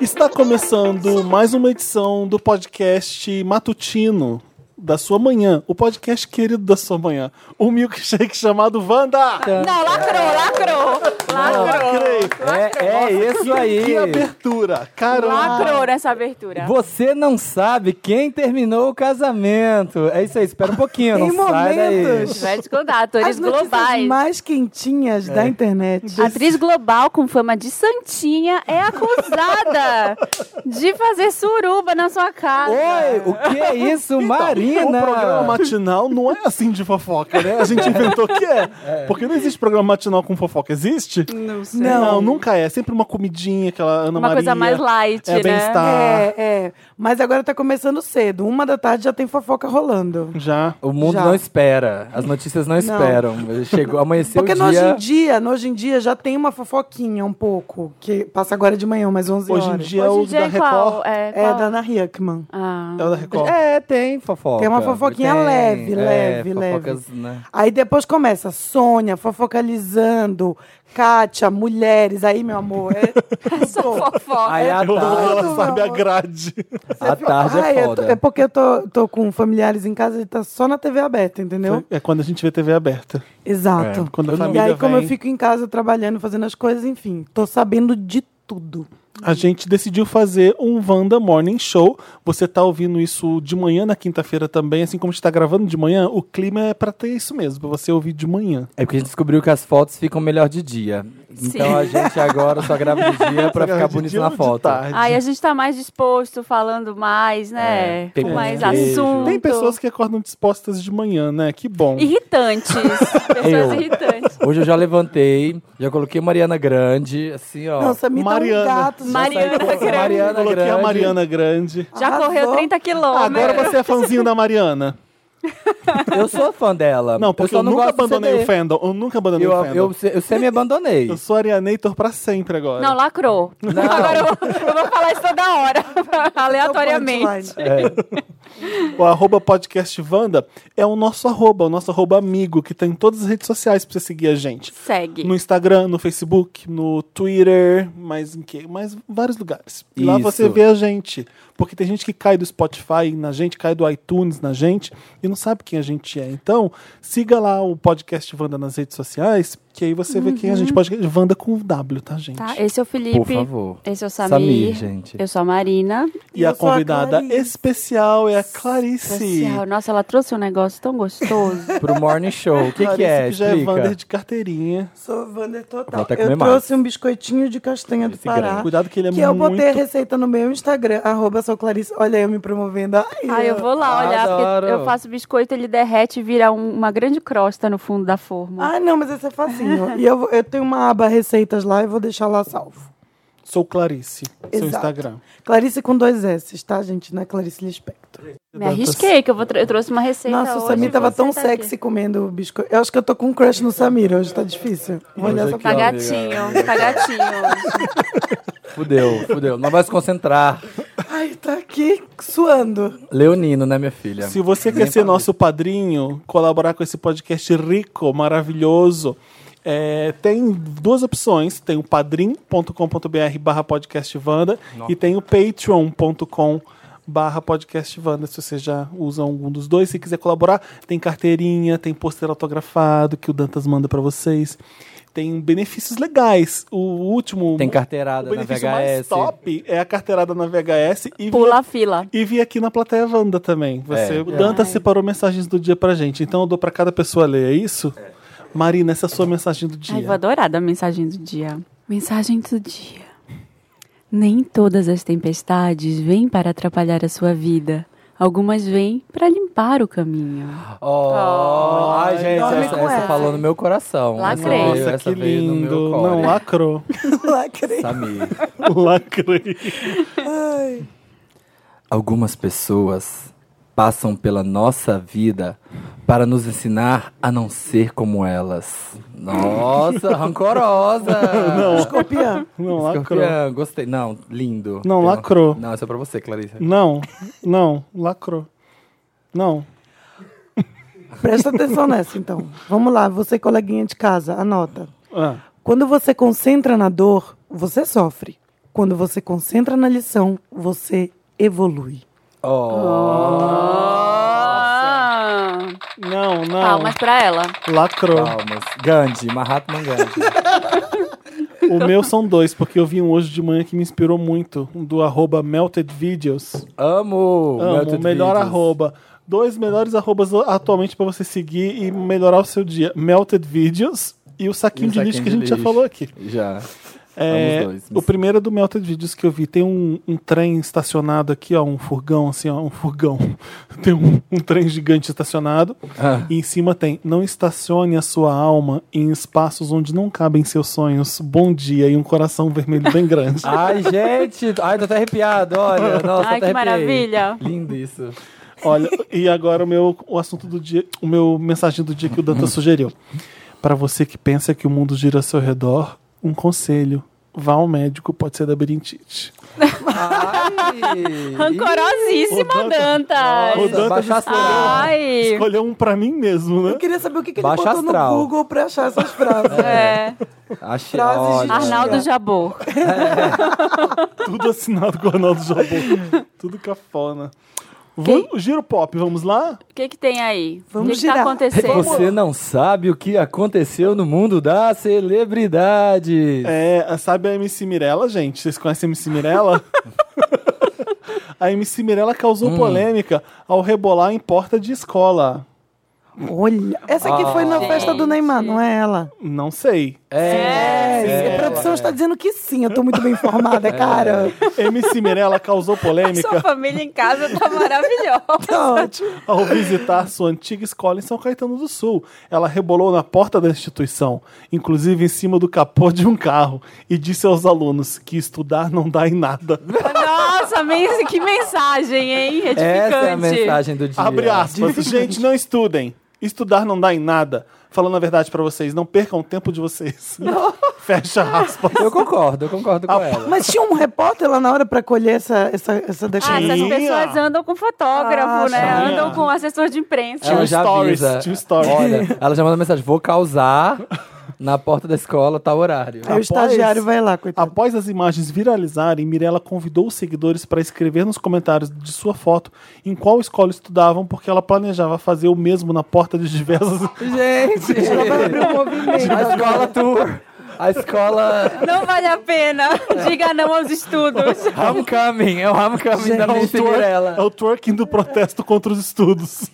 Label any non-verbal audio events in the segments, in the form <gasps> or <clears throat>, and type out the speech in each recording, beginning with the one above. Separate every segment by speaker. Speaker 1: Está começando mais uma edição do podcast matutino da sua manhã, o podcast querido da sua manhã, o milkshake chamado Wanda.
Speaker 2: Não, lacrou, lacrou. Lacrou.
Speaker 1: Lacrei.
Speaker 3: É, é isso aí.
Speaker 1: Que abertura, caramba.
Speaker 2: Lacrou nessa abertura.
Speaker 3: Você não sabe quem terminou o casamento. É isso aí, espera um pouquinho, não
Speaker 4: Tem
Speaker 3: sai daí.
Speaker 4: momentos.
Speaker 2: Vai descontar, atores
Speaker 4: As notícias
Speaker 2: globais.
Speaker 4: mais quentinhas da internet.
Speaker 2: Atriz global com fama de santinha é acusada de fazer suruba na sua casa.
Speaker 3: Oi, o que é isso, Marina?
Speaker 1: O programa matinal não é assim de fofoca, né? A gente inventou que é. Porque não existe programa matinal com fofoca, existe?
Speaker 4: Não sei.
Speaker 1: Não, nunca é. Sempre uma comidinha, aquela Ana
Speaker 2: Uma
Speaker 1: Maria.
Speaker 2: coisa mais light,
Speaker 1: É
Speaker 2: né?
Speaker 1: bem-estar.
Speaker 4: É, é. Mas agora tá começando cedo. Uma da tarde já tem fofoca rolando.
Speaker 1: Já.
Speaker 3: O mundo
Speaker 4: Já.
Speaker 3: não espera, as notícias não, esperam. Chegou, amanheceu
Speaker 4: Porque
Speaker 3: o
Speaker 4: no hoje
Speaker 3: dia.
Speaker 4: em dia, no hoje em dia, já tem uma fofoquinha um pouco. Que passa agora de manhã, umas 11
Speaker 1: Hoje em
Speaker 4: horas.
Speaker 1: dia é
Speaker 2: Hoje
Speaker 1: o
Speaker 2: em dia
Speaker 1: da
Speaker 2: é qual?
Speaker 1: Record.
Speaker 2: É,
Speaker 4: É
Speaker 2: qual?
Speaker 4: da Ana Hickman.
Speaker 2: Ah.
Speaker 1: É o da Record.
Speaker 3: É, tem fofoca. é,
Speaker 4: Tem é, uma fofoquinha leve, leve,
Speaker 3: fofocas, Né?
Speaker 4: Aí depois começa Sônia, fofocalizando, Kátia, mulheres. Aí, meu amor, é <laughs>
Speaker 2: Essa <laughs> fofoca.
Speaker 3: Aí a
Speaker 1: Eu amo,
Speaker 3: tarde,
Speaker 1: ela
Speaker 4: tudo,
Speaker 1: sabe a
Speaker 4: amor.
Speaker 1: grade.
Speaker 3: a tarde
Speaker 4: Ai,
Speaker 3: é
Speaker 4: eu tô-
Speaker 3: foda.
Speaker 4: é porque eu tô, tô com familiares em casa e tá só na TV aberta, entendeu?
Speaker 1: É quando a gente vê TV aberta.
Speaker 4: Exato.
Speaker 3: É,
Speaker 1: Quando a
Speaker 3: Eu não-
Speaker 4: E
Speaker 1: família
Speaker 4: aí, como
Speaker 1: vem,
Speaker 4: eu fico em casa trabalhando, fazendo as coisas, enfim, tô sabendo de tudo.
Speaker 1: a
Speaker 3: Uhum.
Speaker 1: gente decidiu fazer um Wanda Morning Show. Você tá ouvindo isso de manhã na quinta-feira também, assim como a gente tá gravando de manhã, o clima é pra ter isso mesmo, pra você ouvir de manhã.
Speaker 3: É porque a gente descobriu que as fotos ficam melhor de dia. Então a gente agora só grava de dia pra ficar
Speaker 1: De
Speaker 3: bonito
Speaker 1: dia
Speaker 3: na
Speaker 1: ou de
Speaker 3: foto.
Speaker 1: tarde.
Speaker 2: Aí a gente tá mais disposto, falando mais, né?
Speaker 3: É, tem
Speaker 2: Com
Speaker 3: muito
Speaker 2: mais
Speaker 3: beijo.
Speaker 2: assunto.
Speaker 1: Tem pessoas que acordam dispostas de manhã, né? Que bom. <laughs>
Speaker 2: Irritantes.
Speaker 3: Eu.
Speaker 1: um.
Speaker 2: pessoas irritantes.
Speaker 3: Hoje eu já levantei, já coloquei Mariana Grande, assim, ó.
Speaker 4: Nossa, me
Speaker 1: Mariana.
Speaker 4: dá um gato. já
Speaker 2: Mariana
Speaker 4: saí com-
Speaker 2: Grande.
Speaker 3: Mariana
Speaker 1: é Coloquei a
Speaker 3: Grande.
Speaker 1: Mariana Grande.
Speaker 2: Já
Speaker 4: Arrasou.
Speaker 2: correu 30 quilômetros.
Speaker 1: Agora você é fãzinho da Mariana.
Speaker 3: Eu sou fã dela.
Speaker 1: Não, porque eu,
Speaker 3: só não
Speaker 1: nunca
Speaker 3: gosto do
Speaker 1: abandonei
Speaker 3: CD.
Speaker 1: o fandom. Eu nunca abandonei
Speaker 3: Eu,
Speaker 1: o
Speaker 3: eu,
Speaker 1: fandom. Eu,
Speaker 3: eu sempre me abandonei.
Speaker 1: sou Arianator pra sempre agora.
Speaker 2: Não, lacrou.
Speaker 3: Não.
Speaker 2: <laughs> Agora eu, vou- eu vou falar isso toda hora, <laughs> aleatoriamente.
Speaker 4: punchline.
Speaker 3: É.
Speaker 1: O arroba podcast Wanda é o nosso arroba, o nosso arroba amigo, que tem em todas as redes sociais pra você seguir a gente.
Speaker 2: Segue.
Speaker 1: No Instagram, no Facebook, no Twitter, mais em que? Mais vários lugares. E lá
Speaker 3: Isso.
Speaker 1: você vê a gente. Porque tem gente que cai do Spotify na gente, cai do iTunes na gente e não sabe quem a gente é. Então, siga lá o podcast Wanda nas redes sociais, que aí você vê quem a
Speaker 4: Uhum.
Speaker 1: gente. Podcast Wanda com W, tá, gente?
Speaker 2: Tá, esse é o Felipe.
Speaker 3: Por favor.
Speaker 2: Esse é o Samir.
Speaker 3: Samir, gente.
Speaker 2: Eu sou a Marina.
Speaker 1: E
Speaker 4: Eu
Speaker 1: a
Speaker 4: sou a
Speaker 1: convidada
Speaker 4: Clarice.
Speaker 1: especial é a Clarice.
Speaker 2: Especial. Nossa, ela trouxe um negócio
Speaker 3: <laughs>
Speaker 2: tão gostoso.
Speaker 3: Pro morning show. O que,
Speaker 1: Clarice
Speaker 3: que é?
Speaker 1: já é Wander
Speaker 3: Explica.
Speaker 1: de carteirinha.
Speaker 4: Sou Wander
Speaker 3: Vou
Speaker 4: total.
Speaker 3: até comer
Speaker 4: Eu
Speaker 3: mais.
Speaker 4: trouxe um biscoitinho de castanha do
Speaker 3: Esse grande.
Speaker 4: Pará.
Speaker 1: Cuidado que ele é
Speaker 4: Que eu
Speaker 1: muito...
Speaker 4: botei a receita no meu Instagram, arroba sou Clarice. Olha, eu me promovendo. Ai,
Speaker 2: Ai, eu vou lá olhar, porque
Speaker 3: Adoro.
Speaker 2: eu faço biscoito, ele derrete e vira um- uma grande crosta no fundo da forma.
Speaker 4: Ah, não, mas esse é facinho. e eu, vou- eu tenho uma aba receitas lá e vou deixar lá salvo.
Speaker 1: Sou Clarice, seu
Speaker 4: Exato.
Speaker 1: Instagram.
Speaker 4: Clarice com dois S, tá, gente? Não é Clarice Lispector.
Speaker 2: Me arrisquei, que eu, vou tra- eu trouxe uma receita
Speaker 4: Nossa, o
Speaker 2: hoje,
Speaker 4: Samir tava
Speaker 2: você
Speaker 4: tão
Speaker 2: tá aqui.
Speaker 4: sexy comendo biscoito. Eu acho que eu tô com um crush no Samir hoje, tá difícil. Vou olhar
Speaker 3: Hoje
Speaker 4: essa
Speaker 3: aqui,
Speaker 2: Tá
Speaker 3: ó.
Speaker 4: foto.
Speaker 2: gatinho, tá gatinho.
Speaker 3: Fudeu, fudeu. Não vai se concentrar.
Speaker 4: Ai, tá aqui suando.
Speaker 3: Leonino, né, minha filha?
Speaker 1: Se você quer ser nosso padrinho, colaborar com esse podcast rico, maravilhoso, é, tem duas opções. Tem o padrim.com.br barra podcastvanda e tem o patreon.com barra podcastvanda, se você já usa algum dos dois. Se quiser colaborar, tem carteirinha, tem pôster autografado que o Dantas manda pra vocês. Tem benefícios legais. O último...
Speaker 3: Tem carteirada
Speaker 1: O
Speaker 3: na
Speaker 1: benefício mais
Speaker 3: VHS.
Speaker 1: top é a carteirada na VHS e
Speaker 2: Pula a fila.
Speaker 1: e vi aqui na plateia Wanda também. Você,
Speaker 3: É.
Speaker 1: o Danta separou mensagens do dia pra gente. Então eu dou pra cada pessoa ler, é isso? Marina, essa é a sua mensagem do
Speaker 2: Ai, vou
Speaker 1: dia.
Speaker 2: adorar da mensagem do dia. Mensagem do dia. Nem todas as tempestades vêm para atrapalhar a sua vida. Algumas vêm para limpar o caminho.
Speaker 3: Oh, ai, gente,
Speaker 4: dorme
Speaker 3: essa,
Speaker 4: com
Speaker 3: essa
Speaker 4: ela.
Speaker 3: falou no meu coração.
Speaker 2: Lacrei.
Speaker 3: Essa veio,
Speaker 1: Nossa,
Speaker 3: essa
Speaker 1: que
Speaker 3: veio no
Speaker 1: lindo.
Speaker 3: meu
Speaker 1: Não,
Speaker 3: core. <laughs>
Speaker 1: lacrou.
Speaker 4: Lacrei.
Speaker 3: Samir.
Speaker 1: lacrei.
Speaker 4: Ai.
Speaker 3: Algumas pessoas passam pela nossa vida para nos ensinar a não ser como elas. <laughs> Nossa, rancorosa! Não,
Speaker 4: Escorpião.
Speaker 1: Não, lacrou.
Speaker 3: gostei. Não, lindo.
Speaker 1: Não,
Speaker 3: Pela-
Speaker 1: lacrou.
Speaker 3: Não, isso é pra você, Clarice.
Speaker 1: Não, não, lacrou. Não.
Speaker 4: Presta atenção nessa, então. Vamos lá, você, coleguinha de casa, anota.
Speaker 1: Ah,
Speaker 4: Quando você concentra na dor, você sofre. Quando você concentra na lição, você evolui.
Speaker 3: Oh,
Speaker 2: Ah,
Speaker 1: Não, não.
Speaker 2: Palmas pra ela.
Speaker 1: Lacrou.
Speaker 3: Palmas. Gandhi, Mahatma Gandhi.
Speaker 1: O meu são dois, porque eu vi um hoje de manhã que me inspirou muito. Um do arroba Melted Videos.
Speaker 3: Amo!
Speaker 1: Amo,
Speaker 3: Melted
Speaker 1: o melhor
Speaker 3: Videos.
Speaker 1: arroba. Dois melhores arrobas atualmente pra você seguir e melhorar o seu dia. Melted Videos e o saquinho
Speaker 3: E o
Speaker 1: de lixo
Speaker 3: saquinho
Speaker 1: que a
Speaker 3: de
Speaker 1: gente já
Speaker 3: lixo.
Speaker 1: falou aqui.
Speaker 3: Já.
Speaker 1: É,
Speaker 3: Vamos
Speaker 1: O
Speaker 3: dois.
Speaker 1: primeiro é do Melted Videos que eu vi. Tem um, um trem estacionado aqui, ó. Um furgão, assim, ó. Um furgão. <laughs> Tem um, um trem gigante estacionado.
Speaker 3: Ah.
Speaker 1: E em cima tem: Não estacione a sua alma em espaços onde não cabem seus sonhos. Bom dia. E um coração vermelho bem
Speaker 3: <laughs>
Speaker 1: grande.
Speaker 3: Ai, gente! Ai, tô até arrepiado, olha. Nossa,
Speaker 2: Ai,
Speaker 3: até arrepiei.
Speaker 2: que maravilha.
Speaker 3: Lindo <laughs> isso.
Speaker 1: Olha, e agora o meu o assunto do dia, o meu mensagem do dia que o Danta sugeriu. Para você que pensa que o mundo gira ao seu redor, um conselho. Vá ao médico, pode ser da labirintite.
Speaker 3: Ai!
Speaker 1: O
Speaker 2: Rancorosíssima,
Speaker 1: Danta-
Speaker 2: Dantas.
Speaker 1: O Danta
Speaker 3: Baixa astral.
Speaker 2: Ai.
Speaker 1: Escolheu um pra mim mesmo,
Speaker 2: <laughs>
Speaker 1: né?
Speaker 4: Eu queria saber o que, que ele
Speaker 3: Baixa
Speaker 4: botou
Speaker 3: astral.
Speaker 4: no Google pra achar essas frases.
Speaker 2: É.
Speaker 3: Achei,
Speaker 4: Frases de
Speaker 3: olha.
Speaker 2: Arnaldo Jabor.
Speaker 1: Tudo assinado com o Arnaldo Jabô. Tudo cafona.
Speaker 2: Quem?
Speaker 1: Vamos, giro pop, vamos lá?
Speaker 2: O que que tem aí?
Speaker 4: Vamos
Speaker 2: o que, que tá
Speaker 4: girar.
Speaker 2: acontecendo?
Speaker 3: Você não sabe o que aconteceu no mundo das celebridades.
Speaker 1: É, sabe a MC Mirella, gente? Vocês conhecem a MC
Speaker 2: <laughs>
Speaker 1: Mirella? a MC Mirella causou polêmica ao rebolar em porta de escola.
Speaker 4: Olha, essa aqui foi na
Speaker 2: gente.
Speaker 4: festa do Neymar, não é ela?
Speaker 1: Não sei.
Speaker 3: É,
Speaker 4: É, a produção está dizendo que sim, eu tô muito bem informada, cara.
Speaker 1: MC Mirella causou
Speaker 2: Sua
Speaker 1: polêmica
Speaker 2: família em casa tá maravilhosa.
Speaker 4: Tá ótimo.
Speaker 1: ao visitar sua antiga escola em São Caetano do Sul. Ela rebolou na porta da instituição, inclusive em cima do capô de um carro, e disse aos alunos que estudar não dá em nada.
Speaker 2: <laughs> Nossa, mens- que mensagem, hein? Edificante.
Speaker 3: Essa é a mensagem do dia.
Speaker 1: Abre aspas. Gente, não estudem. Estudar não dá em nada. Falando a verdade pra vocês, não percam o tempo de vocês. <laughs> Fecha aspas.
Speaker 3: Eu concordo, eu concordo com ela.
Speaker 4: Mas tinha um repórter lá na hora pra colher essa, essa, essa
Speaker 2: Ah,
Speaker 4: declaração.
Speaker 2: essas
Speaker 1: Tinha.
Speaker 2: pessoas andam com fotógrafo,
Speaker 4: Ah,
Speaker 2: né?
Speaker 1: tinha.
Speaker 2: Andam com assessor de imprensa.
Speaker 1: Tinha
Speaker 3: Ela
Speaker 1: um
Speaker 3: já
Speaker 1: stories,
Speaker 3: avisa.
Speaker 1: tinha um stories.
Speaker 3: Olha, ela já manda mensagem, vou causar na porta da escola, tal horário.
Speaker 4: Aí o estagiário vai lá, coitado.
Speaker 1: Após as imagens viralizarem, Mirella convidou os seguidores para escrever nos comentários de sua foto em qual escola estudavam, porque ela planejava fazer o mesmo na porta de diversas.
Speaker 3: Gente, a escola tour, um a escola
Speaker 2: Não vale a pena. Diga não aos estudos.
Speaker 3: homecoming, é o homecoming da Miss
Speaker 1: twer- é
Speaker 3: Cinderela.
Speaker 1: o twerking do protesto contra os estudos.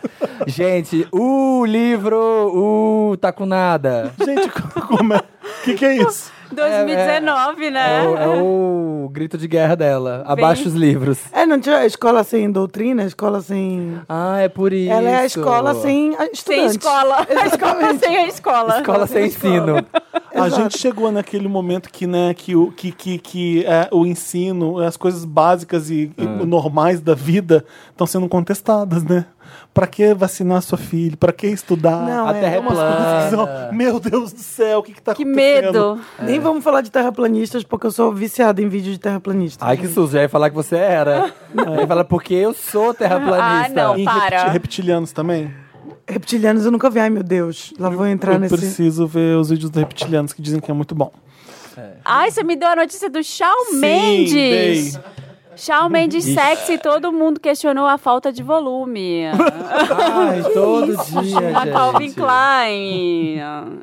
Speaker 3: Gente, o livro, o tá com nada.
Speaker 1: Gente, como é? O que, que é isso?
Speaker 2: 2019,
Speaker 3: É
Speaker 2: né?
Speaker 3: o, é o <laughs> grito de guerra dela. Abaixa os livros.
Speaker 4: É, não tinha escola sem doutrina, escola sem.
Speaker 3: Ah, é por isso.
Speaker 4: Ela é a escola sem a- estudante.
Speaker 2: Sem escola. <laughs> A escola sem a escola.
Speaker 3: Escola sem ensino.
Speaker 1: A gente chegou naquele momento que, né, que, o, que, que, que é, o ensino, as coisas básicas e, e normais da vida estão sendo contestadas, né? Pra que vacinar sua filha? Pra que estudar?
Speaker 4: Não,
Speaker 3: A terra é
Speaker 1: Confusão.
Speaker 3: plana.
Speaker 1: Meu Deus do céu, o que, que tá
Speaker 2: Que
Speaker 1: acontecendo?
Speaker 2: medo.
Speaker 4: Nem vamos falar de terraplanistas, porque eu sou viciada em vídeo de terraplanistas.
Speaker 3: Ai, que susto. Já ia falar que você era. Já ia falar, porque eu sou terraplanista.
Speaker 2: Ah, não.
Speaker 1: E
Speaker 2: Para.
Speaker 1: repti- reptilianos também?
Speaker 4: Reptilianos eu nunca vi. Ai, meu Deus. Lá vou entrar
Speaker 1: Eu
Speaker 4: nesse.
Speaker 1: preciso ver os vídeos dos reptilianos que dizem que é muito bom.
Speaker 2: Ai, você me deu a notícia do Shawn
Speaker 1: Sim,
Speaker 2: Mendes.
Speaker 1: dei.
Speaker 2: Shawn Mendes sexy, todo mundo questionou a falta de volume.
Speaker 3: Ai, todo dia,
Speaker 2: a
Speaker 3: É, gente.
Speaker 2: Calvin Klein.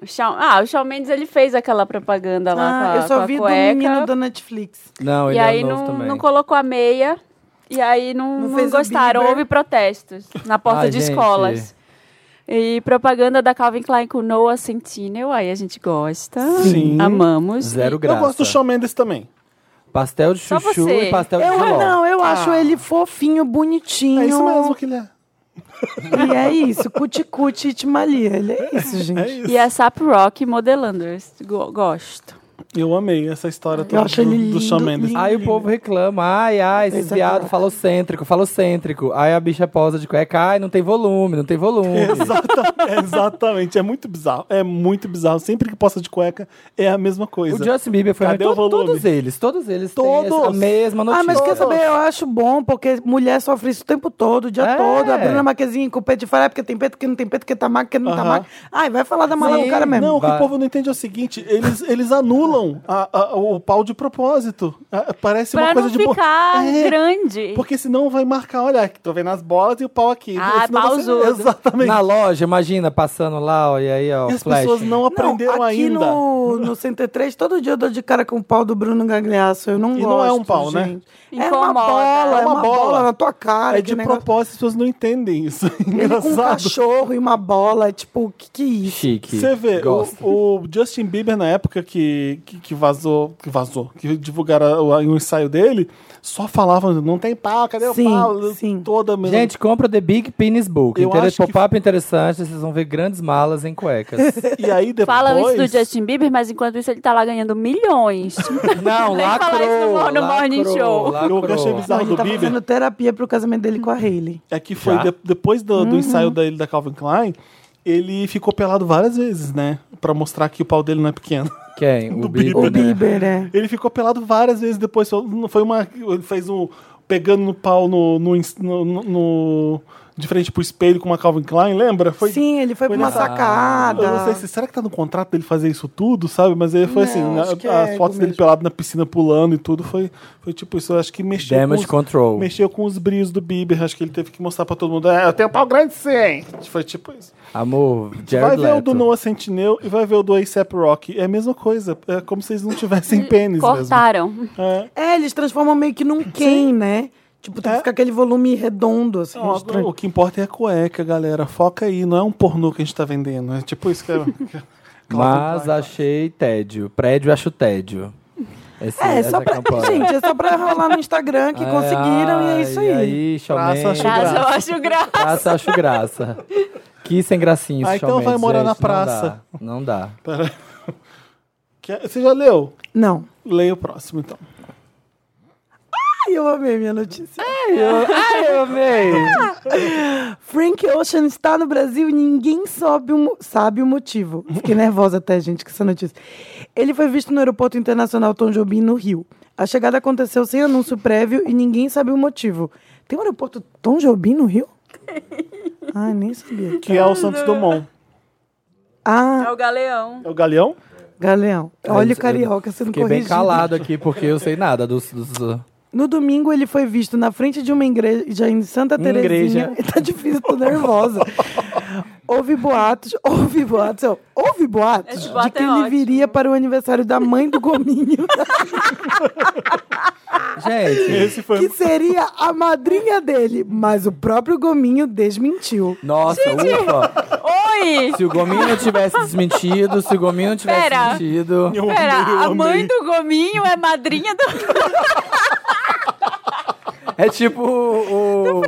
Speaker 2: Shawn- ah, o Shawn Mendes ele fez aquela propaganda lá com
Speaker 4: Ah,
Speaker 2: a,
Speaker 4: eu só
Speaker 2: com a
Speaker 4: vi do
Speaker 2: cueca.
Speaker 4: menino da Netflix.
Speaker 3: Não,
Speaker 2: E
Speaker 3: ele
Speaker 2: aí
Speaker 3: é novo
Speaker 2: não,
Speaker 3: também.
Speaker 2: não colocou a meia. E aí não,
Speaker 4: Não
Speaker 2: não
Speaker 4: fez o
Speaker 2: gostaram.
Speaker 4: Bieber.
Speaker 2: Houve protestos na porta
Speaker 3: Ai,
Speaker 2: de
Speaker 3: gente.
Speaker 2: escolas. E propaganda da Calvin Klein com Noah Centineo. Aí a gente gosta.
Speaker 1: Sim.
Speaker 2: Amamos.
Speaker 3: Zero graça.
Speaker 1: Eu gosto do Shawn Mendes também.
Speaker 3: Pastel de
Speaker 2: Só
Speaker 3: chuchu
Speaker 2: você.
Speaker 3: e pastel de
Speaker 4: Eu,
Speaker 3: jiló.
Speaker 4: não, eu acho
Speaker 2: Ah.
Speaker 4: ele fofinho, bonitinho.
Speaker 1: É isso mesmo que ele é.
Speaker 4: E é isso, cuticute e timalia. Ele é isso, gente.
Speaker 1: É isso.
Speaker 2: E a Sap Rock modelando. Eu go- gosto.
Speaker 1: Eu amei essa história toda
Speaker 4: acho
Speaker 1: do,
Speaker 4: ele
Speaker 1: do Shawn
Speaker 4: lindo,
Speaker 1: Mendes.
Speaker 4: lindo.
Speaker 3: Aí o
Speaker 1: <laughs>
Speaker 3: povo reclama, ai, ai, esses
Speaker 4: Esse é
Speaker 3: viados
Speaker 4: claro.
Speaker 3: falocêntrico, falocêntrico. Aí a bicha posa de cueca, ai, não tem volume, não tem volume.
Speaker 1: Exatamente, exatamente, é muito bizarro. É muito bizarro. Sempre que posta de cueca é a mesma coisa.
Speaker 3: O Justin Bieber foi
Speaker 1: Cadê
Speaker 3: to-
Speaker 1: o volume?
Speaker 3: todos eles, todos eles têm
Speaker 1: Todos?
Speaker 3: essa mesma notícia.
Speaker 4: Ah, mas quer saber? Eu acho bom, porque mulher sofre isso o tempo todo, o dia
Speaker 3: É.
Speaker 4: todo. A Bruna Marquezine com o peito de fora, "Ah, porque tem peito, porque não tem peito, porque tá magro, porque não tá
Speaker 1: Aham.
Speaker 4: magro. Ai, vai falar da mala do
Speaker 3: Sim,
Speaker 4: um cara mesmo.
Speaker 1: Não, o que
Speaker 3: Vai.
Speaker 1: o povo não entende é o seguinte: eles, eles anulam ralam a- a- o pau de propósito. Ah, Parece uma
Speaker 5: Pra
Speaker 1: coisa
Speaker 5: não
Speaker 1: de bo-
Speaker 5: ficar
Speaker 1: É,
Speaker 5: grande.
Speaker 1: Porque senão vai marcar, olha, aqui, tô vendo as bolas e o pau aqui.
Speaker 5: Ah,
Speaker 1: Senão vai ser-
Speaker 5: pausudo.
Speaker 1: Exatamente.
Speaker 3: Na loja, imagina, passando lá, ó, e aí, ó,
Speaker 1: E as
Speaker 3: flash.
Speaker 1: pessoas não aprenderam
Speaker 4: não, aqui
Speaker 1: ainda.
Speaker 4: no, no Center 3, todo dia eu dou de cara com o pau do Bruno Gagliasso. Eu não
Speaker 1: E
Speaker 4: gosto,
Speaker 1: não é um pau, né?
Speaker 4: gente. É uma
Speaker 5: Incomoda.
Speaker 4: bola, é uma bola na tua cara.
Speaker 1: É
Speaker 4: que
Speaker 1: de
Speaker 4: negócio-
Speaker 1: propósito, as pessoas não entendem isso. <laughs>
Speaker 4: Ele com um
Speaker 1: Engraçado.
Speaker 4: cachorro e uma bola, tipo, o que que é isso?
Speaker 3: Chique.
Speaker 1: Você vê,
Speaker 3: Gosto.
Speaker 1: o, o Justin Bieber, na época que, que, que vazou, que vazou, que divulgaram o, o ensaio dele, só falavam, não tem pau, cadê
Speaker 4: Sim,
Speaker 1: o pau?
Speaker 4: sim.
Speaker 1: Toda mesmo.
Speaker 3: Gente, compra The Big Penis Book.
Speaker 1: Eu
Speaker 3: Interesse
Speaker 1: acho que-
Speaker 3: pop-up interessante, vocês vão ver grandes malas
Speaker 1: <laughs>
Speaker 3: em
Speaker 1: e
Speaker 3: cuecas.
Speaker 4: <laughs>
Speaker 1: aí depois...
Speaker 5: Falam isso do Justin Bieber, mas enquanto isso ele tá lá ganhando
Speaker 1: <laughs>
Speaker 5: milhões.
Speaker 3: Não,
Speaker 5: Tem que
Speaker 3: lacrou.
Speaker 5: falar isso no mor- no
Speaker 3: lacrou,
Speaker 5: morning show.
Speaker 1: Eu que achei bizarro
Speaker 4: Não, ele
Speaker 1: do
Speaker 4: tá
Speaker 1: Bieber.
Speaker 4: fazendo terapia pro casamento dele com a Hailey.
Speaker 1: É que foi
Speaker 3: Já?
Speaker 1: de- depois do,
Speaker 4: Uhum.
Speaker 1: do ensaio dele da Calvin Klein, ele ficou pelado várias vezes, né? Pra mostrar que o pau dele não é pequeno.
Speaker 3: Quem?
Speaker 1: Do
Speaker 3: O Bieber,
Speaker 4: O
Speaker 1: Bieber.
Speaker 3: né?
Speaker 4: Bieber, é.
Speaker 1: Ele ficou pelado várias vezes depois. Foi- não Foi uma. Ele fez um. Pegando no pau no. no, ins- no- no- no- de frente pro espelho com uma Calvin Klein, lembra? Foi.
Speaker 4: Sim, ele foi,
Speaker 1: foi
Speaker 4: pra uma
Speaker 1: nessa-
Speaker 4: sacada.
Speaker 1: Eu não sei se. Será que tá no contrato dele fazer isso tudo, sabe? Mas ele foi
Speaker 4: Não,
Speaker 1: assim:
Speaker 4: acho
Speaker 1: na-
Speaker 4: que é
Speaker 1: as fotos
Speaker 4: ego
Speaker 1: dele
Speaker 4: mesmo.
Speaker 1: pelado na piscina pulando e tudo foi, foi tipo isso. Eu acho que mexeu.
Speaker 3: Damage
Speaker 1: com os,
Speaker 3: Control.
Speaker 1: Mexeu com os brios do Bieber. Acho que ele teve que mostrar pra todo mundo: é, eu tenho pau grande sim. Foi tipo isso.
Speaker 3: Amor,
Speaker 1: Vai
Speaker 3: Jared
Speaker 1: ver o do
Speaker 3: Leto.
Speaker 1: Noah Sentinel e vai ver o do A$AP Rock. É a mesma coisa. É como se eles não tivessem pênis mesmo.
Speaker 5: Cortaram.
Speaker 1: É.
Speaker 4: É, eles transformam meio que num quem, né? Tipo, tem
Speaker 1: É.
Speaker 4: que ficar aquele volume redondo, assim.
Speaker 1: Não,
Speaker 4: estranho.
Speaker 1: o que importa é a cueca, galera. Foca aí. Não é um pornô que a gente tá vendendo. É tipo isso que é... <laughs>
Speaker 3: Mas achei tédio. Prédio acho tédio. Esse-
Speaker 4: É,
Speaker 3: essa
Speaker 4: só pra.
Speaker 3: campanha.
Speaker 4: Gente, é só pra rolar no Instagram
Speaker 1: <laughs>
Speaker 4: que
Speaker 3: Ai,
Speaker 4: conseguiram e é isso aí.
Speaker 3: ai, aí, Shawn
Speaker 1: Praça
Speaker 3: Mendes.
Speaker 1: acho graça.
Speaker 5: Graça, eu acho graça.
Speaker 3: Praça acho graça. Que sem gracinha esse
Speaker 1: Ah, então
Speaker 3: Shawn
Speaker 1: vai
Speaker 3: Mendes,
Speaker 1: morar
Speaker 3: gente,
Speaker 1: na
Speaker 3: não
Speaker 1: praça.
Speaker 3: dá, Não dá.
Speaker 1: Pera. Quer- Você já leu?
Speaker 4: Não.
Speaker 1: Leia o próximo, então.
Speaker 4: Ai, eu amei minha notícia.
Speaker 3: Ai, eu amei.
Speaker 4: Frank Ocean está no Brasil e ninguém sobe o mo- sabe o motivo. Fiquei nervosa até, gente, com essa notícia. Ele foi visto no aeroporto internacional Tom Jobim, no Rio. A chegada aconteceu sem anúncio prévio e ninguém sabe o motivo. Tem um aeroporto Tom Jobim no Rio? Ai, nem sabia.
Speaker 1: Que é o Santos Dumont.
Speaker 4: Ah,
Speaker 5: É o galeão.
Speaker 1: É o Galeão?
Speaker 4: Galeão,
Speaker 1: É,
Speaker 4: olha o carioca sendo
Speaker 3: Fiquei
Speaker 4: corrigido.
Speaker 3: bem calado aqui, porque eu sei nada dos... dos-
Speaker 4: No domingo ele foi visto na frente de uma igreja em Santa
Speaker 3: Uma
Speaker 4: <laughs> Terezinha. Tá difícil, tô nervosa. houve boatos, houve boatos, ó, houve boatos
Speaker 5: Esse
Speaker 4: de
Speaker 5: boato
Speaker 4: que
Speaker 5: é
Speaker 4: ele
Speaker 5: ótimo.
Speaker 4: viria para o aniversário da mãe do Gominho,
Speaker 3: Gente...
Speaker 1: Esse <laughs> foi... um
Speaker 4: que seria a madrinha dele, mas o próprio Gominho desmentiu.
Speaker 3: Nossa, ufa.
Speaker 5: Oi!
Speaker 3: Se o Gominho não tivesse desmentido, se o Gominho não tivesse
Speaker 5: Pera.
Speaker 3: desmentido...
Speaker 1: Eu amei, eu
Speaker 5: Pera, a
Speaker 1: amei.
Speaker 5: mãe do Gominho é madrinha do.
Speaker 3: É tipo o. o-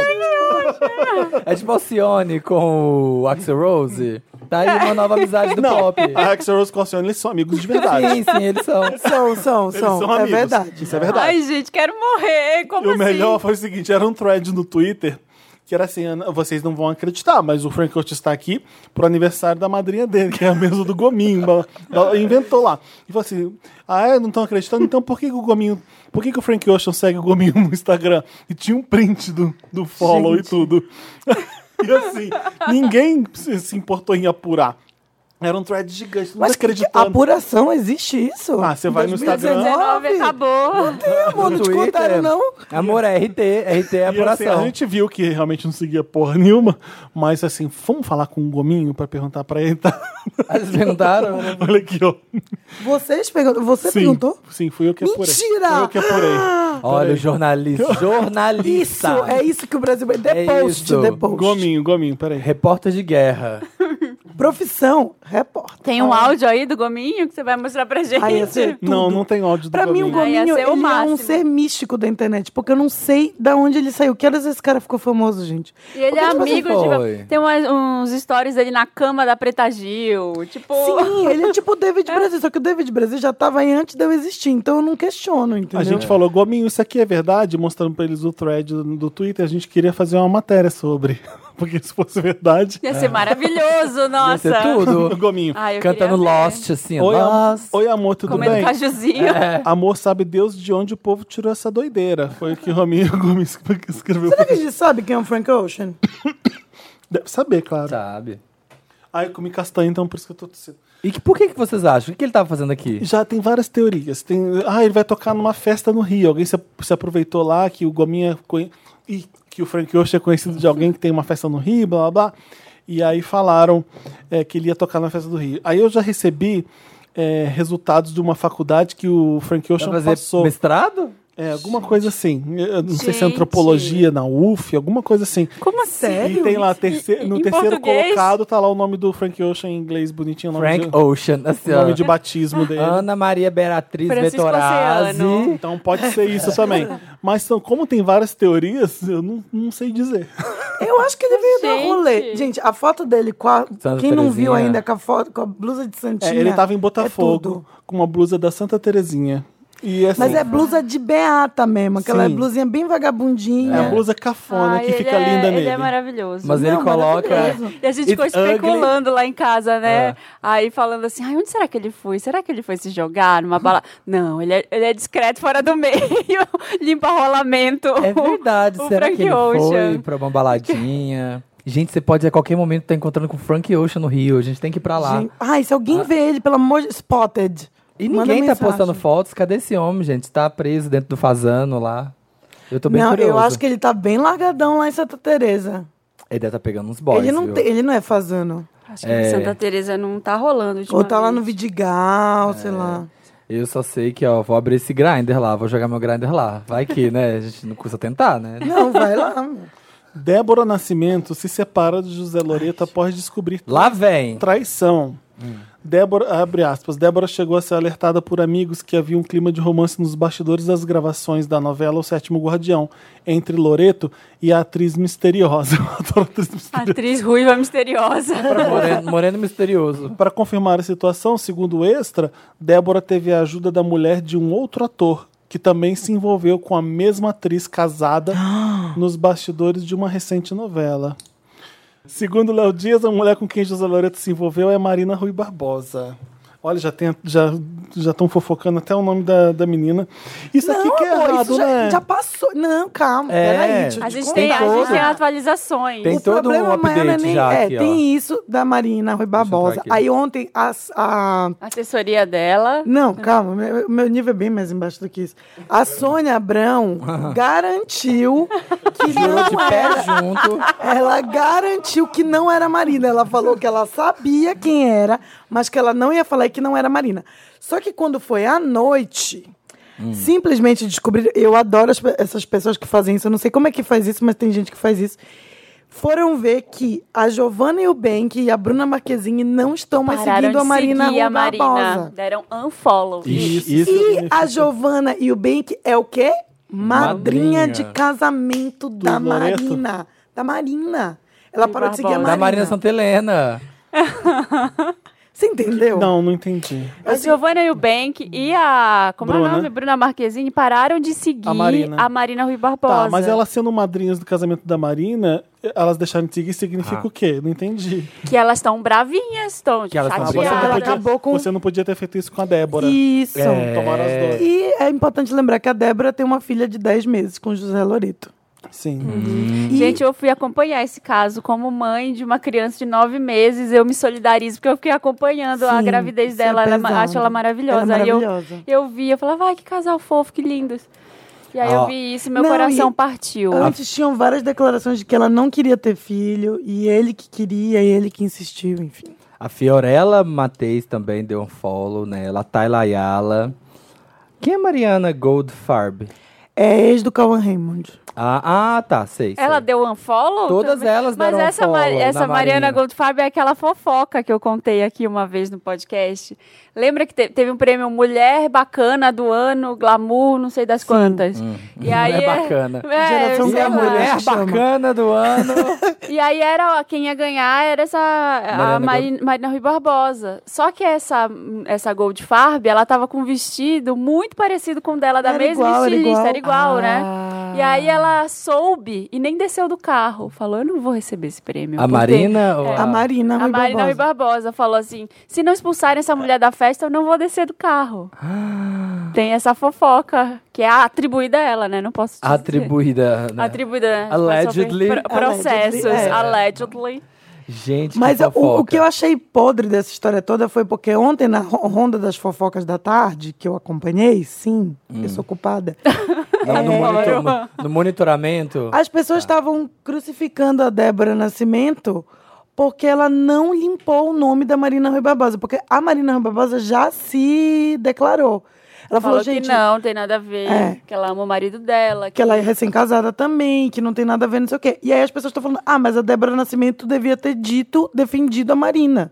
Speaker 3: É tipo Alcione com o Axel Rose. Tá aí uma nova amizade do
Speaker 1: Não,
Speaker 3: pop.
Speaker 1: a Axel Rose com a Alcione, eles Ah, são amigos de <laughs> verdade.
Speaker 3: Sim, sim, eles são.
Speaker 4: São, são,
Speaker 1: Eles
Speaker 4: são,
Speaker 1: são
Speaker 4: é
Speaker 1: amigos.
Speaker 4: verdade.
Speaker 1: Isso é verdade.
Speaker 5: Ai, gente, quero morrer. Como
Speaker 1: E o
Speaker 5: assim?
Speaker 1: melhor foi o seguinte: era um thread no Twitter que era assim, Ana, vocês não vão acreditar, mas o Frank Otis está aqui pro aniversário da madrinha dele, que é a mesma do Gominho. ba- ba- inventou lá. E falou assim: ah, é? Não estão acreditando? Então por que, que o Gominho. Por que, que o Frank Ocean segue o Gominho no Instagram? E tinha um print do, do follow e tudo. <laughs> e assim, ninguém se se importou em apurar. Era um thread gigante, não
Speaker 4: Mas que
Speaker 1: acreditando.
Speaker 4: apuração existe isso?
Speaker 1: Ah, você vai no Instagram.
Speaker 5: 19 acabou.
Speaker 4: Amor, não
Speaker 3: No
Speaker 4: te contaram, não?
Speaker 3: Amor, é RT. RT é
Speaker 1: E, assim, a
Speaker 3: apuração.
Speaker 1: gente viu que realmente não seguia porra nenhuma, mas assim, vamos falar com o Gominho pra perguntar pra ele, tá? <laughs>
Speaker 3: Eles perguntaram.
Speaker 1: Olha aqui, ó.
Speaker 4: Vocês perguntam, você
Speaker 1: Sim,
Speaker 4: perguntou?
Speaker 1: Sim, fui eu que apurei.
Speaker 4: Mentira! Ah!
Speaker 1: Fui eu que apurei.
Speaker 3: Olha, o jornalista.
Speaker 4: Isso,
Speaker 3: Jornalista.
Speaker 4: é isso que o Brasil... The
Speaker 3: É
Speaker 4: post,
Speaker 3: isso.
Speaker 4: the post.
Speaker 1: Tá. Gominho, Gominho, peraí.
Speaker 3: Repórter de guerra.
Speaker 4: Profissão, repórter.
Speaker 5: Tem um áudio aí do Gominho que você vai mostrar pra gente?
Speaker 4: Ai, ia ser tudo.
Speaker 1: Não, não tem áudio do
Speaker 4: Pra mim, o
Speaker 1: Gominho.
Speaker 5: Ai, ia ser
Speaker 4: Gominho
Speaker 5: o
Speaker 4: ele é um
Speaker 5: máximo.
Speaker 4: ser místico da internet, porque eu não sei da onde ele saiu. Que horas esse cara ficou famoso, gente? tipo assim,
Speaker 5: E ele é
Speaker 3: Como que
Speaker 5: amigo
Speaker 3: foi?
Speaker 5: de. Tem umas- uns stories dele na cama da Preta Gil. Tipo.
Speaker 4: Sim, ele é tipo o
Speaker 5: <laughs>
Speaker 4: David Brasil, só que o David Brasil já tava aí antes de eu existir, então eu não questiono, entendeu?
Speaker 1: A gente falou, Gominho, isso aqui é verdade? Mostrando pra eles o thread do, do Twitter, a gente queria fazer uma matéria sobre. <laughs> Porque se fosse verdade.
Speaker 5: Ia ser maravilhoso,
Speaker 3: Ia
Speaker 5: nossa.
Speaker 3: ser
Speaker 2: <laughs>
Speaker 3: tudo.
Speaker 1: Gominho.
Speaker 2: Ah,
Speaker 5: Ai, eu
Speaker 3: Cantando
Speaker 5: queria ver.
Speaker 3: Lost, assim.
Speaker 1: Oi, am-
Speaker 3: Lost.
Speaker 1: Oi, amor, tudo
Speaker 5: Comendo
Speaker 1: bem? É.
Speaker 5: cajuzinho.
Speaker 1: Amor, sabe Deus de onde o povo tirou essa doideira. Foi o que o <laughs> Gominho Gominho escreveu.
Speaker 4: Será que a gente sabe quem é o Frank Ocean?
Speaker 1: Deve saber, claro.
Speaker 3: Sabe?
Speaker 1: Ah, Ai, eu comi castanha, então por isso que eu tô tossindo.
Speaker 3: E que, por que, que vocês acham? O que, que ele tava fazendo aqui?
Speaker 1: Já tem várias teorias. Tem, ah, ele vai tocar numa festa no Rio. Alguém se, se aproveitou lá que o Gominha conhe- e que o Frank Ocean é conhecido de alguém que tem uma festa no Rio, blá blá blá. E aí falaram é, que ele ia tocar na festa do Rio. Aí eu já recebi é, resultados de uma faculdade que o Frank
Speaker 3: Pra
Speaker 1: Ocean
Speaker 3: fazer
Speaker 1: passou.
Speaker 3: mestrado?
Speaker 1: É, alguma coisa assim. Eu não sei se é
Speaker 2: Gente.
Speaker 1: antropologia na UF, alguma coisa assim.
Speaker 5: Como
Speaker 1: E
Speaker 5: sério?
Speaker 1: tem lá terceiro- no
Speaker 2: Em
Speaker 1: terceiro
Speaker 2: português?
Speaker 1: colocado, tá lá o nome do Frank Ocean em inglês bonitinho. o nome
Speaker 3: Frank
Speaker 1: de-
Speaker 3: Ocean, Ah, assim,
Speaker 1: o
Speaker 3: ó.
Speaker 1: nome de um batismo dele.
Speaker 3: Ana Maria Beratriz
Speaker 2: Francisco
Speaker 3: Vetorazzi.
Speaker 2: Oceano.
Speaker 1: Então pode ser isso também. Mas são, como tem várias teorias, eu não, não sei dizer.
Speaker 4: Eu acho que ele veio
Speaker 2: Gente.
Speaker 4: do rolê. Gente, a foto dele com a.
Speaker 3: Santa
Speaker 4: quem não viu
Speaker 3: Terezinha.
Speaker 4: ainda com a foto, com a blusa de
Speaker 1: É,
Speaker 4: Santinha.
Speaker 1: ele tava em
Speaker 4: é tudo.
Speaker 1: Botafogo com uma blusa da Santa Terezinha. E assim,
Speaker 4: Mas é blusa de Beata mesmo, aquela
Speaker 1: Sim.
Speaker 4: blusinha bem
Speaker 1: é a
Speaker 4: vagabundinha.
Speaker 1: blusa cafona
Speaker 2: Ai,
Speaker 1: que
Speaker 2: ele
Speaker 1: fica
Speaker 2: é-
Speaker 1: linda
Speaker 2: Ele
Speaker 1: nele.
Speaker 2: é maravilhoso. é
Speaker 3: Mas ele
Speaker 4: Não,
Speaker 3: coloca.
Speaker 4: maravilhoso.
Speaker 2: E a gente ficou
Speaker 3: It's ugly.
Speaker 2: especulando lá em casa, né?
Speaker 3: É.
Speaker 2: Aí falando assim, ai, onde será que ele foi? Será que ele foi se jogar
Speaker 3: <laughs>
Speaker 2: numa bala? Não, ele é, ele é discreto fora do meio, <laughs> limpa rolamento.
Speaker 3: É verdade,
Speaker 2: <laughs> o
Speaker 3: será
Speaker 2: Frank
Speaker 3: que ele foi
Speaker 2: Ocean.
Speaker 3: pra uma baladinha? Gente, você pode a qualquer momento estar encontrando com o Frank Ocean no Rio. A gente tem que ir
Speaker 1: tá
Speaker 3: pra lá.
Speaker 4: Gente, Ai, se
Speaker 1: Ah.
Speaker 4: alguém vê ele, pelo amor de Spotted.
Speaker 3: e
Speaker 4: manda
Speaker 3: ninguém tá
Speaker 4: mensagem.
Speaker 3: postando fotos. Cadê esse homem, gente? Tá preso dentro do fazano lá. Eu tô bem
Speaker 4: não,
Speaker 3: curioso.
Speaker 4: eu acho que ele tá bem largadão lá em Santa Teresa.
Speaker 3: Ele deve tá pegando uns boys,
Speaker 4: ele, não
Speaker 3: viu?
Speaker 4: te- ele não é fazano.
Speaker 2: Acho
Speaker 3: É.
Speaker 2: que Santa Teresa não tá rolando.
Speaker 4: Ou tá lá no
Speaker 2: ultimamente.
Speaker 4: Vidigal,
Speaker 1: É.
Speaker 4: sei lá.
Speaker 3: Eu só sei que, ó, vou abrir esse grinder lá. Vou jogar meu grinder lá. Vai que, né? A gente não custa tentar, né?
Speaker 4: Não, Então vai lá. meu.
Speaker 1: Débora Nascimento se separa de José Loreto após descobrir
Speaker 3: Lá vem.
Speaker 1: traição. Débora, abre aspas, Débora chegou a ser alertada por amigos que havia um clima de romance nos bastidores das gravações da novela O Sétimo Guardião, entre Loreto e a atriz misteriosa. <laughs> Eu adoro atriz misteriosa.
Speaker 2: Atriz ruiva misteriosa.
Speaker 3: <laughs> Moreno, moreno misterioso.
Speaker 1: Para confirmar a situação, segundo o Extra, Débora teve a ajuda da mulher de um outro ator, que também se envolveu com a mesma atriz casada
Speaker 4: Ah.
Speaker 1: nos bastidores de uma recente novela. Segundo Léo Dias, a mulher com quem José Loreto se envolveu é Marina Rui Barbosa. Olha, já estão já, já tão fofocando até o nome da, da menina. Isso
Speaker 4: Não,
Speaker 1: aqui que é
Speaker 4: amor,
Speaker 1: errado,
Speaker 4: isso já,
Speaker 1: né?
Speaker 4: já passou. Não, calma,
Speaker 3: É.
Speaker 4: peraí. Deixa eu
Speaker 2: A
Speaker 4: te
Speaker 2: gente
Speaker 4: contar.
Speaker 2: tem, a gente
Speaker 3: todo.
Speaker 2: tem atualizações.
Speaker 3: Tem- todo um
Speaker 4: problema maior não é
Speaker 3: update já
Speaker 4: É,
Speaker 3: aqui, ó.
Speaker 4: tem isso da Marina Rui
Speaker 3: entrar
Speaker 4: Barbosa.
Speaker 3: aqui.
Speaker 4: Aí ontem as- a.
Speaker 2: A Assessoria dela.
Speaker 4: Não, calma, meu, meu nível é bem mais embaixo do que isso. A Sônia
Speaker 3: <laughs>
Speaker 4: Abrão garantiu que
Speaker 3: Jurou de
Speaker 4: não é.
Speaker 3: pé
Speaker 4: era.
Speaker 3: junto.
Speaker 4: <laughs> Ela garantiu que não era Marina. Ela falou que ela sabia quem era, mas que ela não ia falar que não era Marina. Só que quando foi à noite, simplesmente descobriram. Eu adoro as pe- essas pessoas que fazem isso. Eu não sei como é que faz isso, mas tem gente que faz isso. Foram ver que a Giovanna Eubank e a Bruna Marquezine não estão mais
Speaker 2: Pararam
Speaker 4: seguindo
Speaker 2: de
Speaker 4: a Marina
Speaker 2: seguir
Speaker 4: Rui
Speaker 2: a Marina.
Speaker 4: Barbosa.
Speaker 2: Deram unfollow.
Speaker 3: Isso.
Speaker 4: E a Giovanna e o Bank é o quê?
Speaker 3: Madrinha.
Speaker 4: Madrinha, de casamento da
Speaker 1: Loreto?
Speaker 4: Marina. Da Marina. Ela
Speaker 2: E
Speaker 4: parou de seguir a
Speaker 3: Da
Speaker 2: Barbosa.
Speaker 4: Marina.
Speaker 3: Marina Santa Helena.
Speaker 4: Você entendeu?
Speaker 1: Não, não entendi.
Speaker 2: A Giovanna Eubank e a. Como é
Speaker 1: Bruna.
Speaker 2: o nome? Bruna Marquezine pararam de seguir
Speaker 1: A Marina.
Speaker 2: a Marina Rui Barbosa.
Speaker 1: Tá, mas elas sendo madrinhas do casamento da Marina, elas deixaram de seguir significa
Speaker 3: Ah.
Speaker 1: o quê? Não entendi.
Speaker 2: Que elas estão bravinhas, estão
Speaker 3: Que elas tão
Speaker 1: Ah,
Speaker 2: chateadas.
Speaker 1: você, não
Speaker 4: Ela
Speaker 1: podia,
Speaker 4: acabou com-
Speaker 1: você não podia ter feito isso com a Débora.
Speaker 4: Isso.
Speaker 3: É.
Speaker 1: Tomaram as duas.
Speaker 4: E é importante lembrar que a Débora tem uma filha de 10 meses com José Loreto.
Speaker 1: Sim.
Speaker 3: Hum.
Speaker 2: Gente, eu fui acompanhar esse caso como mãe de uma criança de nove meses. Eu me solidarizo, porque eu fiquei acompanhando a
Speaker 4: Sim,
Speaker 2: gravidez
Speaker 4: isso é
Speaker 2: dela. ela, ma-
Speaker 4: pesado.
Speaker 2: acho ela maravilhosa.
Speaker 4: Ela é
Speaker 2: Aí eu-
Speaker 4: maravilhosa.
Speaker 2: eu, vi, eu falava, ai, que casal fofo, que lindos. E aí
Speaker 3: Ó.
Speaker 2: eu vi isso, meu
Speaker 4: Não,
Speaker 2: coração
Speaker 4: e- Ah,
Speaker 2: partiu.
Speaker 4: Antes tinham várias declarações de que ela não queria ter filho, e ele que queria, e ele que insistiu, enfim.
Speaker 3: A Fiorella Mateis também deu um follow nela. A Tayla Ayala. Quem é Mariana Goldfarb?
Speaker 4: É ex do Cauan Raymond.
Speaker 3: Ah, ah, tá, sei. sei.
Speaker 2: Ela deu unfollow?
Speaker 3: Todas
Speaker 2: também?
Speaker 3: elas
Speaker 2: Mas
Speaker 3: deram
Speaker 2: essa,
Speaker 3: unfollow na
Speaker 2: essa Mariana
Speaker 3: Marina.
Speaker 2: Goldfarb é aquela fofoca que eu contei aqui uma vez no podcast. Lembra que te- teve um prêmio Mulher Bacana do Ano, Glamour, não sei das quantas. E aí,
Speaker 3: Hum. Mulher bacana.
Speaker 2: <laughs> É,
Speaker 4: Geração
Speaker 2: sei
Speaker 3: E a
Speaker 2: lá.
Speaker 4: Glamour. né?
Speaker 3: mulher
Speaker 4: que chama.
Speaker 3: bacana do ano.
Speaker 2: E aí era ó, quem ia ganhar era essa a
Speaker 3: Mariana
Speaker 2: Marina, Marina Rui Barbosa. Só que essa essa Goldfarb, ela tava com um vestido muito parecido com o dela da
Speaker 4: Era
Speaker 2: mesma
Speaker 4: igual, era
Speaker 2: estilista,
Speaker 4: igual.
Speaker 2: era igual,
Speaker 3: Ah.
Speaker 2: né? E aí ela soube e nem desceu do carro. Falou: "Eu não vou receber esse prêmio".
Speaker 3: a
Speaker 2: porque
Speaker 3: Marina
Speaker 2: É.
Speaker 3: ou
Speaker 4: A Marina
Speaker 2: A
Speaker 4: Rui
Speaker 2: Marina Rui
Speaker 4: Barbosa.
Speaker 2: Barbosa falou assim: "Se não expulsarem essa mulher da festa, eu não vou descer do carro".
Speaker 3: <gasps>
Speaker 2: Tem essa fofoca que é atribuída a ela, né? Não posso dizer.
Speaker 3: atribuída. né?
Speaker 2: Atribuída. né?
Speaker 3: Allegedly.
Speaker 2: Pro- Processos.
Speaker 4: Allegedly, é.
Speaker 2: Allegedly.
Speaker 3: Gente,
Speaker 4: Mas
Speaker 3: que
Speaker 4: o- o,
Speaker 3: fofoca.
Speaker 4: que eu achei podre dessa história toda foi porque ontem, na ro- ronda das fofocas da tarde, que eu acompanhei, sim, eu sou culpada,
Speaker 3: Não, no,
Speaker 2: É.
Speaker 3: monitor-
Speaker 2: <laughs>
Speaker 3: no- no monitoramento.
Speaker 4: as pessoas estavam crucificando a Débora Nascimento porque ela não limpou o nome da Marina Rui Barbosa. Porque a Marina Rui Barbosa já se declarou. Ela falou,
Speaker 2: Falou
Speaker 4: gente,
Speaker 2: que não, tem nada a ver.
Speaker 4: É.
Speaker 2: Que ela ama o marido dela.
Speaker 4: que ela é recém-casada também, que não tem nada a ver, não sei o quê. E aí as pessoas estão falando, ah, mas a Débora Nascimento devia ter dito, defendido a Marina.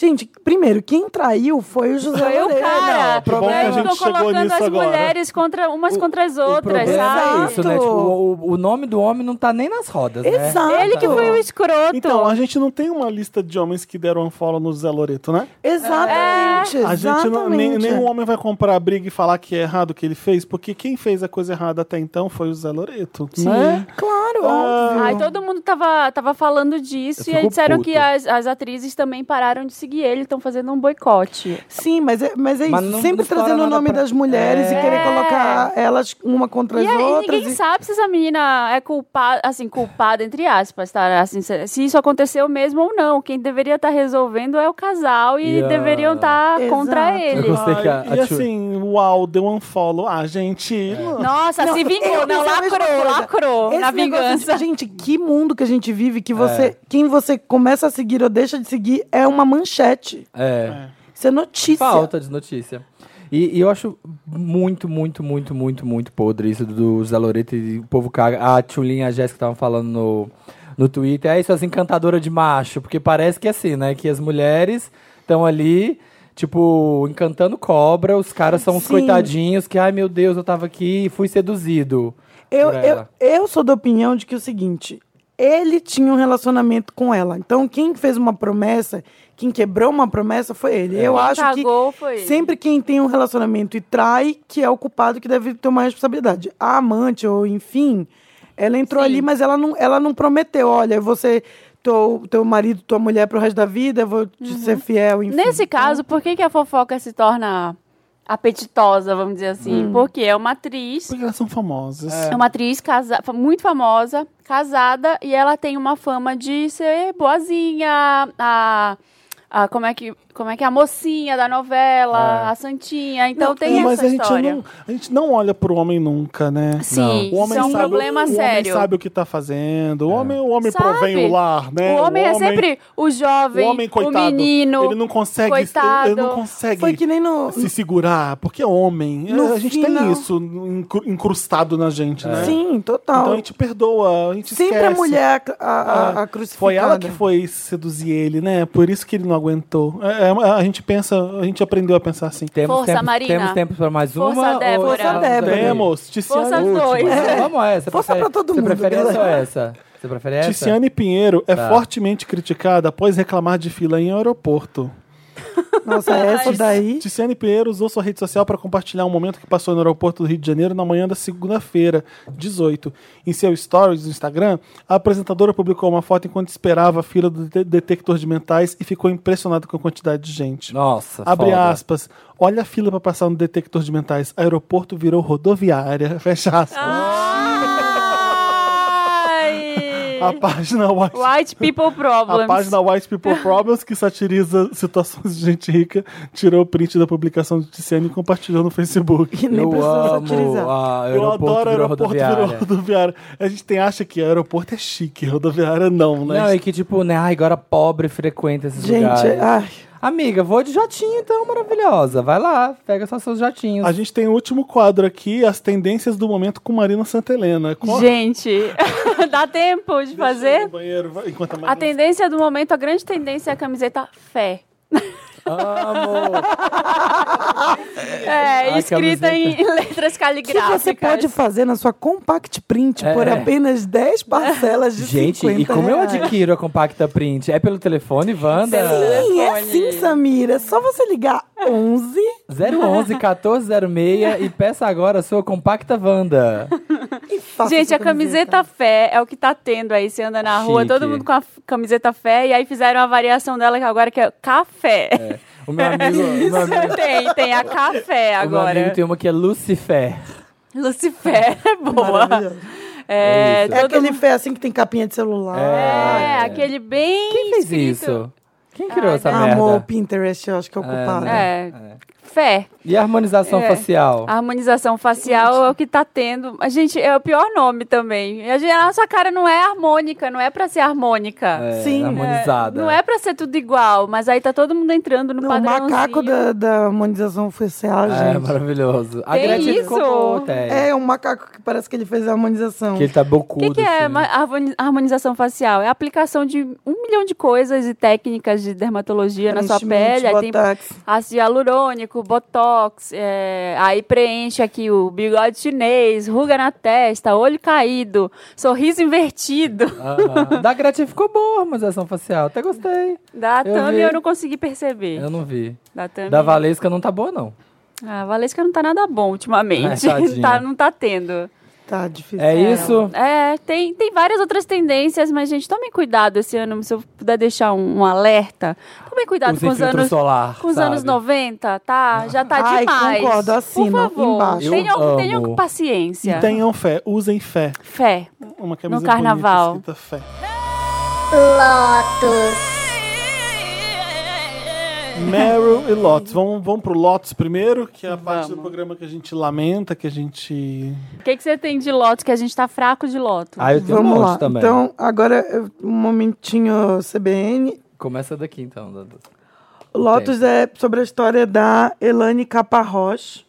Speaker 4: Gente, primeiro, quem traiu foi o José
Speaker 2: Foi o
Speaker 4: Loureiro.
Speaker 2: cara.
Speaker 1: Que bom que
Speaker 3: é
Speaker 1: a
Speaker 4: é
Speaker 2: Eles
Speaker 1: gente
Speaker 2: ficam
Speaker 1: chegou
Speaker 2: colocando
Speaker 1: nisso
Speaker 2: as
Speaker 1: agora.
Speaker 2: mulheres contra, umas contra as
Speaker 3: O
Speaker 2: outras,
Speaker 3: problema é
Speaker 2: sabe?
Speaker 3: isso, né? Tipo, o, o nome do homem não tá nem nas rodas, né?
Speaker 4: Exato.
Speaker 2: É. Ele que foi o escroto.
Speaker 1: Então, a gente não tem uma lista de homens que deram um follow no Zé Loreto, né?
Speaker 2: É.
Speaker 4: Exatamente,
Speaker 1: A gente não, nem,
Speaker 4: exatamente.
Speaker 1: nenhum homem vai comprar a briga e falar que é errado o que ele fez, porque quem fez a coisa errada até então foi o Zé Loreto. Né?
Speaker 4: Claro, óbvio.
Speaker 2: Aí todo mundo tava, tava falando disso
Speaker 3: Eu
Speaker 2: e aí
Speaker 3: fico
Speaker 2: disseram
Speaker 3: puto.
Speaker 2: que as, as atrizes também pararam de seguir ele, estão fazendo um boicote.
Speaker 4: Sim, mas é, mas é isso.
Speaker 3: Mas não-
Speaker 4: Sempre
Speaker 3: não fala
Speaker 4: trazendo o
Speaker 3: nada
Speaker 4: nome
Speaker 3: pra-
Speaker 4: das mulheres
Speaker 3: É.
Speaker 4: e querer colocar elas uma contra
Speaker 2: E
Speaker 4: as
Speaker 2: aí
Speaker 4: outras.
Speaker 2: ninguém
Speaker 4: e-
Speaker 2: sabe se essa menina é culpada, assim, culpada entre aspas, tá? Assim, se, se isso aconteceu mesmo ou não. Quem deveria estar resolvendo é o casal e
Speaker 3: Yeah.
Speaker 2: deveriam estar
Speaker 4: Exato.
Speaker 2: contra ele.
Speaker 3: Eu gostei que a-
Speaker 1: Ai,
Speaker 3: a É.
Speaker 1: e
Speaker 3: Tchu-
Speaker 1: assim, uau, deu um follow. Ah, gente.
Speaker 2: Nossa, se vingou, não,
Speaker 4: eu pensei a mesma
Speaker 2: lacrou,
Speaker 4: coisa.
Speaker 2: lacrou
Speaker 4: Esse
Speaker 2: na
Speaker 4: negócio de-
Speaker 2: vingança.
Speaker 4: gente, que mundo que a gente vive que você,
Speaker 3: É.
Speaker 4: quem você começa a seguir ou deixa de seguir é uma manchete.
Speaker 3: É.
Speaker 4: Isso é notícia.
Speaker 3: Falta de notícia. E, e eu acho muito, muito, muito, muito, muito podre isso do Zé Loreto e o povo caga. A Tchulin e a Jéssica estavam falando no, no Twitter. É isso, as encantadoras de macho. Porque parece que é assim, né? Que as mulheres estão ali, tipo, encantando cobra. Os caras são uns
Speaker 4: Sim.
Speaker 3: coitadinhos que, ai meu Deus, eu tava aqui e fui seduzido.
Speaker 4: Eu,
Speaker 3: por
Speaker 4: eu,
Speaker 3: ela.
Speaker 4: eu sou da opinião de que é o seguinte: ele tinha um relacionamento com ela. Então, quem fez uma promessa, quem quebrou uma promessa foi ele.
Speaker 3: É.
Speaker 4: Eu
Speaker 2: Quem
Speaker 4: acho que
Speaker 2: cagou foi ele.
Speaker 4: sempre quem tem um relacionamento e trai, que é o culpado que deve tomar responsabilidade. A amante, ou enfim, ela entrou ali, mas ela não, ela não prometeu: olha, você. Teu, teu marido, tua mulher pro resto da vida, eu vou te ser fiel, enfim.
Speaker 2: Nesse caso, por que, que a fofoca se torna apetitosa, vamos dizer assim?
Speaker 4: Hum.
Speaker 2: Porque é uma atriz,
Speaker 1: Porque elas são famosas.
Speaker 2: é uma atriz casa fa- muito famosa, casada, e ela tem uma fama de ser boazinha, a. a- como, é que, como é que é? A mocinha da novela, a santinha. Então
Speaker 4: Não,
Speaker 2: tem
Speaker 1: É, mas
Speaker 2: essa
Speaker 1: a gente,
Speaker 2: história.
Speaker 1: não, a gente não olha pro homem nunca, né?
Speaker 2: Sim,
Speaker 1: O homem
Speaker 2: isso é um
Speaker 1: sabe,
Speaker 2: problema
Speaker 1: o
Speaker 2: sério.
Speaker 1: homem sabe o que tá fazendo. O homem, o homem
Speaker 2: Sabe.
Speaker 1: provém o lar, né?
Speaker 2: o homem é sempre o jovem,
Speaker 1: o homem coitado.
Speaker 2: menino.
Speaker 1: ele não consegue,
Speaker 2: coitado.
Speaker 1: ele não consegue
Speaker 4: Foi que nem no.
Speaker 1: se segurar, porque é homem.
Speaker 4: No
Speaker 1: a gente
Speaker 4: final-
Speaker 1: tem isso incru- incrustado na gente,
Speaker 4: É.
Speaker 1: né?
Speaker 4: Sim, total.
Speaker 1: Então a gente perdoa, a gente
Speaker 4: Sempre
Speaker 1: esquece. Ah,
Speaker 4: a mulher a, a, a- a crucificada.
Speaker 1: Foi ela que foi seduzir ele, né? Por isso que ele não aguentou. É, é, a gente pensa, a gente aprendeu a pensar assim.
Speaker 3: Temos
Speaker 2: Força,
Speaker 3: tempo,
Speaker 2: Marina.
Speaker 3: Temos tempo pra mais
Speaker 2: Força,
Speaker 3: uma? ou-
Speaker 2: Débora. Força,
Speaker 3: Vamos
Speaker 4: Débora.
Speaker 3: aí.
Speaker 1: Temos, Ticiane,
Speaker 2: Força dois.
Speaker 3: Não, Vamos essa.
Speaker 4: Força
Speaker 3: prefere-
Speaker 4: pra todo
Speaker 3: Você
Speaker 4: mundo,
Speaker 3: prefere essa ou
Speaker 4: galera.
Speaker 3: essa? Você prefere essa? Tá.
Speaker 1: Ticiane Pinheiro é fortemente criticada após reclamar de fila em aeroporto.
Speaker 4: Nossa, <laughs> essa daí.
Speaker 1: Ticiane Pinheiro usou sua rede social para compartilhar um momento que passou no aeroporto do Rio de Janeiro na manhã da segunda-feira, 18. Em seu stories no Instagram, a apresentadora publicou uma foto enquanto esperava a fila do de- detector de mentais e ficou impressionada com a quantidade de gente.
Speaker 3: Nossa,
Speaker 1: Abre
Speaker 3: foda.
Speaker 1: aspas. Olha a fila para passar no detector de mentais. Aeroporto virou rodoviária. <laughs> Fecha aspas.
Speaker 2: Ah, Ai!
Speaker 1: <laughs> A página White,
Speaker 2: White people problems.
Speaker 1: a página White People
Speaker 3: <laughs>
Speaker 1: Problems, que satiriza situações de gente rica, tirou o print da publicação de Ticiane e compartilhou no Facebook.
Speaker 3: <laughs>
Speaker 4: Que nem
Speaker 3: Eu
Speaker 4: precisa
Speaker 3: amo
Speaker 4: satirizar.
Speaker 3: a
Speaker 1: Eu
Speaker 3: aeroporto
Speaker 1: adoro
Speaker 3: virou
Speaker 1: aeroporto virou
Speaker 3: rodoviária.
Speaker 1: rodoviária. A gente tem, acha que aeroporto é chique, rodoviária não, né?
Speaker 3: Não, e que tipo, né? Ai, agora pobre frequenta esses lugares.
Speaker 4: Gente, ai,
Speaker 3: Amiga, vou de jatinho então, maravilhosa. Vai lá, pega só seus jatinhos.
Speaker 1: A gente tem o último quadro aqui, as tendências do momento com Marina Santelena. Qual-
Speaker 2: Gente, <laughs> dá tempo de
Speaker 1: Deixa eu ir no
Speaker 2: fazer?
Speaker 1: banheiro, vai- enquanto a
Speaker 2: A
Speaker 1: Marina-
Speaker 2: tendência do momento, a grande tendência é a camiseta fé.
Speaker 3: Amo!
Speaker 2: É,
Speaker 3: A
Speaker 2: escrita em <laughs> letras
Speaker 4: que você
Speaker 2: caligráficas.
Speaker 4: pode fazer na sua compact print
Speaker 3: É.
Speaker 4: por apenas 10 parcelas de
Speaker 3: gente,
Speaker 4: 50
Speaker 3: e como eu
Speaker 4: reais?
Speaker 3: adquiro a compacta print? É pelo telefone, Wanda?
Speaker 4: Sim, é sim, Samira. É só você ligar 11.
Speaker 3: 011 1406 e peça agora a sua compacta Wanda.
Speaker 4: faça
Speaker 2: Gente,
Speaker 4: sua
Speaker 2: a camiseta fé é o que tá tendo aí. Você anda na rua,
Speaker 3: Chique.
Speaker 2: todo mundo com a f- camiseta fé, e aí fizeram a variação dela que agora que é café.
Speaker 3: O meu amigo, o meu amigo,
Speaker 2: <laughs> Tem, tem a café
Speaker 3: o meu amigo
Speaker 2: agora.
Speaker 3: tem uma que é Lucifer.
Speaker 2: Lucifer é boa.
Speaker 4: Maravilhoso.
Speaker 2: É,
Speaker 3: isso.
Speaker 2: todo
Speaker 4: É Ah, aquele
Speaker 2: mundo-
Speaker 4: fé assim que tem capinha de celular.
Speaker 2: É, aquele bem.
Speaker 3: Quem fez
Speaker 2: escrito.
Speaker 3: isso? Quem criou essa merda?
Speaker 4: Amor, o Pinterest, eu acho que é o culpado.
Speaker 2: É. Fé.
Speaker 3: E a harmonização
Speaker 2: É.
Speaker 3: facial?
Speaker 2: A harmonização facial é o que tá tendo. A gente é o pior nome também. A, gente, a nossa cara não é harmônica, não é pra ser harmônica.
Speaker 3: É,
Speaker 4: sim.
Speaker 3: Harmonizada.
Speaker 2: Não é pra ser tudo igual, mas aí tá todo mundo entrando no
Speaker 4: Não, o
Speaker 2: padrãozinho.
Speaker 4: macaco da, da harmonização facial,
Speaker 3: É,
Speaker 4: gente.
Speaker 3: maravilhoso. A
Speaker 2: Tem
Speaker 3: Gretchen
Speaker 2: É isso?
Speaker 3: ficou boa, até.
Speaker 4: É, um macaco que parece que ele fez a harmonização.
Speaker 3: Que ele tá
Speaker 2: O
Speaker 3: bocudo.
Speaker 2: que, que é
Speaker 3: assim.
Speaker 2: ma- harmoni- harmonização facial? É a aplicação de um milhão de coisas e técnicas de dermatologia na sua
Speaker 4: Preenchimento,
Speaker 2: pele. Aí tem
Speaker 4: botox.
Speaker 2: ácido hialurônico, botox, é, aí preenche aqui o bigode chinês, ruga na testa, olho caído, sorriso invertido.
Speaker 3: Aham. Da Gretchen ficou boa a harmonização facial. Até gostei.
Speaker 2: Da
Speaker 3: Eu
Speaker 2: Thumb
Speaker 3: vi.
Speaker 2: eu não consegui perceber.
Speaker 3: Eu não vi.
Speaker 2: Da Thumb.
Speaker 3: Da Valesca não tá boa, não.
Speaker 2: Ah, a Valesca não tá nada bom ultimamente.
Speaker 3: É, tadinha.
Speaker 2: <laughs> Tá- não tá tendo.
Speaker 4: Tá difícil.
Speaker 3: É isso?
Speaker 2: É, tem, tem várias outras tendências, mas, gente, tomem cuidado esse ano. Se eu puder deixar um, um alerta, tomem cuidado
Speaker 3: Os
Speaker 2: com os
Speaker 3: infiltros
Speaker 2: anos.
Speaker 3: solar.
Speaker 2: Com os
Speaker 3: sabe?
Speaker 2: anos 90, tá? Já tá
Speaker 4: Ai,
Speaker 2: demais.
Speaker 4: concordo, assino,
Speaker 2: Por favor,
Speaker 4: embaixo.
Speaker 2: Tenham,
Speaker 3: Eu amo.
Speaker 2: tenham paciência.
Speaker 1: E tenham fé, usem fé.
Speaker 2: Fé.
Speaker 1: Uma camisa
Speaker 2: carnaval.
Speaker 1: bonita escrita fé. Meryl e Lotus. Vamos, vamos pro Lotus primeiro, que é a parte do programa que a gente lamenta, que a gente.
Speaker 2: O que, que você tem de loto? Que a gente tá fraco de loto.
Speaker 3: Ah, eu tenho um
Speaker 4: Vamos
Speaker 3: monte
Speaker 4: lá.
Speaker 3: também.
Speaker 4: Então, agora eu- um momentinho CBN.
Speaker 3: Começa daqui, então. Dudu.
Speaker 4: Lotus é sobre a história da Elane Caparros.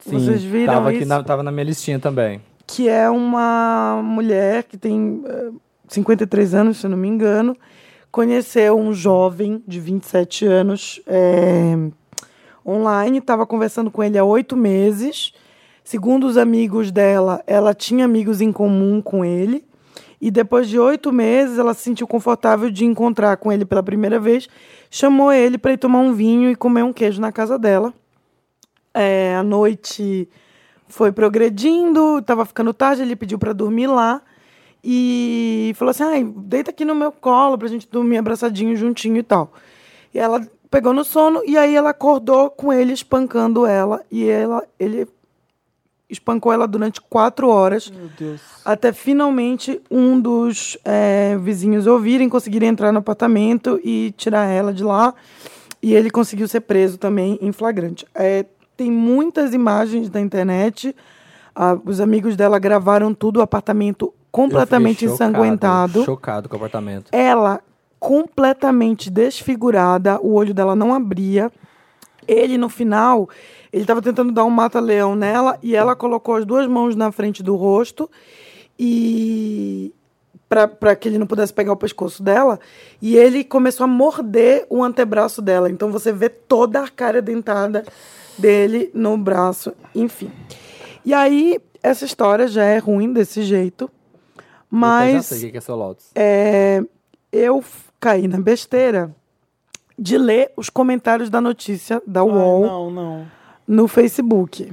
Speaker 3: Sim,
Speaker 4: Vocês viram
Speaker 3: tava
Speaker 4: isso?
Speaker 3: na, tava na minha listinha também.
Speaker 4: que é uma mulher que tem eh, 53 anos, se eu não me engano, conheceu um jovem de 27 anos eh, online, estava conversando com ele há oito meses. Segundo os amigos dela, ela tinha amigos em comum com ele. E depois de oito meses, ela se sentiu confortável de encontrar com ele pela primeira vez. Chamou ele para ir tomar um vinho e comer um queijo na casa dela. É, a noite foi progredindo, tava ficando tarde, ele pediu para dormir lá. E falou assim: ai, deita aqui no meu colo pra gente dormir abraçadinho, juntinho e tal. E ela pegou no sono e aí ela acordou com ele espancando ela. E ela, ele espancou ela durante quatro horas
Speaker 1: Meu Deus.
Speaker 4: até finalmente um dos eh, vizinhos ouvirem, conseguirem entrar no apartamento e tirar ela de lá. E ele conseguiu ser preso também em flagrante. Eh, tem muitas imagens na internet. Ah, os amigos dela gravaram tudo, o apartamento completamente
Speaker 3: Eu fiquei chocado,
Speaker 4: ensanguentado.
Speaker 3: Chocado com o apartamento.
Speaker 4: Ela completamente desfigurada, o olho dela não abria. Ele, no final, ele estava tentando dar um mata-leão nela e ela colocou as duas mãos na frente do rosto e. para que ele não pudesse pegar o pescoço dela. E ele começou a morder o antebraço dela. Então você vê toda a cara dentada dele no braço. Enfim. E aí, essa história já é ruim desse jeito.
Speaker 3: Eu até já
Speaker 4: Mas
Speaker 3: sei o que que é seu Lotus.
Speaker 4: é, eu f- caí na besteira de ler os comentários da notícia da
Speaker 1: Ai,
Speaker 4: UOL
Speaker 1: não, não.
Speaker 4: no Facebook.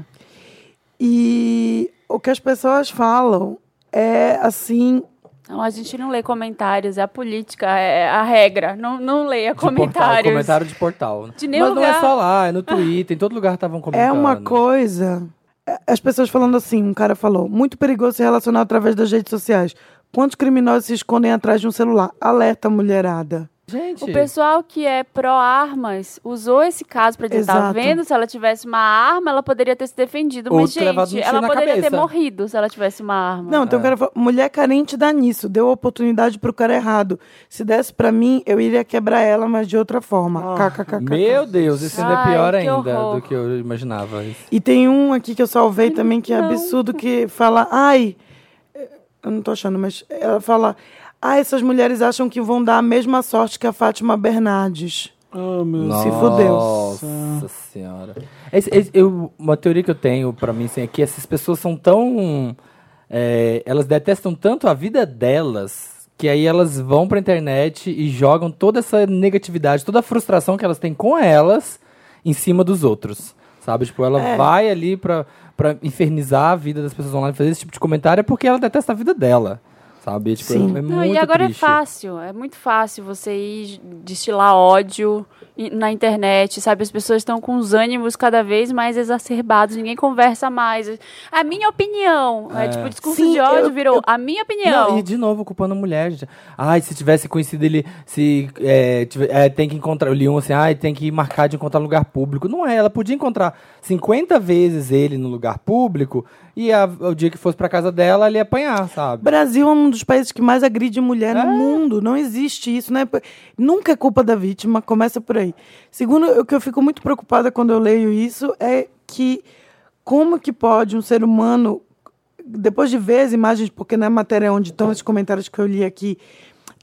Speaker 4: E o que as pessoas falam é assim.
Speaker 2: Não, a gente não lê comentários, é a política, é a regra. Não, não leia
Speaker 3: De Portal,
Speaker 2: comentários.
Speaker 3: comentário de portal.
Speaker 2: De nenhum
Speaker 3: Mas não é
Speaker 2: lugar.
Speaker 3: só lá, é no Twitter, em todo lugar estavam comentando.
Speaker 4: É uma coisa. é, As pessoas falando assim, um cara falou, muito perigoso se relacionar através das redes sociais. Quantos criminosos se escondem atrás de um celular? Alerta, mulherada.
Speaker 3: Gente,
Speaker 2: O pessoal que é pró-armas usou esse caso pra dizer, tá
Speaker 4: Exato.
Speaker 2: vendo? Se ela tivesse uma arma, ela poderia ter se defendido.
Speaker 3: Ou
Speaker 2: Mas,
Speaker 3: ter levado um
Speaker 2: gente,
Speaker 3: tiro
Speaker 2: ela
Speaker 3: na
Speaker 2: poderia ter
Speaker 3: cabeça.
Speaker 2: morrido se ela tivesse uma arma.
Speaker 4: Não, então o cara falou, mulher carente dá nisso, deu oportunidade pro cara errado. Se desse pra mim, eu iria quebrar ela, mas de outra forma.
Speaker 2: tá
Speaker 4: KKKK.
Speaker 3: meu Deus, isso ainda é
Speaker 2: Ai,
Speaker 3: pior
Speaker 2: que
Speaker 3: ainda
Speaker 2: horror.
Speaker 3: do que eu imaginava. Isso.
Speaker 4: E tem um aqui que eu salvei também que é absurdo que fala, ai, eu não tô achando, mas ela fala, ai, essas mulheres acham que vão dar a mesma sorte que a Fátima Bernardes.
Speaker 1: Oh, meu Deus.
Speaker 3: Nossa
Speaker 4: fudeu.
Speaker 3: senhora. Esse- esse- eu- uma teoria que eu tenho pra mim assim, é que essas pessoas são tão. é, elas detestam tanto a vida delas que aí elas vão pra internet e jogam toda essa negatividade, toda a frustração que elas têm com elas em cima dos outros. Sabe? Tipo, ela
Speaker 4: É.
Speaker 3: vai ali pra, pra infernizar a vida das pessoas online, fazer esse tipo de comentário, é porque ela detesta a vida dela. Sabe? Tipo,
Speaker 4: Sim.
Speaker 3: É, é
Speaker 2: Não,
Speaker 3: muito
Speaker 2: e agora
Speaker 3: triste.
Speaker 2: é fácil, é muito fácil você ir destilar ódio i- na internet, sabe? As pessoas estão com os ânimos cada vez mais exacerbados, ninguém conversa mais. A minha opinião. É, tipo, o discurso
Speaker 4: Sim,
Speaker 2: de ódio
Speaker 4: eu-
Speaker 2: virou a minha opinião.
Speaker 3: Não, e de novo, culpando a mulher. gente. Ai, se tivesse conhecido ele, se é, tive- é, tem que encontrar. Eu li um assim, ai, tem que marcar de encontrar lugar público. Não é, ela podia encontrar 50 vezes ele no lugar público e a- o dia que fosse pra casa dela, ele ia apanhar,
Speaker 4: O
Speaker 3: sabe?
Speaker 4: Brasil é um dos países que mais agride mulher no mundo. Não existe isso, né? Nunca é culpa da vítima, começa por aí. Segundo, o que eu fico muito preocupada quando eu leio isso é que como que pode um ser humano, depois de ver as imagens, porque na matéria onde estão esses comentários que eu li aqui,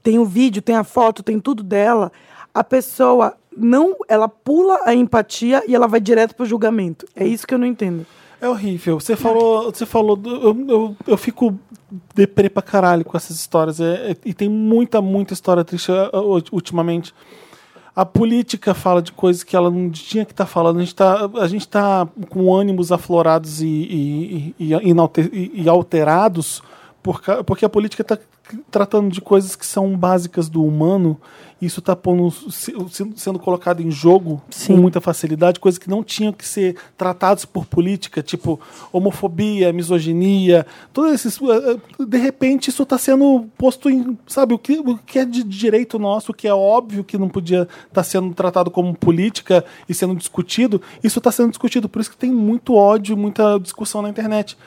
Speaker 4: tem o vídeo, tem a foto, tem tudo dela, a pessoa não, ela pula a empatia e ela vai direto pro julgamento. É isso que eu não entendo.
Speaker 1: É horrível. Você falou, você falou. do- eu, eu, eu fico deprê pra caralho com essas histórias. É- é- e tem muita, muita história triste ah, ah, ult- ultimamente. A política fala de coisas que ela não tinha que estar falando. A gente está a gente tá com ânimos aflorados e, e, e, e inalte- e- e alterados por ca- porque a política está tratando de coisas que são básicas do humano. E isso tá está sendo colocado em jogo com muita facilidade, coisas que não tinham que ser tratadas por política, tipo homofobia, misoginia, todos esses. eh, eh, De repente, isso está sendo posto em. Sabe, o que, o que é de direito nosso, o que é óbvio que não podia estar sendo tratado como política e sendo discutido, isso está sendo discutido. Por isso que tem muito ódio, muita discussão na internet.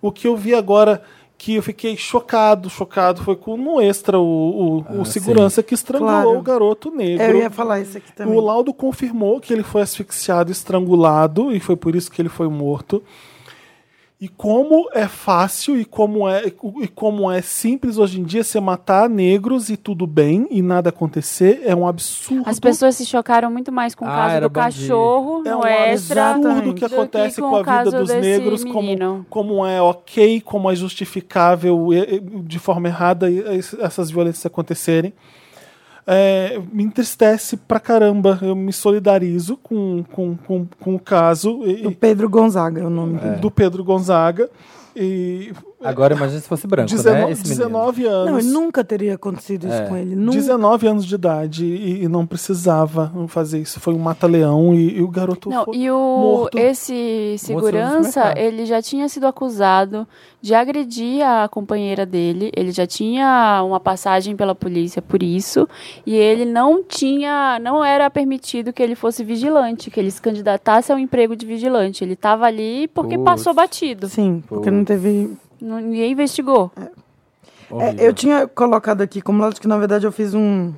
Speaker 1: O que eu vi agora. Que eu fiquei chocado, chocado. Foi com no extra o, o- o
Speaker 3: Ah,
Speaker 1: segurança que estrangulou
Speaker 4: Claro. É,
Speaker 1: o garoto negro.
Speaker 4: Eu ia falar isso aqui também.
Speaker 1: O laudo confirmou que ele foi asfixiado, estrangulado, e foi por isso que ele foi morto. E como é fácil e como é, e como é simples hoje em dia você matar negros e tudo bem e nada acontecer é um absurdo.
Speaker 2: As pessoas se chocaram muito mais com o
Speaker 3: Ah,
Speaker 2: caso
Speaker 3: era
Speaker 2: do
Speaker 3: bandido.
Speaker 2: cachorro
Speaker 1: é um
Speaker 2: no extra.
Speaker 1: absurdo que
Speaker 2: do que
Speaker 1: acontece
Speaker 2: com
Speaker 1: com a
Speaker 2: o caso
Speaker 1: vida dos
Speaker 2: desse
Speaker 1: negros, como,
Speaker 2: menino.
Speaker 1: como é ok, como é justificável e- e- de forma errada e- es- essas violências acontecerem. É, me entristece pra caramba. Eu me solidarizo com, com, com, com o caso e-
Speaker 4: O Pedro Gonzaga é o nome dele.
Speaker 1: do Pedro Gonzaga. E
Speaker 3: Agora imagina se fosse branco, né?
Speaker 1: 19,
Speaker 3: Esse menino.
Speaker 1: 19
Speaker 4: Não,
Speaker 1: anos.
Speaker 4: e nunca teria acontecido isso
Speaker 3: É.
Speaker 4: com ele. Nunca.
Speaker 1: 19 anos de idade e, e não precisava fazer isso. Foi um mata-leão e, e o garoto
Speaker 2: Não,
Speaker 1: foi
Speaker 2: e o,
Speaker 1: morto.
Speaker 2: esse segurança,
Speaker 3: supermercado.
Speaker 2: ele já tinha sido acusado de agredir a companheira dele, ele já tinha uma passagem pela polícia por isso, e ele não tinha, não era permitido que ele fosse vigilante, que ele se candidatasse ao emprego de vigilante. Ele estava ali porque
Speaker 3: Putz.
Speaker 2: passou batido,
Speaker 4: Sim, porque não teve.
Speaker 2: Não- ninguém investigou.
Speaker 3: Horrível.
Speaker 4: É, eu tinha colocado aqui, como lógico que na verdade eu fiz um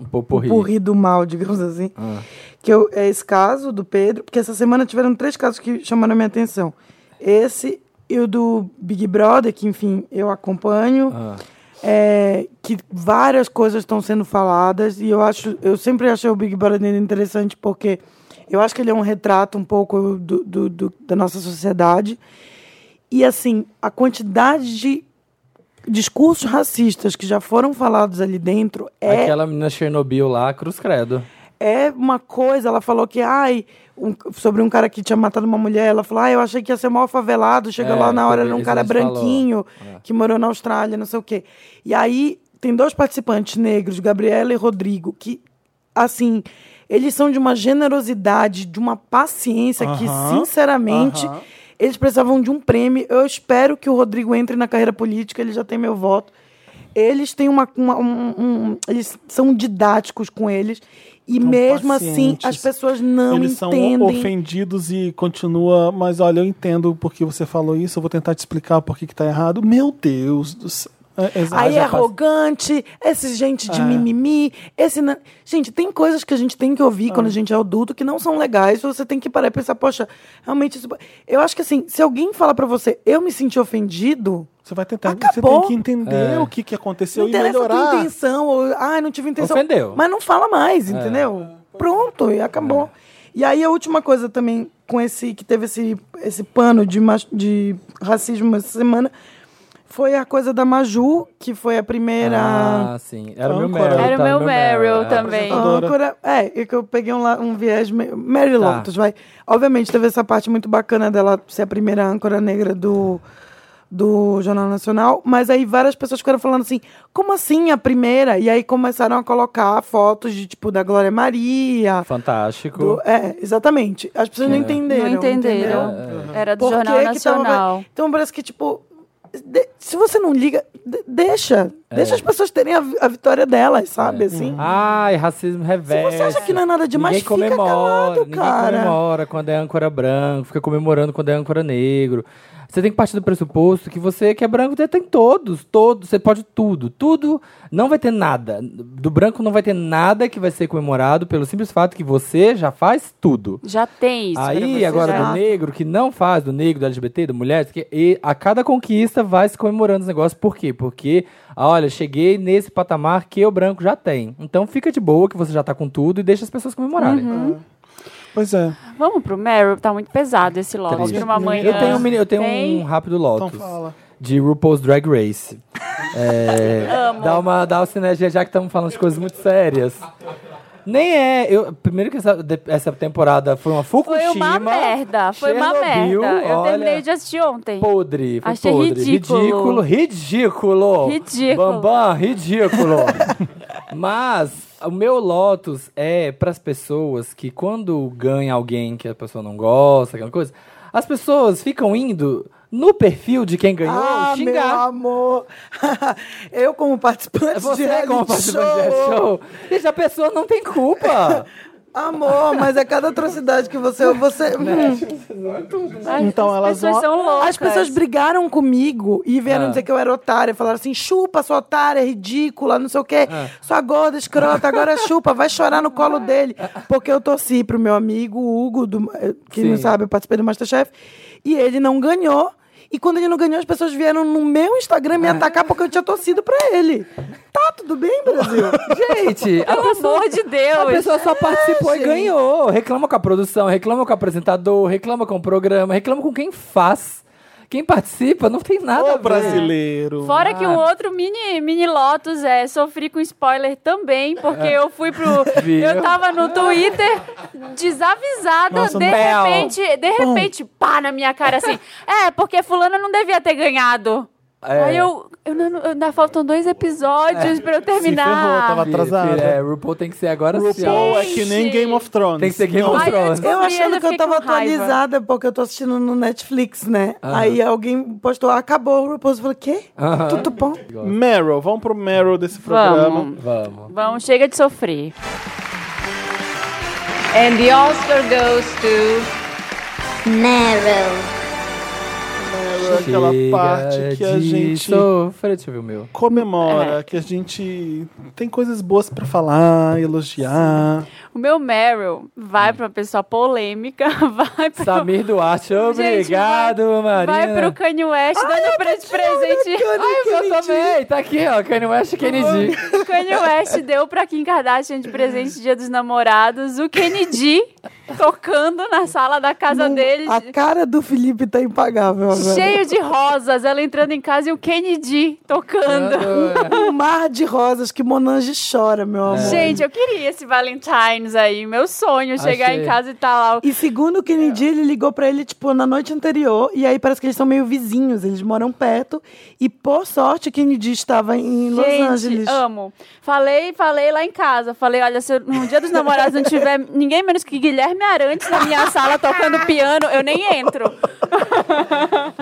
Speaker 3: Um poporri.
Speaker 4: porri do mal, digamos assim.
Speaker 3: Ah.
Speaker 4: Que eu, é esse caso do Pedro, porque essa semana tiveram três casos que chamaram a minha atenção. Esse e o do Big Brother, que enfim, eu acompanho.
Speaker 3: Ah.
Speaker 4: é, que várias coisas estão sendo faladas e eu acho eu sempre achei o Big Brother interessante porque eu acho que ele é um retrato um pouco do, do- do- da nossa sociedade e assim a quantidade de discursos racistas que já foram falados ali dentro é
Speaker 3: Aquela menina Chernobyl lá, cruz credo.
Speaker 4: é uma coisa, ela falou que, ai, um- sobre um cara que tinha matado uma mulher, ela falou, ai, eu achei que ia ser mal favelado, chega
Speaker 3: É,
Speaker 4: lá na hora,
Speaker 3: teve-
Speaker 4: era um
Speaker 3: isso
Speaker 4: cara
Speaker 3: a gente falou. É.
Speaker 4: branquinho, que morou na Austrália, não sei o quê. E aí, tem dois participantes negros, Gabriela e Rodrigo, que, assim, eles são de uma generosidade, de uma paciência que,
Speaker 1: Aham,
Speaker 4: sinceramente...
Speaker 1: aham.
Speaker 4: Eles precisavam de um prêmio. Eu espero que o Rodrigo entre na carreira política, ele já tem meu voto. Eles têm uma. uma- um- um- eles são didáticos com eles. E
Speaker 1: São
Speaker 4: mesmo assim,
Speaker 1: pacientes.
Speaker 4: as pessoas não
Speaker 1: Eles são
Speaker 4: entendem.
Speaker 1: ofendidos e continua, mas olha, eu entendo porque você falou isso, eu vou tentar te explicar por que que tá errado. Meu Deus do céu. É, exato.
Speaker 4: Aí é
Speaker 3: já passa-
Speaker 4: arrogante, esse gente de
Speaker 1: É.
Speaker 4: mimimi, esse. na- Gente, tem coisas que a gente tem que ouvir quando a gente é adulto que não são legais. Você tem que parar e pensar, poxa, realmente isso. Eu acho que assim, se alguém falar pra você, eu me senti ofendido,
Speaker 1: Você vai tentar, você
Speaker 4: Acabou.
Speaker 1: tem que entender
Speaker 3: É.
Speaker 1: o que, que aconteceu e
Speaker 4: não interessa a tua
Speaker 1: melhorar.
Speaker 4: intenção, ou, ah, não tive intenção.
Speaker 3: Ofendeu.
Speaker 4: Mas não fala mais, entendeu? Pronto, e acabou. E aí a última coisa também, com esse, que teve esse, esse pano de, mach- de racismo essa semana, foi a coisa da Maju, que foi a primeira.
Speaker 3: Ah, sim. Era o meu
Speaker 1: Âncora.
Speaker 3: Meryl.
Speaker 2: Era o
Speaker 3: tá?
Speaker 2: meu Meryl
Speaker 3: é.
Speaker 2: também.
Speaker 1: Apresentador. Adoro.
Speaker 4: âncora. É, é que eu peguei um, la- um viés me- Mary
Speaker 3: Tá.
Speaker 4: Lotus, vai. Obviamente, teve essa parte muito bacana dela ser a primeira âncora negra do, do Jornal Nacional, mas aí várias pessoas ficaram falando assim, como assim a primeira? E aí começaram a colocar fotos de, tipo, da Glória Maria.
Speaker 3: Fantástico.
Speaker 4: do- é, exatamente. As pessoas não
Speaker 3: É.
Speaker 4: entenderam.
Speaker 2: Não entenderam.
Speaker 4: entendeu?
Speaker 2: Era do
Speaker 4: Por que
Speaker 2: Jornal
Speaker 4: que tava-
Speaker 2: Nacional.
Speaker 4: Então parece que, tipo, de- se você não liga, de- deixa.
Speaker 3: É.
Speaker 4: Deixa as pessoas terem a, vi- a vitória delas, sabe? Assim.
Speaker 3: Uhum. Ai, racismo
Speaker 4: Se
Speaker 3: reveste.
Speaker 4: você acha que não é nada demais,
Speaker 3: ninguém
Speaker 4: fica
Speaker 3: comemora,
Speaker 4: calado,
Speaker 3: ninguém
Speaker 4: cara.
Speaker 3: comemora quando é âncora branco, fica comemorando quando é âncora negro. Você tem que partir do pressuposto que você que é branco você tem todos, todos, você pode tudo, tudo, não vai ter nada. Do branco não vai ter nada que vai ser comemorado pelo simples fato que você já faz tudo.
Speaker 2: Já tem isso. pra
Speaker 3: Aí,
Speaker 2: você
Speaker 3: agora, tá-
Speaker 2: já.
Speaker 3: do negro que não faz, do negro, do LGBT, da mulher, isso aqui, e a cada conquista vai se comemorando os negócios. Por quê? Porque, ah, olha, cheguei nesse patamar que o branco já tem. Então fica de boa que você já tá com tudo e deixa as pessoas comemorarem.
Speaker 2: Uhum.
Speaker 1: Pois é.
Speaker 2: Vamos pro Meryl, tá muito pesado esse Lotus
Speaker 3: Triste.
Speaker 2: pra uma manhã.
Speaker 3: Eu tenho, um mini- eu tenho
Speaker 2: Tem?
Speaker 3: um rápido
Speaker 1: Então
Speaker 3: Lotus
Speaker 1: fala.
Speaker 3: de RuPaul's Drag Race. É,
Speaker 2: <laughs>
Speaker 3: dá uma, dá uma sinergia, já que estamos falando de coisas muito sérias. Nem é. Eu, primeiro que essa, de- essa temporada foi uma Fukushima.
Speaker 2: Foi uma merda, foi uma
Speaker 3: Chernobyl,
Speaker 2: merda. Eu
Speaker 3: olha,
Speaker 2: terminei de assistir ontem.
Speaker 3: Podre, foi
Speaker 2: Achei
Speaker 3: podre.
Speaker 2: ridículo.
Speaker 3: Ridículo, ridículo.
Speaker 2: Ridículo.
Speaker 3: Bambam, ridículo. <laughs> Mas o meu Lotus é para as pessoas que quando ganha alguém que a pessoa não gosta, aquela coisa, as pessoas ficam indo no perfil de quem ganhou
Speaker 4: Ah, meu
Speaker 3: xingar. É
Speaker 4: amor. <laughs> eu, como participante de
Speaker 3: Você
Speaker 4: reality
Speaker 3: como participante
Speaker 4: show,
Speaker 3: de show. Gente, a pessoa não tem
Speaker 4: <laughs>
Speaker 3: culpa.
Speaker 4: Amor, mas é cada atrocidade que você. é, você Hum.
Speaker 2: Ai,
Speaker 1: Então
Speaker 2: Né? as
Speaker 1: elas
Speaker 2: pessoas
Speaker 1: vão-
Speaker 2: são loucas.
Speaker 4: As pessoas brigaram comigo e vieram
Speaker 3: Ah.
Speaker 4: dizer que eu era otária. Falaram assim: chupa, sua otária, ridícula, não sei o quê.
Speaker 1: Ah.
Speaker 4: Sua gorda, escrota, agora chupa, vai chorar no colo dele. Porque eu torci pro meu amigo Hugo, do, eh, que não
Speaker 3: Sim.
Speaker 4: sabe, eu participei do Masterchef, e ele não ganhou. E quando ele não ganhou, as pessoas vieram no meu Instagram
Speaker 1: Ah.
Speaker 4: me atacar porque eu tinha torcido pra ele. Tá, tudo bem, Brasil?
Speaker 3: Gente, a
Speaker 2: Pelo amor de
Speaker 3: A
Speaker 2: Deus.
Speaker 3: pessoa só participou e
Speaker 4: gente.
Speaker 3: ganhou. É, Reclama com a produção, reclama com o apresentador, reclama com o programa, reclama com quem faz. Quem participa não tem nada a
Speaker 1: Ô,
Speaker 3: ver.
Speaker 1: brasileiro.
Speaker 2: Fora que um outro mini, mini Lotus é, sofri com spoiler também, porque eu fui pro.
Speaker 3: Viu?
Speaker 2: Eu tava no Twitter desavisada,
Speaker 3: Nossa, Hum.
Speaker 2: de
Speaker 3: Bel.
Speaker 2: repente, de repente, pá na minha cara assim. É, porque fulana não devia ter ganhado.
Speaker 3: É.
Speaker 2: Aí eu, eu não- ainda faltam dois episódios pra eu terminar.
Speaker 1: ferrou, tava
Speaker 3: Filho,
Speaker 1: Atrasada.
Speaker 3: filho, É, RuPaul tem que ser agora sim. ó.
Speaker 1: RuPaul é que nem Game of Thrones.
Speaker 3: Tem que ser Game
Speaker 1: Não,
Speaker 3: of
Speaker 2: Ai, eu
Speaker 3: Thrones.
Speaker 2: descobri,
Speaker 4: Eu achando
Speaker 2: ainda
Speaker 4: que eu
Speaker 2: fiquei
Speaker 4: tava
Speaker 2: com raiva.
Speaker 4: atualizada, porque eu tô assistindo no Netflix, né?
Speaker 1: Ah.
Speaker 3: Aham.
Speaker 4: Aí alguém postou, acabou o RuPaul's. Eu falei, quê?
Speaker 3: Aham.
Speaker 4: Tudo bom?
Speaker 1: Meryl, vamos pro Meryl desse programa.
Speaker 2: Vamos,
Speaker 3: Vamos.
Speaker 2: vamos, chega de sofrer.
Speaker 6: And the Oscar goes to
Speaker 7: Meryl.
Speaker 1: é Aquela
Speaker 3: Chega
Speaker 1: parte que a
Speaker 3: de
Speaker 1: gente
Speaker 3: Sofrer. Deixa eu ver o meu.
Speaker 4: É.
Speaker 1: comemora, que a gente tem coisas boas pra falar, elogiar.
Speaker 2: O meu Meryl vai pra pessoa polêmica, <laughs> vai pra.
Speaker 3: Samir
Speaker 2: <laughs>
Speaker 3: Duarte, obrigado,
Speaker 2: vai,
Speaker 3: Marina.
Speaker 2: Vai pro Kanye West dando pra de
Speaker 4: <laughs>
Speaker 2: presente.
Speaker 3: Ai, eu também. Tá aqui, ó. Kanye West Kennedy.
Speaker 2: Kanye West deu pra Kim Kardashian de presente Dia dos Namorados o
Speaker 4: <laughs>
Speaker 2: Kennedy tocando na sala da casa
Speaker 4: Não-
Speaker 2: dele,
Speaker 4: A cara do Felipe tá impagável agora.
Speaker 2: Um cheio de rosas, ela entrando em casa e o Kennedy tocando.
Speaker 4: Um mar de rosas que Monange chora, meu amor.
Speaker 2: <laughs> Gente, eu queria esse Valentine's aí, meu sonho, chegar
Speaker 3: Achei.
Speaker 2: em casa e tá lá. o-
Speaker 4: E segundo o Kennedy, ele ligou pra ele, tipo, na noite anterior. E aí parece que eles são meio vizinhos, eles moram perto. E por sorte, o Kennedy estava em Los
Speaker 2: Gente,
Speaker 4: Angeles.
Speaker 2: amo. Falei, falei lá em casa. Falei, olha, se eu- no dia dos namorados não tiver ninguém menos que Guilherme Arantes na minha sala tocando piano, eu nem entro.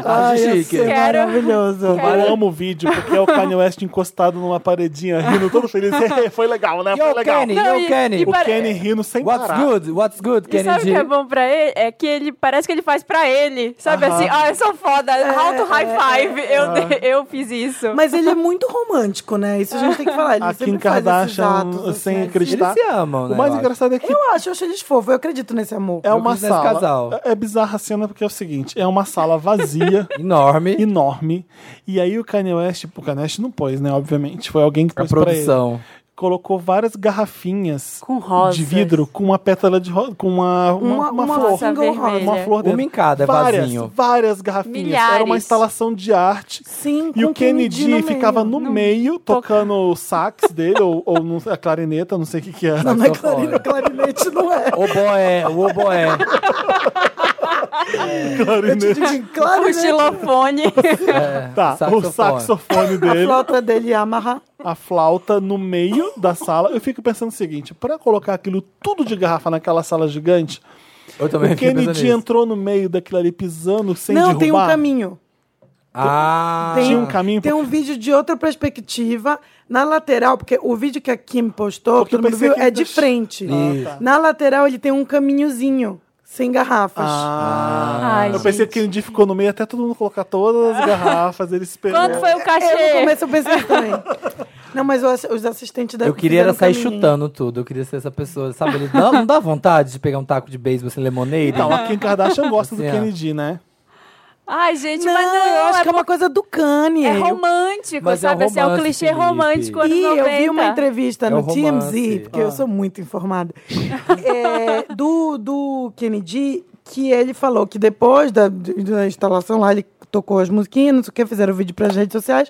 Speaker 4: Ai, ia
Speaker 3: chique.
Speaker 4: ser
Speaker 2: Quero-
Speaker 4: maravilhoso.
Speaker 1: Eu amo o vídeo, porque é o Kanye West encostado numa paredinha, rindo todo
Speaker 2: <laughs>
Speaker 1: feliz. Foi legal, né? Foi
Speaker 3: Yo,
Speaker 1: legal.
Speaker 3: Kanye,
Speaker 2: Não,
Speaker 3: yo,
Speaker 2: e-
Speaker 3: Kanye.
Speaker 2: e
Speaker 1: O
Speaker 2: Pare-
Speaker 1: Kenny rindo sem
Speaker 3: What's
Speaker 1: parar.
Speaker 3: good? What's good,
Speaker 2: E sabe o que é
Speaker 3: Kennedy?
Speaker 2: bom pra ele? É que ele parece que ele faz pra ele. Sabe assim, ah, eu sou foda, alto high five, eu, eu fiz isso.
Speaker 4: É, Mas ele é muito romântico, né? Isso a gente tem que falar. Ele
Speaker 1: A
Speaker 4: sempre
Speaker 1: Kim
Speaker 4: faz esses
Speaker 1: Kardashian
Speaker 4: atos, assim,
Speaker 1: sem
Speaker 4: assim.
Speaker 1: acreditar.
Speaker 3: Eles se amam, né?
Speaker 1: O mais
Speaker 3: eu acho.
Speaker 1: engraçado é que
Speaker 4: Eu acho, eu acho eles fofos. Eu acredito nesse amor.
Speaker 1: é uma
Speaker 3: quis nesse
Speaker 1: sala.
Speaker 3: casal.
Speaker 1: É é bizarra a cena porque é o seguinte: é uma sala
Speaker 4: <laughs>
Speaker 1: vazia.
Speaker 3: Enorme.
Speaker 1: Enorme. E aí o Kanye West, o Kanye West não pôs, né? Obviamente. Foi alguém que
Speaker 3: A
Speaker 1: pôs pra ele.
Speaker 3: produção.
Speaker 1: colocou várias garrafinhas
Speaker 2: Com rosas.
Speaker 1: de vidro com uma pétala de rosa, com uma, uma,
Speaker 4: Uma,
Speaker 1: uma
Speaker 4: uma,
Speaker 1: flor.
Speaker 2: rosa
Speaker 4: single rosa.
Speaker 2: vermelha.
Speaker 1: Uma flor dentro.
Speaker 3: Uma em cada, é
Speaker 1: várias,
Speaker 3: vasinho.
Speaker 1: várias garrafinhas. Era uma
Speaker 2: Milhares.
Speaker 1: instalação de arte.
Speaker 4: Sim,
Speaker 1: E
Speaker 4: com
Speaker 1: o Kennedy,
Speaker 4: no
Speaker 1: ficava no,
Speaker 4: <laughs> meio.
Speaker 1: meio, tocando o sax dele, ou, ou no- a clarineta, não sei o que
Speaker 3: <laughs>
Speaker 1: que era. <laughs> Né?
Speaker 4: Não, não é clarino, clarinete não é.
Speaker 3: Oboé, o oboé.
Speaker 4: Eu te digo em claro,
Speaker 2: O
Speaker 4: né? <laughs>
Speaker 2: xilofone.
Speaker 3: É,
Speaker 1: Tá, o saxofone
Speaker 4: A
Speaker 1: dele,
Speaker 4: flauta dele é amarrar.
Speaker 1: a flauta no meio da sala. Eu fico pensando o seguinte: pra colocar aquilo tudo de garrafa naquela sala gigante,
Speaker 3: Eu também
Speaker 1: o
Speaker 3: fiquei pensando
Speaker 1: Kennedy
Speaker 3: nisso.
Speaker 1: entrou no meio daquilo ali pisando sem
Speaker 4: Não,
Speaker 1: derrubar.
Speaker 4: tem um caminho.
Speaker 3: Ah,
Speaker 4: Tem
Speaker 1: Tinha um caminho.
Speaker 4: Tem um vídeo de outra perspectiva na lateral, porque o vídeo que a Kim postou,
Speaker 1: Porque eu
Speaker 4: todo mundo
Speaker 1: pensei
Speaker 4: viu,
Speaker 1: que
Speaker 4: é
Speaker 1: ele
Speaker 4: de
Speaker 1: tá-
Speaker 4: frente.
Speaker 1: Ah, tá.
Speaker 4: Na lateral ele tem um caminhozinho, sem garrafas.
Speaker 1: Ah,
Speaker 2: Ai,
Speaker 1: eu pensei
Speaker 2: gente.
Speaker 1: que o Kennedy ficou no meio até todo mundo colocar
Speaker 4: <laughs>
Speaker 1: todas as garrafas, ele esperou.
Speaker 2: Quanto foi o
Speaker 4: Eu
Speaker 3: É.
Speaker 4: no
Speaker 2: cachê?
Speaker 4: começo eu pensei também. Não, mas os os assistentes da
Speaker 3: Eu queria era
Speaker 4: fizeram
Speaker 3: sair
Speaker 4: caminho.
Speaker 3: chutando tudo. Eu queria ser essa pessoa, sabe? Ele, não, não dá vontade de pegar um taco de beisebol sem lemonade? Ah,
Speaker 1: Então, a Kim Kardashian gosta do
Speaker 3: <laughs> Assim, ó.
Speaker 1: Kennedy, né?
Speaker 2: Ai, gente,
Speaker 4: Não,
Speaker 2: mas não,
Speaker 4: eu acho
Speaker 2: é,
Speaker 4: que é uma coisa do Kanye.
Speaker 2: é romântico,
Speaker 3: Mas é um
Speaker 2: sabe? assim, é um
Speaker 3: romance,
Speaker 2: clichê
Speaker 3: Felipe.
Speaker 2: romântico anos
Speaker 4: E
Speaker 2: 90.
Speaker 4: eu vi uma entrevista
Speaker 3: É
Speaker 4: no
Speaker 3: o romance. Ah.
Speaker 4: TMZ, porque eu sou muito informada, é, do, do Kennedy, que ele falou que depois da, da instalação lá, ele tocou as musiquinhas, não sei o que, fizeram vídeo para as redes sociais.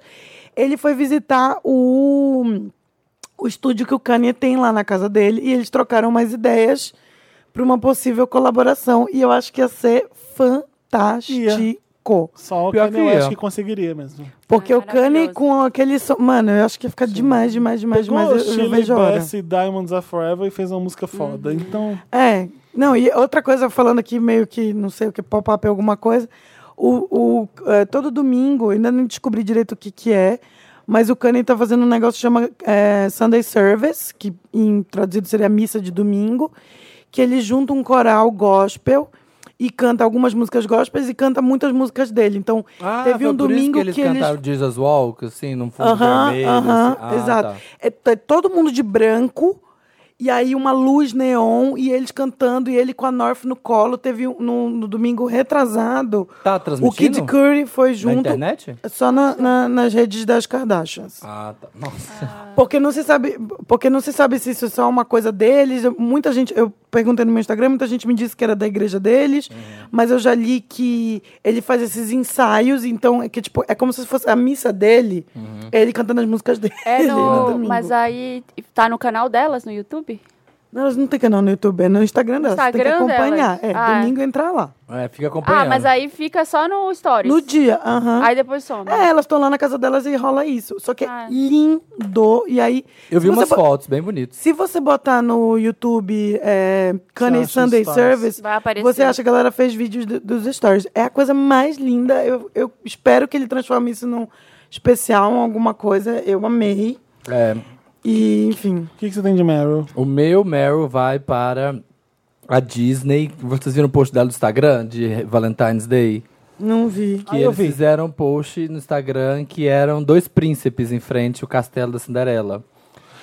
Speaker 4: Ele foi visitar o, o estúdio que o Kanye tem lá na casa dele e eles trocaram umas ideias para uma possível colaboração. E eu acho que ia ser fantástico.
Speaker 1: Só o
Speaker 3: Pior
Speaker 1: Kanye
Speaker 3: que é.
Speaker 1: West
Speaker 3: ia.
Speaker 1: que conseguiria mesmo.
Speaker 4: Porque
Speaker 2: Ai,
Speaker 4: o Kanye
Speaker 2: maravilhoso.
Speaker 4: com aquele som. Mano, eu acho que ia ficar demais, demais, demais,
Speaker 1: Pegou
Speaker 4: demais. Eu, eu não
Speaker 1: Shirley
Speaker 4: vejo a hora.
Speaker 1: Bass e Diamonds Are Forever e fez uma música foda. Então,
Speaker 4: É. Não, e outra coisa, falando aqui meio que, não sei o que, pop-up é alguma coisa. O, o, é, todo domingo, ainda não descobri direito o que, que é, mas o Kanye tá fazendo um negócio que chama é, Sunday Service, que em traduzido seria missa de domingo, que ele junta um coral gospel e canta algumas músicas gospels e canta muitas músicas dele. Então,
Speaker 3: Ah,
Speaker 4: teve
Speaker 3: foi
Speaker 4: um
Speaker 3: por isso
Speaker 4: domingo
Speaker 3: que eles cantaram Jesus Walk, assim, num fundo
Speaker 4: Aham,
Speaker 3: vermelho.
Speaker 4: aham,
Speaker 3: assim. Ah,
Speaker 4: exato.
Speaker 3: tá.
Speaker 4: É, tá todo mundo de branco, e aí uma luz neon, e eles cantando, e ele com a North no colo. Teve um- no, no domingo retrasado.
Speaker 3: Tá
Speaker 4: o
Speaker 3: transmitindo?
Speaker 4: Kid Curry foi
Speaker 3: Na
Speaker 4: junto.
Speaker 3: internet?
Speaker 4: Só na- na- nas redes das Kardashians.
Speaker 3: Ah, tá. Nossa.
Speaker 4: Porque não se sabe, porque não se sabe se isso é só uma coisa deles. Eu- Muita gente, eu perguntei no meu Instagram, muita gente me disse que era da igreja deles,
Speaker 3: Uhum.
Speaker 4: mas eu já li que ele faz esses ensaios, então é que tipo, é como se fosse a missa dele,
Speaker 3: Uhum.
Speaker 4: ele cantando as músicas dele.
Speaker 2: É
Speaker 4: <laughs> no
Speaker 2: no,
Speaker 4: domingo.
Speaker 2: mas aí tá no canal delas no YouTube?
Speaker 4: Não, elas não tem canal no YouTube, é no Instagram delas. Você tem que
Speaker 2: Instagram
Speaker 4: acompanhar.
Speaker 2: delas?
Speaker 4: É,
Speaker 2: Ah, é.
Speaker 4: domingo entrar lá.
Speaker 3: É, fica acompanhando.
Speaker 2: Ah, mas aí fica só no Stories.
Speaker 4: No dia, aham.
Speaker 2: Aí depois some.
Speaker 4: É, elas estão lá na casa delas e rola isso. Só que
Speaker 2: Ah.
Speaker 4: é lindo. E aí.
Speaker 3: Eu
Speaker 4: se
Speaker 3: vi
Speaker 4: você
Speaker 3: umas
Speaker 4: bo-
Speaker 3: fotos bem bonitas.
Speaker 4: Se você botar no YouTube é, Kanye
Speaker 1: acha os
Speaker 4: Sunday
Speaker 1: stories?
Speaker 4: Service,
Speaker 2: Vai aparecer.
Speaker 4: você acha que a galera fez vídeos do- dos stories. É a coisa mais linda. Eu, eu espero que ele transforme isso num especial, em alguma coisa. Eu amei.
Speaker 3: É,
Speaker 4: E, enfim.
Speaker 1: o que, que você tem de Meryl?
Speaker 3: o meu Meryl vai para a Disney. Vocês viram o post dela do Instagram de Valentine's Day?
Speaker 4: Não vi.
Speaker 3: Que
Speaker 1: Ah, eu
Speaker 3: eles
Speaker 1: vi.
Speaker 3: fizeram um post no Instagram que eram dois príncipes em frente ao castelo da Cinderela.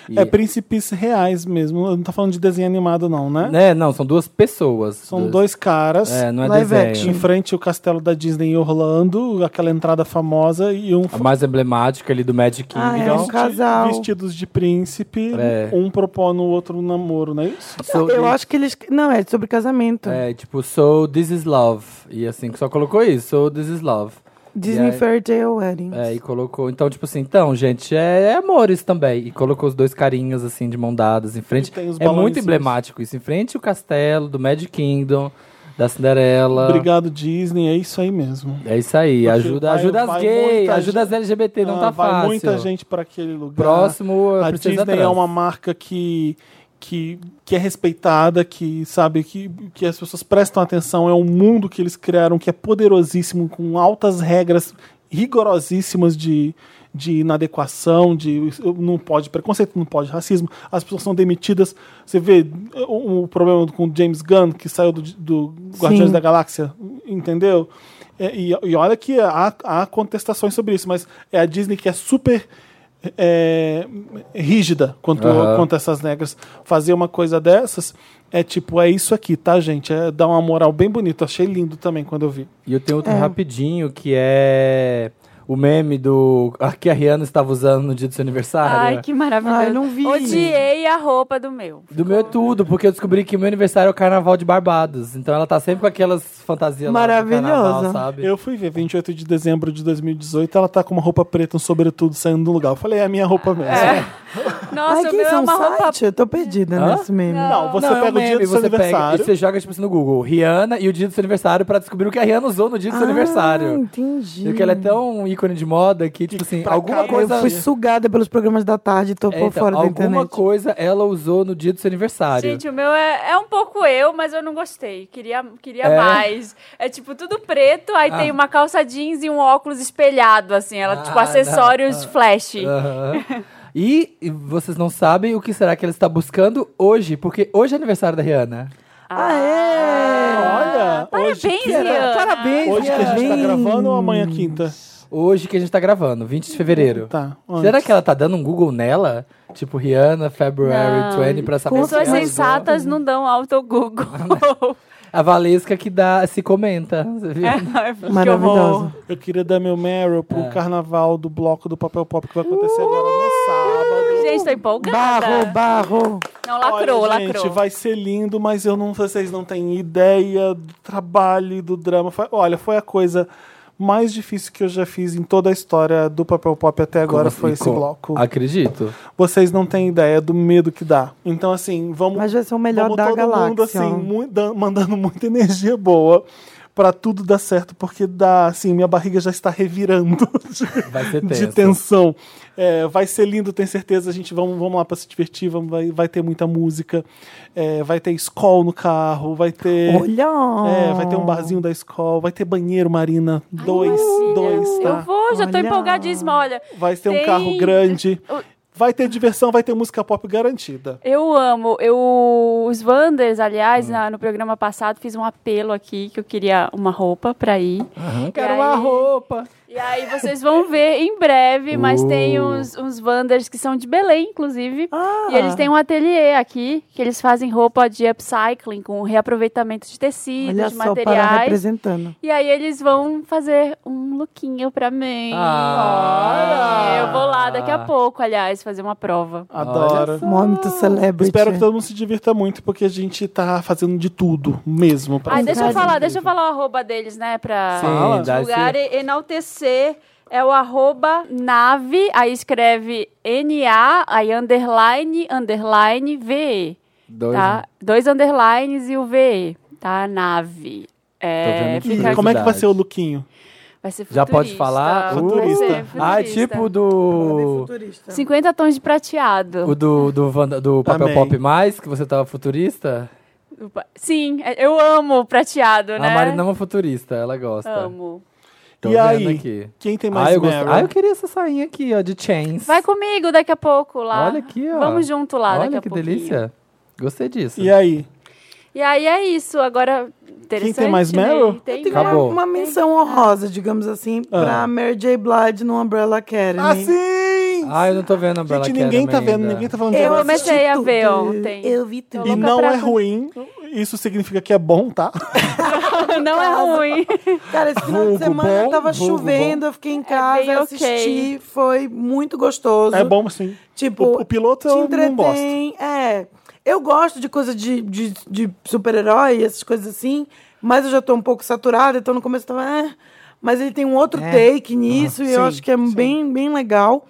Speaker 3: E-
Speaker 1: É príncipes reais mesmo. Eu não tô falando de desenho animado, não, né?
Speaker 3: né? Não, são duas pessoas.
Speaker 1: São dois caras.
Speaker 3: É, não é
Speaker 4: Live
Speaker 3: desenho.
Speaker 4: action.
Speaker 1: Em frente ao castelo da Disney em Orlando, aquela entrada famosa, e um
Speaker 3: A mais emblemática ali do Magic Kingdom.
Speaker 4: Ah, é um casal.
Speaker 1: vestidos de príncipe,
Speaker 3: É.
Speaker 1: um propondo o outro um namoro, não é isso?
Speaker 3: sobre-
Speaker 4: Eu acho que eles. Não, é sobre casamento.
Speaker 3: É, tipo, So This Is Love. E assim, que só colocou isso, So This Is Love.
Speaker 4: Disney
Speaker 3: E aí-
Speaker 4: Fairy Tale Weddings.
Speaker 3: É, e colocou. Então, tipo assim, então, gente, é, é amores também. E colocou os dois carinhas, assim, de mão dadas em frente.
Speaker 1: E tem os
Speaker 3: É muito
Speaker 1: balõezinhos.
Speaker 3: emblemático isso. Em frente o castelo do Magic Kingdom, da Cinderela.
Speaker 1: Obrigado, Disney, é isso aí mesmo.
Speaker 3: É isso aí.
Speaker 1: Porque
Speaker 3: ajuda
Speaker 1: vai-
Speaker 3: ajuda as
Speaker 1: vai
Speaker 3: gays,
Speaker 1: muita
Speaker 3: ajuda as LGBT, não
Speaker 1: Ah,
Speaker 3: tá
Speaker 1: vai
Speaker 3: fácil.
Speaker 1: muita gente para aquele lugar.
Speaker 3: Próximo,
Speaker 1: a
Speaker 3: Princesa
Speaker 1: Disney é
Speaker 3: Trans.
Speaker 1: uma marca que, que, que é respeitada, que sabe que, que as pessoas prestam atenção. É um mundo que eles criaram que é poderosíssimo, com altas regras rigorosíssimas de, de inadequação, de não pode preconceito, não pode racismo. As pessoas são demitidas. Você vê o, o problema com o James Gunn, que saiu do, do Guardiões da Galáxia, entendeu? É, E, e olha que há, há contestações sobre isso, mas é a Disney que é super é, rígida quanto,
Speaker 3: Aham.
Speaker 1: quanto a essas regras. Fazer uma coisa dessas é tipo, é isso aqui, tá, gente? É dar uma moral bem bonita. Achei lindo também quando eu vi.
Speaker 3: E eu tenho
Speaker 2: É.
Speaker 3: outro rapidinho que é o meme do que a Rihanna estava usando no dia do seu aniversário.
Speaker 2: Ai, que maravilhoso.
Speaker 4: Ai, não vi.
Speaker 2: Odiei a roupa do meu.
Speaker 3: Do meu é tudo, porque eu descobri que meu aniversário é o carnaval de Barbados. Então ela tá sempre com aquelas fantasias lá do carnaval,
Speaker 4: Maravilhosa.
Speaker 3: sabe?
Speaker 1: Eu fui ver, 28 de dezembro de 2018, ela tá com uma roupa preta, um sobretudo, saindo do lugar. Eu falei, é a minha roupa mesmo.
Speaker 2: Nossa,
Speaker 4: Ai,
Speaker 2: o
Speaker 4: quem
Speaker 2: meu é
Speaker 4: são
Speaker 2: uma roupa.
Speaker 4: site? Eu tô perdida
Speaker 3: Hã?
Speaker 4: nesse meme.
Speaker 1: Não, você
Speaker 3: Não, é
Speaker 1: pega
Speaker 3: um
Speaker 1: o dia
Speaker 3: meme,
Speaker 1: do seu
Speaker 3: você pega
Speaker 1: aniversário.
Speaker 3: E você joga, tipo assim, no Google, Rihanna e o dia do seu aniversário pra descobrir o que a Rihanna usou no dia do seu
Speaker 4: Ah,
Speaker 3: aniversário.
Speaker 4: entendi.
Speaker 3: Porque ela é tão ícone de moda que, tipo assim,
Speaker 1: pra um
Speaker 3: alguma
Speaker 1: cá,
Speaker 3: coisa.
Speaker 4: Eu fui sugada pelos programas da tarde e tô
Speaker 3: É,
Speaker 4: por
Speaker 3: então,
Speaker 4: fora da
Speaker 3: alguma
Speaker 4: internet.
Speaker 3: coisa ela usou no dia do seu aniversário.
Speaker 2: Gente, o meu é, é um pouco eu, mas eu não gostei. Queria, queria
Speaker 3: É?
Speaker 2: mais. É tipo tudo preto, aí
Speaker 3: Ah.
Speaker 2: tem uma calça jeans e um óculos espelhado, assim. Ela,
Speaker 3: Ah,
Speaker 2: tipo, acessórios
Speaker 3: não. Ah,
Speaker 2: flash. <laughs>
Speaker 3: Aham. E e vocês não sabem o que será que ela está buscando hoje, porque hoje é aniversário da Rihanna.
Speaker 4: Ah, é!
Speaker 3: Ah,
Speaker 1: Olha,
Speaker 2: Parabéns,
Speaker 1: hoje, que-
Speaker 2: Rihanna.
Speaker 3: Parabéns,
Speaker 1: hoje que a gente tá
Speaker 3: Rihanna.
Speaker 1: gravando ou amanhã quinta?
Speaker 3: Hoje que a gente tá gravando, 20 de fevereiro.
Speaker 1: Tá.
Speaker 3: Será
Speaker 1: antes.
Speaker 3: que ela tá dando um Google nela? Tipo, Rihanna, February
Speaker 2: Não.
Speaker 3: 20, pra saber
Speaker 2: Pessoas
Speaker 3: se é ela
Speaker 2: sensatas não dão alto
Speaker 1: <laughs>
Speaker 2: ao Google.
Speaker 3: usou. A Valesca que dá, se comenta. Você
Speaker 2: É.
Speaker 3: viu?
Speaker 4: Maravilhosa.
Speaker 1: Eu queria dar meu Meryl pro
Speaker 3: É.
Speaker 1: carnaval do bloco do papel pop que vai acontecer agora no sábado.
Speaker 2: Gente, tô empolgada.
Speaker 4: Barro, barro.
Speaker 2: Não, lacrou,
Speaker 1: Olha,
Speaker 2: lacrou.
Speaker 1: Gente, vai ser lindo, mas eu não, vocês não têm ideia do trabalho e do drama. Foi- olha, foi a coisa mais difícil que eu já fiz em toda a história do papel pop até agora
Speaker 3: Como-
Speaker 1: foi
Speaker 3: e
Speaker 1: esse
Speaker 3: com-
Speaker 1: bloco.
Speaker 3: Acredito.
Speaker 1: Vocês não têm ideia do medo que dá. Então assim, vamos
Speaker 4: Mas vai ser o melhor
Speaker 1: vamos
Speaker 4: da
Speaker 1: todo
Speaker 4: galáxia.
Speaker 1: mundo assim,
Speaker 4: ó.
Speaker 1: mu- dan- mandando <laughs> muita energia boa. Pra tudo dar certo, porque dá, assim, minha barriga já está revirando. <laughs>
Speaker 3: Vai ser
Speaker 1: de
Speaker 3: tenso.
Speaker 1: tensão. É, vai ser lindo, tenho certeza. A gente vamos, vamos lá para se divertir, vamos, vai, vai ter muita música, é, vai ter escola no carro, vai ter.
Speaker 4: Olha!
Speaker 1: É, vai ter um barzinho da escola, vai ter banheiro, Marina. Dois, dois,
Speaker 2: Eu
Speaker 1: tá?
Speaker 2: vou, já tô
Speaker 4: Olha.
Speaker 2: empolgadíssima. Olha,
Speaker 1: Vai ter um
Speaker 2: Tem-
Speaker 1: carro grande.
Speaker 2: Eu-
Speaker 1: Vai ter diversão, vai ter música pop garantida.
Speaker 2: eu amo. Eu, os Wanders,
Speaker 1: Hum.
Speaker 2: aliás, na- no programa passado, fiz um apelo aqui que eu queria uma roupa pra ir.
Speaker 3: Aham, Quero
Speaker 2: aí?
Speaker 3: uma roupa.
Speaker 2: E aí vocês vão ver em breve, mas
Speaker 3: Uh.
Speaker 2: tem uns, uns Wanders que são de Belém, inclusive. E eles têm um ateliê aqui, que eles fazem roupa de upcycling, com reaproveitamento de tecidos,
Speaker 4: Olha
Speaker 2: de
Speaker 4: só, para
Speaker 2: materiais.
Speaker 4: representando.
Speaker 2: E aí eles vão fazer um lookinho pra mim.
Speaker 3: Ah.
Speaker 2: Olha, Eu vou lá daqui a pouco, aliás, fazer uma prova.
Speaker 1: Adoro.
Speaker 4: Momento celebrity.
Speaker 1: Espero que todo mundo se divirta muito, porque a gente tá fazendo de tudo mesmo. pra
Speaker 2: Ah, deixa eu
Speaker 1: fazer
Speaker 2: falar,
Speaker 1: incrível.
Speaker 2: deixa eu falar o arroba deles, né? Pra
Speaker 3: Sim, dá
Speaker 2: divulgar
Speaker 3: esse-
Speaker 2: e enaltecer. É o arroba nave, aí escreve N-A, aí underline, underline, VE.
Speaker 3: Dois. né?
Speaker 2: Tá? Dois underlines e o VE, tá? Nave. É,
Speaker 3: Tô vendo
Speaker 2: fica-
Speaker 3: aqui.
Speaker 1: Como é que vai ser o lookinho?
Speaker 2: vai ser
Speaker 3: Já pode
Speaker 2: futurista.
Speaker 3: falar?
Speaker 2: Vai
Speaker 1: Futurista.
Speaker 2: ser
Speaker 3: Ah, é
Speaker 2: futurista.
Speaker 3: tipo do.
Speaker 4: Futurista.
Speaker 2: 50 tons de prateado.
Speaker 3: O do, do, Wanda- do papel
Speaker 1: Amei.
Speaker 3: pop mais, que você tava futurista.
Speaker 2: Opa. Sim, é- eu amo o prateado, né?
Speaker 3: A Marina é uma futurista, ela gosta.
Speaker 2: Amo.
Speaker 3: Tô
Speaker 1: e
Speaker 3: vendo
Speaker 1: aí?
Speaker 3: aqui.
Speaker 1: Quem tem mais
Speaker 3: Ah eu, gost-
Speaker 1: Meryl?
Speaker 3: Ah, eu queria essa sainha aqui, ó, de Chains.
Speaker 2: Vai comigo daqui a pouco lá.
Speaker 3: Olha aqui, ó.
Speaker 2: Vamos junto lá
Speaker 3: Olha
Speaker 2: daqui a
Speaker 3: que
Speaker 2: pouquinho.
Speaker 3: delícia. Gostei disso.
Speaker 1: E aí?
Speaker 2: E aí é isso, agora interessante.
Speaker 1: tem mais
Speaker 2: né?
Speaker 1: Meryl?
Speaker 2: Tem
Speaker 4: Tem
Speaker 2: Meryl.
Speaker 3: Acabou.
Speaker 4: Uma, uma menção honrosa, digamos assim,
Speaker 1: Ah.
Speaker 4: pra Mary J. Blige no Umbrella Academy.
Speaker 1: Assim!
Speaker 3: Ah, eu não tô vendo a Umbrella
Speaker 1: Gente, ninguém tá
Speaker 3: Academy
Speaker 1: vendo,
Speaker 3: ainda.
Speaker 1: ninguém tá falando de
Speaker 4: Eu
Speaker 1: nada.
Speaker 2: comecei
Speaker 4: assisti
Speaker 2: a
Speaker 4: tudo.
Speaker 2: ver ontem.
Speaker 4: Eu vi tudo.
Speaker 1: E
Speaker 2: louca
Speaker 1: não
Speaker 2: pra-
Speaker 1: é ruim, isso significa que é bom, tá?
Speaker 2: <laughs> Não é ruim.
Speaker 4: Cara, esse final
Speaker 3: Vulgo
Speaker 4: de semana
Speaker 3: bom,
Speaker 4: tava
Speaker 3: vulgo
Speaker 4: chovendo, eu fiquei em casa,
Speaker 2: É bem
Speaker 4: eu
Speaker 2: ok.
Speaker 4: assisti, foi muito gostoso.
Speaker 1: É bom sim.
Speaker 4: Tipo,
Speaker 1: O, o piloto
Speaker 4: te
Speaker 1: eu não gosto.
Speaker 4: entretém. É. Eu gosto de coisa de, de, de super-herói, essas coisas assim, mas eu já tô um pouco saturada, então no começo eu tava. "Ah", Mas ele tem um outro take nisso, e eu
Speaker 1: É. sim,
Speaker 4: acho que é
Speaker 1: sim.
Speaker 4: bem, bem legal.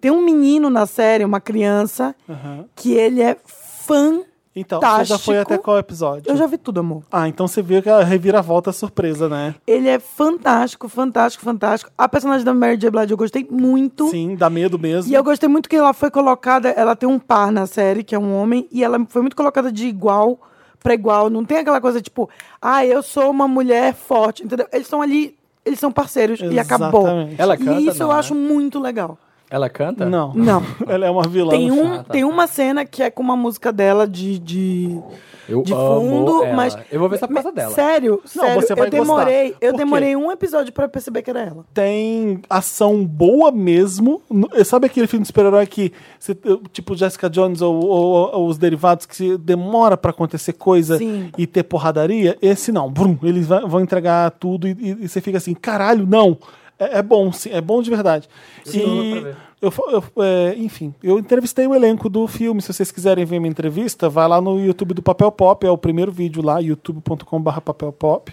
Speaker 4: Tem um menino na série, uma criança,
Speaker 1: Aham.
Speaker 4: que ele é fã.
Speaker 1: Então, você já
Speaker 4: Fantástico.
Speaker 1: foi até qual episódio?
Speaker 4: Eu já vi tudo, amor.
Speaker 1: Ah, então você viu que a reviravolta é surpresa, né?
Speaker 4: Ele é fantástico, fantástico, fantástico. A personagem da Mary J. Blige eu gostei muito.
Speaker 1: Sim, dá medo mesmo.
Speaker 4: E eu gostei muito que ela foi colocada. Ela tem um par na série, que é um homem, e ela foi muito colocada de igual pra igual. Não tem aquela coisa tipo, ah, eu sou uma mulher forte, entendeu? Eles estão ali, eles são parceiros e acabou.
Speaker 1: Exatamente.
Speaker 3: Ela canta,
Speaker 4: e isso
Speaker 3: não,
Speaker 4: eu
Speaker 3: né?
Speaker 4: acho muito legal.
Speaker 3: Ela canta?
Speaker 1: Não.
Speaker 3: <laughs>
Speaker 4: Não.
Speaker 1: <laughs> Ela é uma vilã.
Speaker 4: Tem,
Speaker 1: no
Speaker 4: um,
Speaker 1: fundo.
Speaker 3: tá.
Speaker 4: tem uma cena que é com uma música dela de, de,
Speaker 3: Eu
Speaker 4: de
Speaker 3: amo
Speaker 4: fundo,
Speaker 3: ela.
Speaker 4: mas.
Speaker 3: Eu vou ver só por causa dela.
Speaker 4: Sério,
Speaker 1: Não,
Speaker 4: sério,
Speaker 1: você vai
Speaker 4: eu demorei,
Speaker 1: gostar.
Speaker 4: eu
Speaker 1: Por quê?
Speaker 4: demorei um episódio pra perceber que era ela.
Speaker 1: tem ação boa mesmo. No- Sabe aquele filme de super-herói que, você- tipo Jessica Jones ou, ou- ou os derivados, que se demora pra acontecer coisa
Speaker 4: Sim.
Speaker 1: e ter porradaria? Esse não, brum, eles va- vão entregar tudo e, e- e você fica assim, caralho, não. É, é bom, sim, é bom de verdade.
Speaker 3: tô louco pra
Speaker 1: E
Speaker 3: ver.
Speaker 1: eu, fa- eu- é, enfim, eu entrevistei o elenco do filme. Se vocês quiserem ver minha entrevista, vai lá no YouTube do Papel Pop, é o primeiro vídeo lá, youtube.com.br papel pop.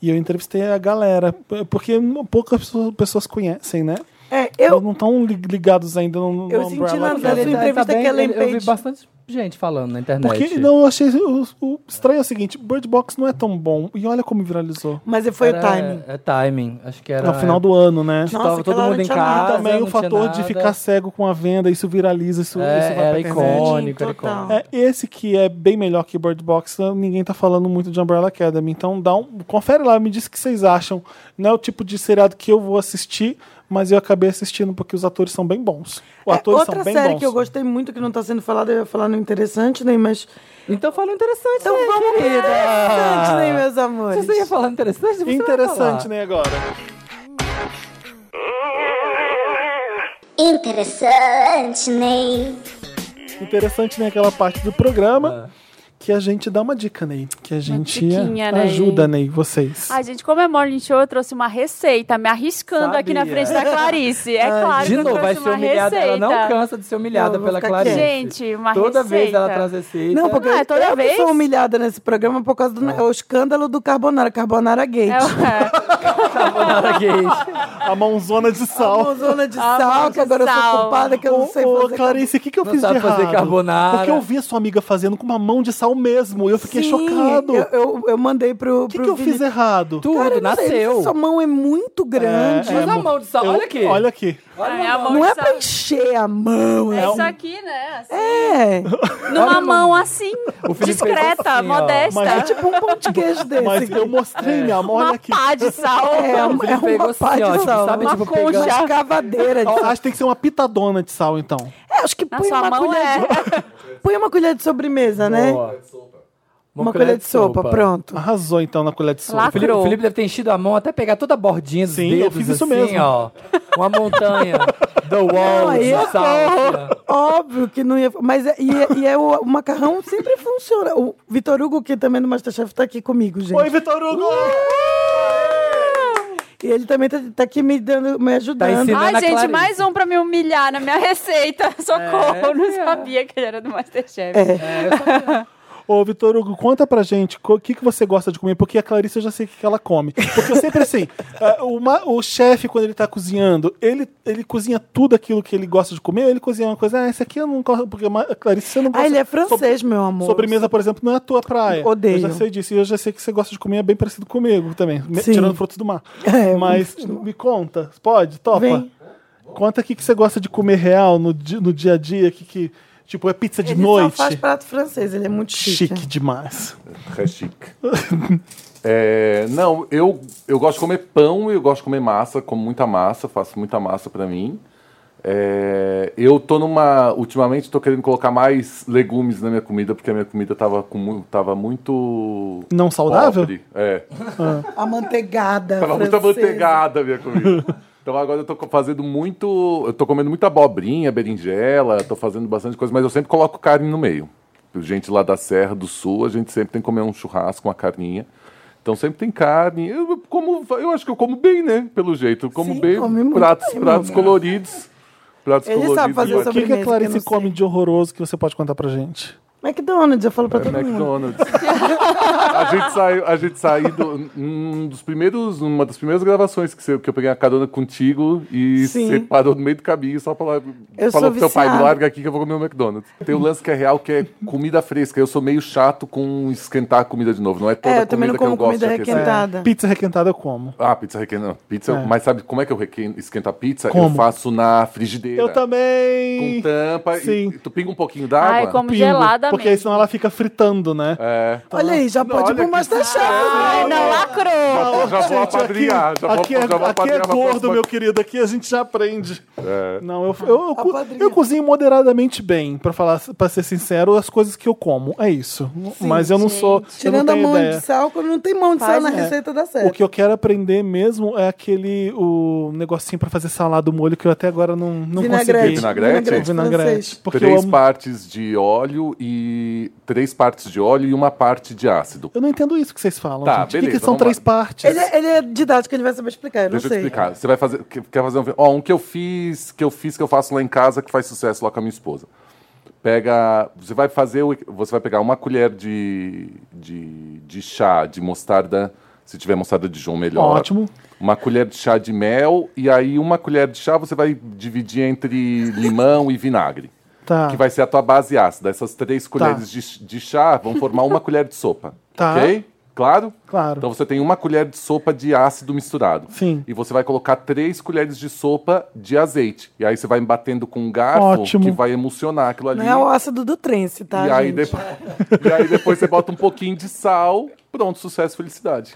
Speaker 1: E eu entrevistei a galera, porque poucas pessoas- pessoas conhecem, né?
Speaker 4: É, Eu-
Speaker 1: Eles não estão ligados ainda no, no
Speaker 4: Eu senti
Speaker 1: Umbrella assim,
Speaker 4: na- na
Speaker 3: Tá
Speaker 1: Academy.
Speaker 4: sua entrevista que é a Ellen
Speaker 3: Eu vi
Speaker 4: Page-
Speaker 3: bastante gente falando na internet.
Speaker 1: Porque não, eu achei o, o estranho é o seguinte, Bird Box não é tão bom e olha como viralizou.
Speaker 4: Mas foi
Speaker 3: Era-
Speaker 4: o timing.
Speaker 3: É timing. Acho que era.
Speaker 1: No final do ano, né?
Speaker 4: Nossa,
Speaker 3: Tava todo
Speaker 4: aquela hora
Speaker 3: mundo em
Speaker 4: tinha nada.
Speaker 3: casa.
Speaker 1: Também
Speaker 3: não
Speaker 1: o
Speaker 3: tinha
Speaker 1: fator de
Speaker 3: nada.
Speaker 1: ficar cego com a venda, isso viraliza, isso, isso
Speaker 3: É,
Speaker 1: vai pra
Speaker 3: era
Speaker 1: internet.
Speaker 3: icônico, era
Speaker 4: Total.
Speaker 3: icônico.
Speaker 1: É, esse que é bem melhor que Bird Box, ninguém tá falando muito de Umbrella Academy. Então dá um, confere lá, me diz o que vocês acham. Não é o tipo de seriado que eu vou assistir, mas eu acabei assistindo porque os atores são bem bons. Os
Speaker 4: É,
Speaker 1: atores
Speaker 4: outra
Speaker 1: são bem
Speaker 4: série
Speaker 1: bons.
Speaker 4: que eu gostei muito, que não tá sendo falada, eu ia falar no interessante, nem, mas.
Speaker 3: Então fala interessante,
Speaker 4: Então
Speaker 3: né,
Speaker 4: vamos pro
Speaker 3: querida?
Speaker 4: interessante, nem, meus amores.
Speaker 3: Se você ia falar interessante, você vai
Speaker 1: Interessante,
Speaker 3: falar.
Speaker 1: né, agora?
Speaker 7: Interessante, Ney.
Speaker 1: Interessante, né, aquela parte do
Speaker 3: É.
Speaker 1: programa que a gente dá uma dica, Ney. Que a gente
Speaker 2: diquinha, Ney.
Speaker 1: ajuda, Ney, vocês.
Speaker 2: Ai, gente, como é Morning Show, eu trouxe uma receita, me arriscando aqui na
Speaker 3: Sabia.
Speaker 2: frente da Clarice. É claro
Speaker 3: De
Speaker 2: que eu
Speaker 3: novo, vai
Speaker 2: trouxe
Speaker 3: ser
Speaker 2: uma
Speaker 3: humilhada.
Speaker 2: receita.
Speaker 3: Ela não cansa de ser humilhada
Speaker 4: Não, eu vou
Speaker 3: pela
Speaker 4: ficar
Speaker 3: Clarice.
Speaker 2: Gente, uma
Speaker 3: Toda vez
Speaker 2: receita.
Speaker 3: ela traz receita. <laughs>
Speaker 4: Não, porque
Speaker 2: Não, é toda
Speaker 4: eu
Speaker 2: vez?
Speaker 4: que sou humilhada nesse programa por causa
Speaker 1: Ah.
Speaker 4: do é o escândalo do Carbonara, Carbonara Gate.
Speaker 2: É, o-
Speaker 3: Carbonara
Speaker 4: <laughs>
Speaker 3: Gate.
Speaker 1: A mãozona de
Speaker 4: A
Speaker 1: sal.
Speaker 4: mãozona de
Speaker 2: A
Speaker 4: sal,
Speaker 2: mãozona
Speaker 4: que agora eu
Speaker 2: sal.
Speaker 4: sou culpada, que eu
Speaker 1: Ô,
Speaker 4: não sei
Speaker 1: ô,
Speaker 4: fazer.
Speaker 1: Clarice, o que, que eu
Speaker 3: Não
Speaker 1: fiz
Speaker 3: sabe
Speaker 1: de
Speaker 3: fazer
Speaker 1: errado?
Speaker 3: carbonara.
Speaker 1: Porque eu vi a sua amiga fazendo com uma mão de sal mesmo. E eu fiquei
Speaker 4: Sim,
Speaker 1: chocado.
Speaker 4: Eu, eu, eu mandei pro.
Speaker 1: O que, que eu fiz errado?
Speaker 3: Tudo,
Speaker 4: Cara, eu não sei,
Speaker 3: nasceu.
Speaker 4: Sua mão é muito grande.
Speaker 1: é
Speaker 3: Mas a mão de sal,
Speaker 1: Eu-
Speaker 3: tá- olha aqui.
Speaker 1: Olha aqui.
Speaker 2: é a mão
Speaker 4: Não
Speaker 2: de
Speaker 4: é
Speaker 2: sal.
Speaker 4: pra encher a mão.
Speaker 2: É
Speaker 1: um
Speaker 4: É.
Speaker 2: isso aqui, né? Assim,
Speaker 4: é.
Speaker 2: Numa mão assim,
Speaker 3: O Felipe fez
Speaker 2: discreta,
Speaker 3: assim, ó.
Speaker 2: modesta.
Speaker 1: Mas-
Speaker 4: É tipo um pão de queijo
Speaker 1: <laughs>
Speaker 4: desse.
Speaker 1: Mas
Speaker 3: é um
Speaker 1: eu mostrei minha mão, olha
Speaker 2: uma
Speaker 1: aqui.
Speaker 2: pá de sal.
Speaker 4: É,
Speaker 3: O
Speaker 4: é
Speaker 3: Felipe pegou
Speaker 4: uma
Speaker 3: assim,
Speaker 4: pá de
Speaker 3: ó, tipo,
Speaker 4: sal.
Speaker 3: sabe,
Speaker 4: uma
Speaker 3: tipo,
Speaker 4: concha.
Speaker 3: pegando-
Speaker 4: Uma escavadeira de sal.
Speaker 1: Acho que tem que ser uma pitadona de sal, então.
Speaker 4: É, acho que
Speaker 2: Na
Speaker 4: põe
Speaker 2: sua
Speaker 4: uma,
Speaker 2: mão
Speaker 4: colher
Speaker 2: é.
Speaker 4: de... põe uma colher de sobremesa, né?
Speaker 3: Boa.
Speaker 4: Uma, colher de sopa, pronto.
Speaker 1: Arrasou, então, na colher de sopa.
Speaker 2: Lá-
Speaker 3: O Felipe, o
Speaker 2: Lacrou.
Speaker 3: Felipe deve ter enchido a mão até pegar toda a bordinha dos
Speaker 1: Sim, eu
Speaker 3: dedos,
Speaker 1: fiz isso
Speaker 3: assim,
Speaker 1: mesmo.
Speaker 3: ó. Uma montanha. The wall,
Speaker 4: aí é
Speaker 3: de sal.
Speaker 4: Óbvio que não ia. Mas é- e, é- e é o, o macarrão sempre funciona. O Vitor Hugo, que também é do Masterchef, tá aqui comigo, gente.
Speaker 1: Oi, Vitor Hugo!
Speaker 4: E ele também tá, tá aqui me, dando, me ajudando.
Speaker 3: Tá ensinando.
Speaker 2: Ai,
Speaker 3: Ana
Speaker 2: gente,
Speaker 3: Clarice.
Speaker 2: mais um pra me humilhar na minha receita. <laughs> Socorro,
Speaker 1: É.
Speaker 2: eu não sabia que ele era do
Speaker 4: É.
Speaker 2: Masterchef.
Speaker 1: Ô, Vitor Hugo, conta pra gente co- o que, que você gosta de comer, porque a Clarice eu já sei o que, que ela come. Porque eu sempre assim, <laughs> é, o, ma- o chefe, quando ele tá cozinhando, ele, ele cozinha tudo aquilo que ele gosta de comer, ou ele cozinha uma coisa, ah, esse aqui eu não gosto, porque ma- Clarice, você não gosta.
Speaker 4: Ah, ele é
Speaker 1: Sobre-
Speaker 4: francês, meu amor.
Speaker 1: Sobremesa, por exemplo, não é a tua praia.
Speaker 4: Odeio.
Speaker 1: Eu já sei disso. E eu já sei que você gosta de comer é bem parecido comigo também. me-
Speaker 4: Sim.
Speaker 1: Tirando frutos do mar.
Speaker 4: <laughs> É,
Speaker 1: Mas me conta. Pode? Topa?
Speaker 4: Vem.
Speaker 1: Conta o que, que você gosta de comer real no, di- no dia a dia. Que, que, tipo, é pizza de
Speaker 4: Ele
Speaker 1: noite?
Speaker 4: só faz prato francês, ele é muito chique.
Speaker 1: Chique demais.
Speaker 8: É chique. É, não, eu, eu gosto de comer pão e eu gosto de comer massa, como muita massa, faço muita massa pra mim. É, eu tô numa. Ultimamente tô querendo colocar mais legumes na minha comida, porque a minha comida tava, com, mu- tava muito.
Speaker 1: Não saudável?
Speaker 8: Pobre. É.
Speaker 4: A manteigada.
Speaker 8: Tava muito
Speaker 4: francesa.
Speaker 8: amanteigada a minha comida. Então agora eu tô co- fazendo muito. Eu tô comendo muita abobrinha, berinjela, tô fazendo bastante coisa, mas eu sempre coloco carne no meio. Gente lá da Serra do Sul, a gente sempre tem que comer um churrasco, uma carninha. Então sempre tem carne. Eu, como, eu acho que eu como bem, né? Pelo jeito. Eu como
Speaker 4: Sim,
Speaker 8: bem.
Speaker 4: come muito
Speaker 8: pratos,
Speaker 4: bem,
Speaker 8: pratos
Speaker 4: né?
Speaker 8: coloridos. Pratos
Speaker 4: Ele sabe
Speaker 8: coloridos.
Speaker 4: fazer
Speaker 8: mas-
Speaker 1: O que, que a
Speaker 4: Sobremesa, que eu
Speaker 1: Clarice
Speaker 4: não
Speaker 1: come
Speaker 4: sei.
Speaker 1: de horroroso que você pode contar pra gente?
Speaker 4: McDonald's, eu falo pra todo mundo.
Speaker 8: É McDonald's. a gente saiu, a gente saiu do, um dos primeiros, uma das primeiras gravações que, você- que eu peguei a carona contigo e
Speaker 4: Sim.
Speaker 8: você parou no meio do caminho só pra lá,
Speaker 4: Eu
Speaker 8: falou
Speaker 4: sou
Speaker 8: pro teu pai,
Speaker 4: viciada.
Speaker 8: larga aqui que eu vou comer um McDonald's. Tem um lance que é real, que é comida fresca. Eu sou meio chato com esquentar a comida de novo. Não é toda
Speaker 4: É, eu
Speaker 8: comida
Speaker 4: também não
Speaker 8: que eu
Speaker 4: como
Speaker 8: gosto assim. de
Speaker 4: comida
Speaker 8: aquecer.
Speaker 4: requentada.
Speaker 1: Pizza requentada eu como.
Speaker 8: Ah, pizza requentada. Pizza,
Speaker 1: É.
Speaker 8: Mas sabe como é que eu requen- esquento a pizza?
Speaker 1: Como?
Speaker 8: Eu faço na frigideira.
Speaker 1: Eu também.
Speaker 8: Com tampa
Speaker 1: Sim.
Speaker 8: e, e tu pinga um pouquinho d'água.
Speaker 2: Ai, como
Speaker 1: Pingo,
Speaker 2: gelada
Speaker 1: Porque aí
Speaker 2: mesmo.
Speaker 1: senão ela fica fritando, né?
Speaker 8: É.
Speaker 4: Olha aí, já
Speaker 8: Não,
Speaker 4: pode ir
Speaker 8: olha
Speaker 4: pro
Speaker 8: que
Speaker 4: Masterchef. né?
Speaker 1: É.
Speaker 2: Ai, não, lacrou.
Speaker 8: Já vou- já vou
Speaker 1: Gente,
Speaker 8: apadrinhar.
Speaker 1: Aqui,
Speaker 8: já vou,
Speaker 1: aqui é,
Speaker 8: já vou
Speaker 1: aqui é
Speaker 8: apadrinhar É. pra
Speaker 1: gordo,
Speaker 8: próxima
Speaker 1: meu querido. Aqui a gente já aprende. Não, eu, eu, eu, co-
Speaker 4: Apadrinha.
Speaker 1: eu cozinho moderadamente bem, pra falar, para ser sincero, as coisas que eu como. É isso. Mas eu não sou. eu
Speaker 4: Tirando
Speaker 1: não
Speaker 4: a
Speaker 1: tenho
Speaker 4: mão é
Speaker 1: ideia.
Speaker 4: de sal, quando não tem mão de sal
Speaker 2: Faz,
Speaker 4: na
Speaker 2: né?
Speaker 4: receita dá
Speaker 1: O
Speaker 4: certo.
Speaker 1: que eu quero aprender mesmo é aquele o negocinho pra fazer salada, o molho, que eu até agora não, não consegui.
Speaker 4: Vinagrete.
Speaker 8: Vinagrete?
Speaker 1: Vinagrete.
Speaker 4: francês.
Speaker 1: Porque eu
Speaker 8: três
Speaker 1: amo.
Speaker 8: partes de óleo e três partes de óleo e uma parte de ácido.
Speaker 1: Eu não entendo isso que vocês falam. gente.
Speaker 8: Tá,
Speaker 1: O que que,
Speaker 8: beleza,
Speaker 1: são
Speaker 8: vamos
Speaker 1: três
Speaker 8: lá.
Speaker 1: partes?
Speaker 4: Ele, é- ele é didático, ele vai saber explicar, eu não
Speaker 8: Deixa eu te
Speaker 4: sei.
Speaker 8: explicar. Você vai fazer, que- quer fazer um, ó, um que eu fiz, que eu fiz que eu faço lá em casa que faz sucesso lá com a minha esposa. Pega, você vai fazer, o- você vai pegar uma colher de, de, de chá de mostarda, se tiver mostarda de Dijon melhor.
Speaker 1: Ótimo.
Speaker 8: uma colher de chá de mel e aí uma colher de chá você vai dividir entre limão e vinagre.
Speaker 1: Tá.
Speaker 8: Que vai ser a tua base ácida. Essas três colheres de, de chá vão formar uma <laughs> colher de sopa.
Speaker 1: Tá.
Speaker 8: Ok? Claro?
Speaker 1: Claro.
Speaker 8: Então você tem uma colher de sopa de ácido misturado.
Speaker 1: Sim.
Speaker 8: E você vai colocar três colheres de sopa de azeite. E aí você vai batendo com um garfo
Speaker 1: Ótimo.
Speaker 8: que vai emulsionar aquilo ali.
Speaker 4: Não é o ácido do trance, tá,
Speaker 8: e, aí
Speaker 4: gente?
Speaker 8: depois, <laughs> e aí depois você bota um pouquinho de sal. Pronto, sucesso, felicidade.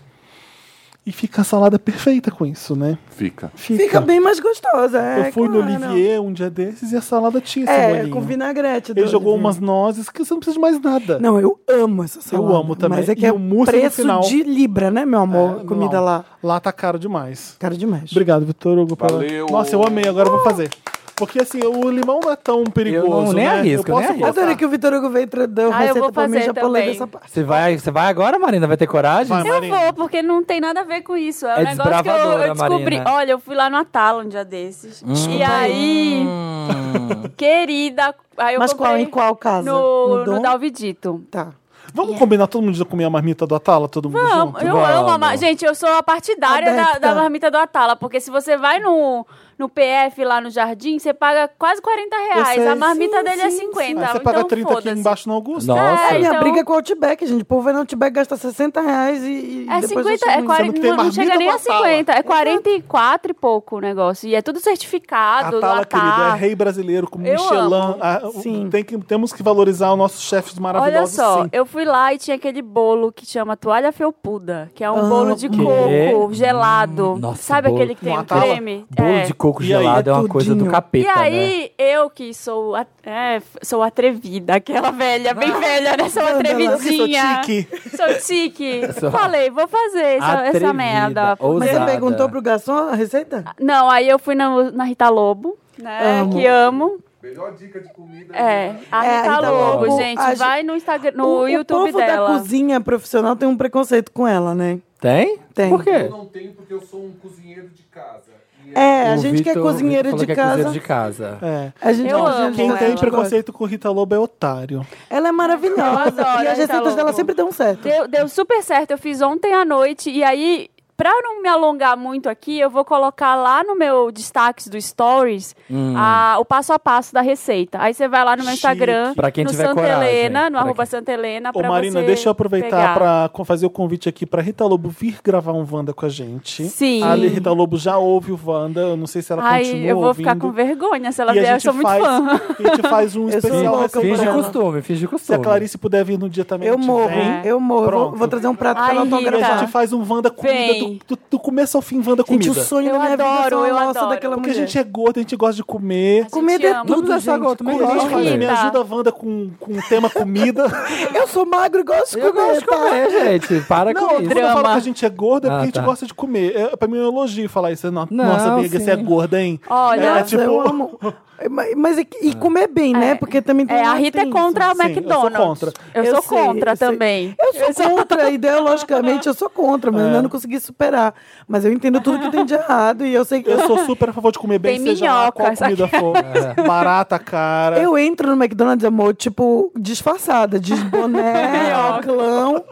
Speaker 1: E fica a salada perfeita com isso, né?
Speaker 8: Fica.
Speaker 1: Fica.
Speaker 4: Fica bem mais gostosa, é,
Speaker 1: Eu fui no
Speaker 4: claro.
Speaker 1: Olivier um dia desses e a salada tinha esse
Speaker 4: É,
Speaker 1: bolinho.
Speaker 4: com vinagrete.
Speaker 1: Ele
Speaker 4: do
Speaker 1: jogou
Speaker 4: Olivier.
Speaker 1: umas nozes que você não precisa de mais nada.
Speaker 4: Não, eu amo essa salada.
Speaker 1: amo também.
Speaker 4: Mas é que
Speaker 1: E
Speaker 4: é
Speaker 1: o mousse no
Speaker 4: preço
Speaker 1: final. É,
Speaker 4: de libra, né, meu amor? a comida
Speaker 1: Não.
Speaker 4: lá.
Speaker 1: Lá tá caro demais.
Speaker 4: Cara demais.
Speaker 1: Obrigado, Vitor Hugo. pela-
Speaker 8: Valeu.
Speaker 1: Nossa, eu amei, agora eu vou fazer. Porque assim, o limão não é tão perigoso.
Speaker 3: Eu não- nem
Speaker 1: né?
Speaker 3: arrisco,
Speaker 1: eu
Speaker 3: nem
Speaker 1: posso
Speaker 3: arrisco.
Speaker 4: Adorei que o Vitor Hugo veio tra- deu
Speaker 2: Ah, eu
Speaker 4: receita
Speaker 2: vou
Speaker 4: pra mim,
Speaker 2: fazer
Speaker 4: já pulei
Speaker 2: também.
Speaker 4: dessa parte.
Speaker 3: Você vai, você vai agora, Marina? Vai ter coragem?
Speaker 1: Vai,
Speaker 2: Eu
Speaker 1: Marina.
Speaker 2: vou, porque não tem nada a ver com isso. É um
Speaker 3: É
Speaker 2: negócio que eu,
Speaker 3: desbravadora,
Speaker 2: eu descobri.
Speaker 3: Marina.
Speaker 2: Olha, eu fui lá no Atala um dia
Speaker 4: Hum.
Speaker 2: desses. e aí,
Speaker 3: Hum.
Speaker 2: querida. Aí eu
Speaker 4: Mas qual,
Speaker 2: comprei
Speaker 4: em qual casa?
Speaker 2: No, no,
Speaker 4: Dom?
Speaker 2: Dalvidito.
Speaker 4: Tá.
Speaker 1: Vamos combinar todo mundo já comer a marmita do Atala, todo mundo
Speaker 2: Amo,
Speaker 1: junto?
Speaker 2: eu amo a mar...
Speaker 3: Vamos.
Speaker 2: Gente, eu sou a partidária da,
Speaker 4: Aberta.
Speaker 2: da marmita do Atala, porque se você vai no, no PF lá no jardim, você paga quase 40 reais.
Speaker 1: Eu sei.
Speaker 2: A marmita
Speaker 4: Sim,
Speaker 2: dele é
Speaker 4: sim,
Speaker 2: 50.
Speaker 1: Aí você
Speaker 2: então,
Speaker 1: paga 30 aqui
Speaker 2: foda-se.
Speaker 1: embaixo no Augusto.
Speaker 3: Nossa.
Speaker 2: É,
Speaker 4: A minha
Speaker 2: então-
Speaker 4: briga é com o Outback, gente. O povo vai no Outback, gasta 60 reais e. e
Speaker 2: É
Speaker 4: depois
Speaker 2: 50,
Speaker 4: acha
Speaker 2: é
Speaker 4: ruim.
Speaker 2: 40,
Speaker 1: tem
Speaker 2: não, não
Speaker 1: marmita
Speaker 2: chega nem
Speaker 1: do
Speaker 2: a
Speaker 1: Atala.
Speaker 2: 50, é 44 e pouco o negócio. E é tudo certificado, do
Speaker 1: Atala,
Speaker 2: Atala.
Speaker 1: querido, é rei brasileiro com
Speaker 2: Eu
Speaker 1: Michelin.
Speaker 2: amo.
Speaker 1: Ah, o-
Speaker 4: Sim.
Speaker 1: tem que- temos que valorizar os nossos chefes
Speaker 2: Olha
Speaker 1: maravilhosos,
Speaker 2: só,
Speaker 1: sim.
Speaker 2: eu fui lá e tinha aquele bolo que chama toalha felpuda, que é um
Speaker 4: Ah,
Speaker 2: bolo de
Speaker 4: que-
Speaker 2: coco gelado.
Speaker 3: Hum, nossa,
Speaker 2: Sabe
Speaker 3: bolo-
Speaker 2: aquele que tem
Speaker 1: Um
Speaker 2: um
Speaker 1: Atala.
Speaker 2: creme?
Speaker 3: Bolo
Speaker 2: É.
Speaker 3: de coco
Speaker 1: E aí,
Speaker 3: gelado
Speaker 4: é
Speaker 3: é uma coisa do
Speaker 2: E
Speaker 4: tudinho.
Speaker 3: capeta, né?
Speaker 2: aí, eu que sou, a- é, f- sou atrevida, aquela velha,
Speaker 1: Ah.
Speaker 2: bem velha, né? Sou
Speaker 1: Eu que sou
Speaker 2: atrevidinha.
Speaker 1: tique.
Speaker 2: Sou tique.
Speaker 3: Sou
Speaker 2: Falei, vou fazer essa,
Speaker 3: Atrevida,
Speaker 2: essa merda.
Speaker 4: Mas
Speaker 3: ousada.
Speaker 4: você perguntou pro garçom a receita?
Speaker 2: Não, aí eu fui na, na Rita Lobo, né?
Speaker 4: Amo.
Speaker 2: Que amo.
Speaker 8: Melhor dica de comida.
Speaker 2: É, a
Speaker 4: É, a
Speaker 2: Rita
Speaker 4: Rita
Speaker 2: Lobo,
Speaker 4: Lobo,
Speaker 2: gente.
Speaker 4: a
Speaker 2: vai no, Instagram, no
Speaker 4: o,
Speaker 2: YouTube
Speaker 4: o povo
Speaker 2: dela.
Speaker 4: da cozinha profissional tem um preconceito com ela, né?
Speaker 3: Tem?
Speaker 4: Tem.
Speaker 3: Por
Speaker 8: Eu
Speaker 3: quê?
Speaker 8: não tenho porque eu sou um cozinheiro de casa. E
Speaker 4: É, a
Speaker 3: O
Speaker 4: gente que é
Speaker 3: Vitor-
Speaker 4: cozinheiro
Speaker 3: falou
Speaker 4: de
Speaker 3: que é
Speaker 4: casa.
Speaker 3: cozinheiro de casa.
Speaker 1: É.
Speaker 4: A gente
Speaker 2: Eu
Speaker 4: é cozinheiro
Speaker 2: amo
Speaker 4: de
Speaker 1: Quem
Speaker 2: ela.
Speaker 4: casa,
Speaker 1: tem
Speaker 4: eu gosto.
Speaker 1: preconceito com Rita Lobo é otário.
Speaker 4: Ela é
Speaker 2: Eu adoro tá
Speaker 4: maravilhosa. e
Speaker 2: a
Speaker 4: as
Speaker 2: Rita
Speaker 4: receitas dela
Speaker 2: Lobo.
Speaker 4: sempre dão certo.
Speaker 2: Deu, deu super certo. Eu fiz ontem à noite. E aí, pra eu não me alongar muito aqui, eu vou colocar lá no meu destaques do Stories
Speaker 3: Hum.
Speaker 2: a- o passo a passo da receita. Aí você vai lá no meu
Speaker 1: Chique.
Speaker 2: Instagram,
Speaker 3: Pra quem
Speaker 2: no
Speaker 3: tiver
Speaker 2: Santa
Speaker 3: coragem.
Speaker 2: Helena, no
Speaker 3: Pra
Speaker 2: arroba
Speaker 3: quem-
Speaker 2: Santa Helena,
Speaker 1: Ô,
Speaker 2: pra
Speaker 1: Marina,
Speaker 2: você
Speaker 1: deixa eu aproveitar
Speaker 2: pegar.
Speaker 1: pra co- fazer o convite aqui pra Rita Lobo vir gravar um Wanda com a gente.
Speaker 2: Sim.
Speaker 1: A Rita Lobo já ouve o Wanda, eu não sei se ela
Speaker 2: Ai,
Speaker 1: continua
Speaker 2: eu vou ficar
Speaker 1: ouvindo.
Speaker 2: com vergonha se ela
Speaker 1: E a
Speaker 2: vier. Eu
Speaker 1: gente
Speaker 2: sou muito
Speaker 1: faz, <laughs>
Speaker 2: fã.
Speaker 1: e a gente faz um
Speaker 4: Eu sou
Speaker 1: especial
Speaker 4: louca
Speaker 1: receita
Speaker 4: por
Speaker 3: Finge
Speaker 4: ela.
Speaker 1: dela.
Speaker 3: costume, finge
Speaker 1: Se
Speaker 3: costume.
Speaker 1: a Clarice puder vir no dia também, a
Speaker 4: Eu
Speaker 1: gente
Speaker 4: morro,
Speaker 1: vem.
Speaker 4: eu morro. Eu Vou,
Speaker 1: Pronto.
Speaker 4: vou trazer um prato pra
Speaker 2: Ai,
Speaker 4: ela
Speaker 1: A
Speaker 2: Rita.
Speaker 4: autografar.
Speaker 1: gente faz um Wanda comida
Speaker 2: Vem.
Speaker 1: do, do, do começo ao fim, Wanda
Speaker 4: Gente, o
Speaker 1: comida.
Speaker 4: sonho
Speaker 2: Eu
Speaker 4: da minha vida
Speaker 2: adoro,
Speaker 4: são
Speaker 2: eu
Speaker 4: a nossa
Speaker 2: adoro.
Speaker 4: daquela
Speaker 1: Porque a
Speaker 4: mulher.
Speaker 1: gente é gordo, a gente gosta de comer.
Speaker 4: Comida é
Speaker 2: ama.
Speaker 4: tudo,
Speaker 3: Vamos dar essa
Speaker 4: gente.
Speaker 3: gota, mas
Speaker 1: Comida,
Speaker 3: gosto,
Speaker 2: gosta,
Speaker 1: me
Speaker 2: Rita.
Speaker 1: ajuda, Wanda, com, com o tema comida.
Speaker 2: <laughs>
Speaker 4: Eu sou magro e gosto tá? de
Speaker 3: é Eu é.
Speaker 4: comer,
Speaker 3: gosto de comer, gente. Para
Speaker 1: Não,
Speaker 3: com
Speaker 1: quando
Speaker 3: isso.
Speaker 1: eu falo que a gente é gorda, é porque
Speaker 3: Ah,
Speaker 1: a gente
Speaker 3: tá.
Speaker 1: gosta de comer. É, pra mim é um elogio falar isso. Não,
Speaker 3: Não,
Speaker 1: Nossa, amiga,
Speaker 3: sim.
Speaker 1: você é gorda, hein?
Speaker 2: Olha,
Speaker 1: é, tipo,
Speaker 4: eu amo. <laughs> Mas, mas é que- e comer bem, né? Porque também tem
Speaker 2: É, a
Speaker 4: lá
Speaker 2: Rita é
Speaker 4: tem isso.
Speaker 2: contra a
Speaker 1: Sim, eu sou
Speaker 2: McDonald's.
Speaker 1: contra.
Speaker 2: Eu
Speaker 4: Eu
Speaker 2: sou
Speaker 4: sei,
Speaker 2: contra
Speaker 4: eu sei.
Speaker 2: também.
Speaker 4: Eu sou contra, ideologicamente eu sou contra,
Speaker 3: É.
Speaker 4: mas eu não consegui superar. Mas eu entendo tudo que tem de errado e eu sei que eu
Speaker 1: Eu sou super a favor de comer bem,
Speaker 2: Tem
Speaker 1: seja lá
Speaker 2: minhoca,
Speaker 1: qual
Speaker 2: essa
Speaker 1: comida
Speaker 3: <laughs>
Speaker 1: for.
Speaker 3: É.
Speaker 1: Barata, cara.
Speaker 4: Eu entro no McDonald's, amor, tipo, disfarçada, de
Speaker 2: <laughs>
Speaker 4: boné, óculão.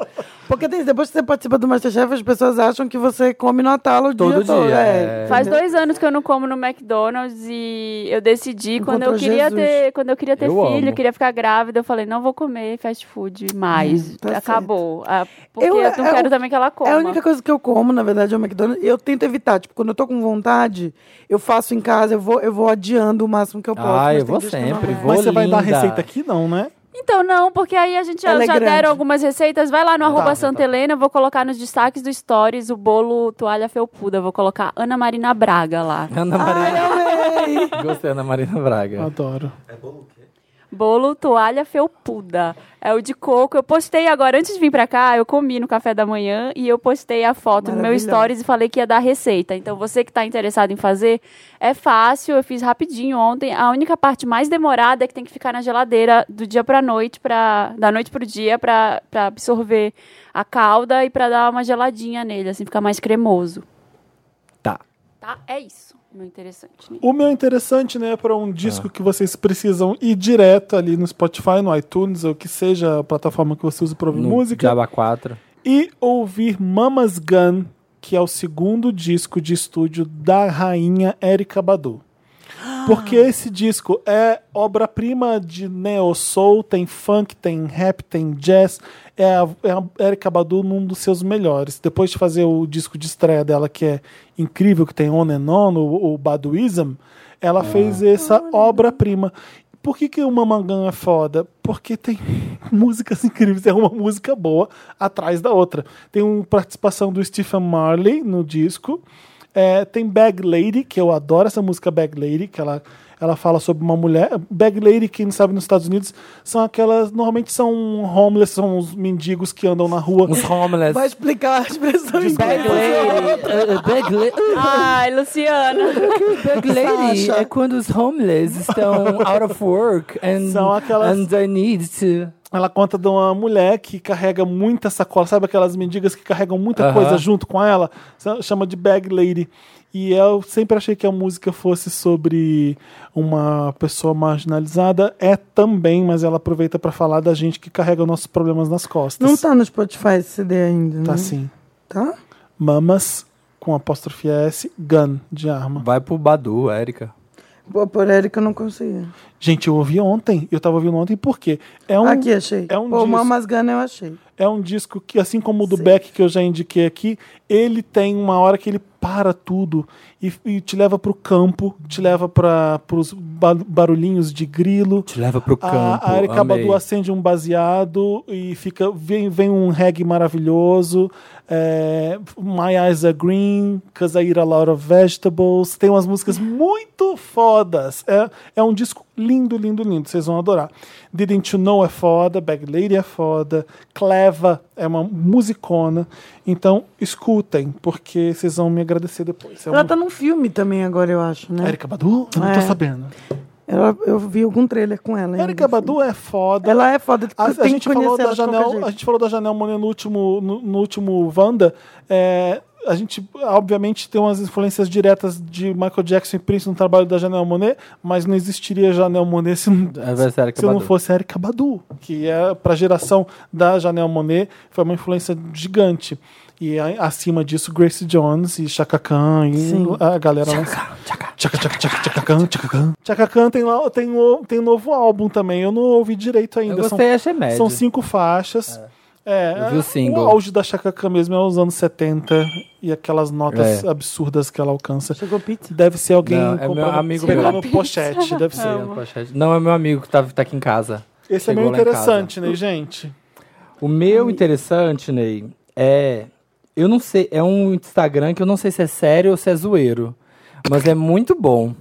Speaker 4: Porque tem- depois que você participa do Masterchef, as pessoas acham que você come no atalo o
Speaker 3: Todo
Speaker 4: dia todo.
Speaker 3: dia,
Speaker 4: é.
Speaker 3: é.
Speaker 2: Faz dois anos que eu não como no McDonald's e eu decidi quando eu
Speaker 4: Encontrou
Speaker 2: queria
Speaker 4: Jesus.
Speaker 2: ter, quando eu queria ter
Speaker 3: Eu
Speaker 2: filho,
Speaker 3: amo.
Speaker 2: queria ficar grávida, eu falei não vou comer fast food mais,
Speaker 4: tá
Speaker 2: acabou, Ah, porque
Speaker 4: Eu-
Speaker 2: eu,
Speaker 4: é
Speaker 2: não
Speaker 4: o-
Speaker 2: quero também que ela coma.
Speaker 4: É a única coisa que eu como, na verdade, é o McDonald's. E eu tento evitar. Tipo, quando eu tô com vontade, eu faço em casa, eu vou, eu vou adiando o máximo que eu posso.
Speaker 3: Ah,
Speaker 4: mas
Speaker 3: eu
Speaker 4: tem
Speaker 3: vou
Speaker 4: dias que não
Speaker 3: sempre,
Speaker 4: é.
Speaker 3: vou.
Speaker 1: Mas você vai dar a
Speaker 3: linda.
Speaker 1: receita aqui, não, né?
Speaker 2: Então não, porque aí a gente já,
Speaker 4: Ela é
Speaker 2: já
Speaker 4: grande.
Speaker 2: deram algumas receitas, vai lá no arroba
Speaker 1: tá,
Speaker 2: Santa Helena, eu vou colocar nos destaques do Stories o bolo toalha felpuda, eu vou colocar Ana Marina Braga lá.
Speaker 3: Ana
Speaker 4: Ai,
Speaker 3: Marina.
Speaker 4: amei!
Speaker 3: Gostei, Ana Marina Braga.
Speaker 1: Adoro.
Speaker 2: Bolo toalha felpuda. É o de coco. Eu postei agora, antes de vir pra cá, eu comi no café da manhã e eu postei a foto no meu
Speaker 4: Maravilhoso.
Speaker 2: stories e falei que ia dar receita. Então, você que tá interessado em fazer, é fácil. Eu fiz rapidinho ontem. A única parte mais demorada é que tem que ficar na geladeira do dia pra noite, pra, da noite pro dia, pra, pra absorver a calda e pra dar uma geladinha nele, assim, ficar mais cremoso.
Speaker 3: Tá.
Speaker 2: Tá? É isso. Meu interessante.
Speaker 1: O meu interessante, né, é para um disco que vocês precisam ir direto ali no Spotify, no iTunes, ou que seja a plataforma que você usa para ouvir
Speaker 3: No
Speaker 1: música,
Speaker 3: Java 4.
Speaker 1: e ouvir Mama's Gun que é o segundo disco de estúdio da rainha Erika Badu. Porque esse disco é obra-prima de neo soul, tem funk, tem rap, tem jazz. É a, é a Erika Badu num dos seus melhores. Depois de fazer o disco de estreia dela, que é incrível, que tem On and On, o, o Baduism, ela fez essa obra-prima. Por que, que o Mamangam é foda? Porque tem <laughs> músicas incríveis, é uma música boa atrás da outra. Tem uma participação do Stephen Marley no disco. É, tem Bag Lady, que eu adoro essa música Bag Lady, que ela, ela fala sobre uma mulher. Bag Lady, quem não sabe, nos Estados Unidos, são aquelas. Normalmente são homeless, são os mendigos que andam na rua.
Speaker 3: Uns homeless.
Speaker 4: Vai explicar a expressão em
Speaker 3: Bag lady. eh, eh, bag la-
Speaker 2: Ai, Luciana.
Speaker 3: bag lady é quando os homeless estão out of work and,
Speaker 1: São aquelas-
Speaker 3: and they need to.
Speaker 1: Ela conta de uma mulher que carrega muita sacola, sabe aquelas mendigas que carregam muita
Speaker 3: Aham.
Speaker 1: coisa junto com ela? Sa- Chama de Bag Lady. E eu sempre achei que a música fosse sobre uma pessoa marginalizada. É também, mas ela aproveita pra falar da gente que carrega nossos problemas nas costas.
Speaker 4: Não tá no Spotify esse CD ainda,
Speaker 1: Tá
Speaker 4: né?
Speaker 1: sim.
Speaker 4: Tá?
Speaker 1: Mamas, com apóstrofe S, gun, de arma.
Speaker 3: Vai pro Badu, Érica.
Speaker 4: Pô, por Erika eu não consegui.
Speaker 1: Gente, eu ouvi ontem. Eu tava ouvindo ontem porque é um,
Speaker 4: aqui, achei.
Speaker 1: é um
Speaker 4: Pô,
Speaker 1: disco.
Speaker 4: Mamas Gana eu achei.
Speaker 1: é um disco que, assim como o do Beck que eu já indiquei aqui, ele tem uma hora que ele para tudo e, e te leva pro campo, te leva para os barulhinhos de grilo.
Speaker 3: Te leva pro campo.
Speaker 1: A, a Erika
Speaker 3: amei.
Speaker 1: Badu acende um baseado e fica vem, vem um reggae maravilhoso. é, My Eyes Are Green, Cause I Eat A Lot of Vegetables. Tem umas músicas muito fodas. É, é um disco lindo, lindo, lindo. Vocês vão adorar. Didn't You Know é foda, Bag Lady é foda, Cleva é uma musicona. Então, escutem, porque vocês vão me agradecer depois. É
Speaker 4: Ela
Speaker 1: um-
Speaker 4: tá num filme também agora, eu acho, né?
Speaker 1: Erika Badu? Eu não
Speaker 4: É.
Speaker 1: tô sabendo.
Speaker 4: Ela, eu vi algum trailer com ela. ainda.
Speaker 1: Erika Badu é foda.
Speaker 4: Ela é foda.
Speaker 1: A, a
Speaker 4: tem
Speaker 1: gente
Speaker 4: que
Speaker 1: falou
Speaker 4: conhecer
Speaker 1: da
Speaker 4: ela de qualquer
Speaker 1: Janel,
Speaker 4: jeito.
Speaker 1: a gente falou da Janel Monáe no último no, no último Wanda, é, a gente obviamente tem umas influências diretas de Michael Jackson e Prince no trabalho da Janel Monet, mas não existiria Janel Monet se, não-
Speaker 3: É verdade, Erykah
Speaker 1: se não
Speaker 3: Badu.
Speaker 1: fosse Erika Badu, que é para a geração da Janel Monet foi uma influência gigante. E a- acima disso Grace Jones e Chaka Khan e a galera lá. Tchaca, tchaca, tchaca, tchaca, tchaca, tchaca, tchaca. Tchaca Khan tem, lá- tem, o- tem um novo álbum também. Eu não ouvi direito ainda.
Speaker 3: Eu
Speaker 1: São-
Speaker 3: gostei, achei médio.
Speaker 1: são cinco faixas. É,
Speaker 3: Eu vi o single.
Speaker 1: auge da Chaka Khan mesmo é os anos 70 e aquelas notas
Speaker 3: É.
Speaker 1: absurdas que ela alcança.
Speaker 4: Chegou pizza?
Speaker 1: Deve ser alguém
Speaker 3: Não, é meu
Speaker 1: comprando-
Speaker 3: amigo
Speaker 1: pegando
Speaker 3: meu.
Speaker 1: <laughs> pochete, deve ser.
Speaker 3: Sim, pochete. Não, é meu amigo que tá, tá aqui em casa.
Speaker 1: Esse é
Speaker 3: Chegou
Speaker 1: meio
Speaker 3: lá em
Speaker 1: interessante, né, gente?
Speaker 3: O meu interessante, Ney, é. Eu não sei, é um Instagram que eu não sei se é sério ou se é zoeiro. Mas é muito bom.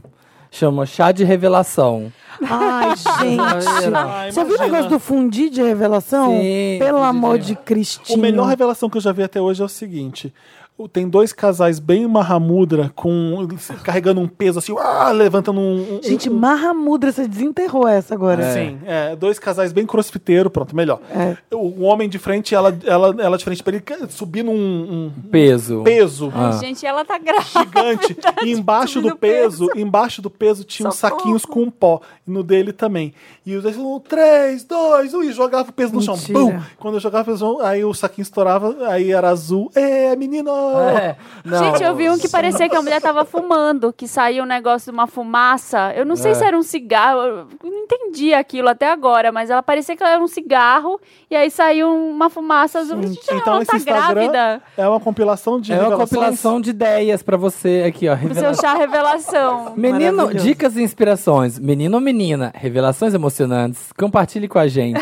Speaker 3: Chama Chá de Revelação.
Speaker 4: <laughs> Ai,
Speaker 1: Ah,
Speaker 4: gente. Você viu o
Speaker 1: imagina.
Speaker 4: negócio do fundir de revelação?
Speaker 3: Sim,
Speaker 4: Pelo
Speaker 3: fundi
Speaker 4: amor
Speaker 3: de-
Speaker 4: de Cristina.
Speaker 1: O melhor revelação que eu já vi até hoje é o seguinte. o- Tem dois casais bem marramudra, com, carregando um peso assim, ah, levantando um, um-
Speaker 4: Gente, Mahamudra, você desenterrou essa agora.
Speaker 1: Sim,
Speaker 4: assim.
Speaker 1: é, dois casais bem crossfiteiro, pronto, melhor.
Speaker 4: É.
Speaker 1: O, o homem de frente, ela, ela, ela de frente pra ele, subindo um, um
Speaker 3: Peso.
Speaker 1: peso
Speaker 3: Ah.
Speaker 2: Gente, ela tá grávida. <laughs>
Speaker 1: gigante.
Speaker 2: Tá
Speaker 1: e embaixo do
Speaker 2: subindo
Speaker 1: peso, embaixo do peso tinha uns saquinhos com um pó. E no dele também. E os dois falavam, três, dois, um, e jogava o peso no chão.
Speaker 4: Mentira.
Speaker 1: Bum! Quando eu jogava o peso, no chão, aí o saquinho estourava, aí era azul. É, menino!
Speaker 3: É, não.
Speaker 2: Gente, eu vi um que parecia que a mulher tava fumando, que saiu um negócio de uma fumaça. Eu não
Speaker 3: É.
Speaker 2: sei se era um cigarro, eu não entendi aquilo até agora, mas ela parecia que era um cigarro e aí saiu uma fumaça azul. Gente,
Speaker 1: Então
Speaker 2: ela
Speaker 1: esse
Speaker 2: tá
Speaker 1: Instagram
Speaker 3: <laughs>
Speaker 2: grávida.
Speaker 1: é uma compilação de
Speaker 3: É uma
Speaker 1: revelações.
Speaker 3: compilação de ideias pra você aqui, ó.
Speaker 2: Pro seu
Speaker 3: Revelação.
Speaker 2: chá revelação.
Speaker 3: Menino,
Speaker 4: Maravilhoso.
Speaker 3: dicas e inspirações. Menino ou menina, revelações emocionantes. Compartilhe com a
Speaker 4: <laughs>
Speaker 3: gente.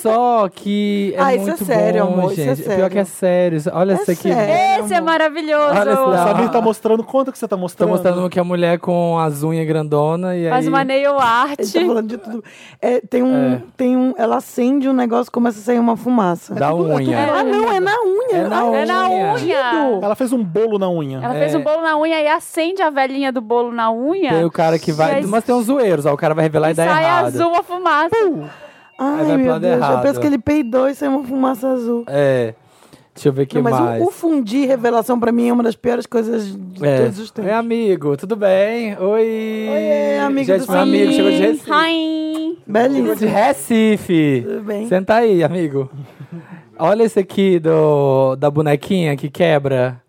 Speaker 3: Só que é
Speaker 4: Ah, isso é
Speaker 3: muito
Speaker 4: sério,
Speaker 3: bom,
Speaker 4: amor, isso é
Speaker 3: gente. Pior
Speaker 4: sério.
Speaker 3: que é sério. Olha isso aqui.
Speaker 4: sério.
Speaker 2: Esse é
Speaker 3: Olha esse
Speaker 2: maravilhoso.
Speaker 3: lá.
Speaker 1: Samir tá mostrando, quanto que você tá
Speaker 3: Tô
Speaker 1: mostrando?
Speaker 3: mostrando que a mulher com as unhas grandona e
Speaker 2: Faz
Speaker 3: aí...
Speaker 2: uma nail art.
Speaker 4: Ele tá falando de tudo. É, tem um,
Speaker 3: É.
Speaker 4: tem um, ela acende um negócio, começa a sair uma fumaça.
Speaker 3: Da unha.
Speaker 4: Ah, não, é na unha.
Speaker 3: É na
Speaker 2: É na
Speaker 3: unha.
Speaker 2: unha.
Speaker 1: Ela fez um bolo na unha.
Speaker 2: Ela fez um bolo na unha e acende a velhinha do bolo na unha.
Speaker 3: É. Tem o cara que vai.
Speaker 2: Mas-
Speaker 3: Mas tem uns zoeiros, ó. O cara vai revelar e dá
Speaker 2: sai
Speaker 3: errado. Uh,
Speaker 2: azul a fumaça.
Speaker 3: Aí vai
Speaker 4: Ai,
Speaker 3: é pro
Speaker 4: meu
Speaker 3: lado
Speaker 4: Deus.
Speaker 3: errado.
Speaker 4: Eu penso que ele peidou e saiu uma fumaça azul.
Speaker 3: É. Deixa eu ver o que
Speaker 4: Não, mas o-
Speaker 3: mais.
Speaker 4: o fundir revelação pra mim é uma das piores coisas de todos os
Speaker 3: é.
Speaker 4: tempos.
Speaker 3: é amigo, tudo bem? Oi.
Speaker 4: Oiê, amigo
Speaker 3: Gente,
Speaker 4: do
Speaker 3: meu amigo
Speaker 4: Sim.
Speaker 3: chegou de Recife.
Speaker 2: Ai.
Speaker 3: Chegou de
Speaker 4: Belíssimo.
Speaker 3: Recife.
Speaker 4: Tudo bem.
Speaker 3: Senta aí, amigo. Olha esse aqui do, da bonequinha que quebra.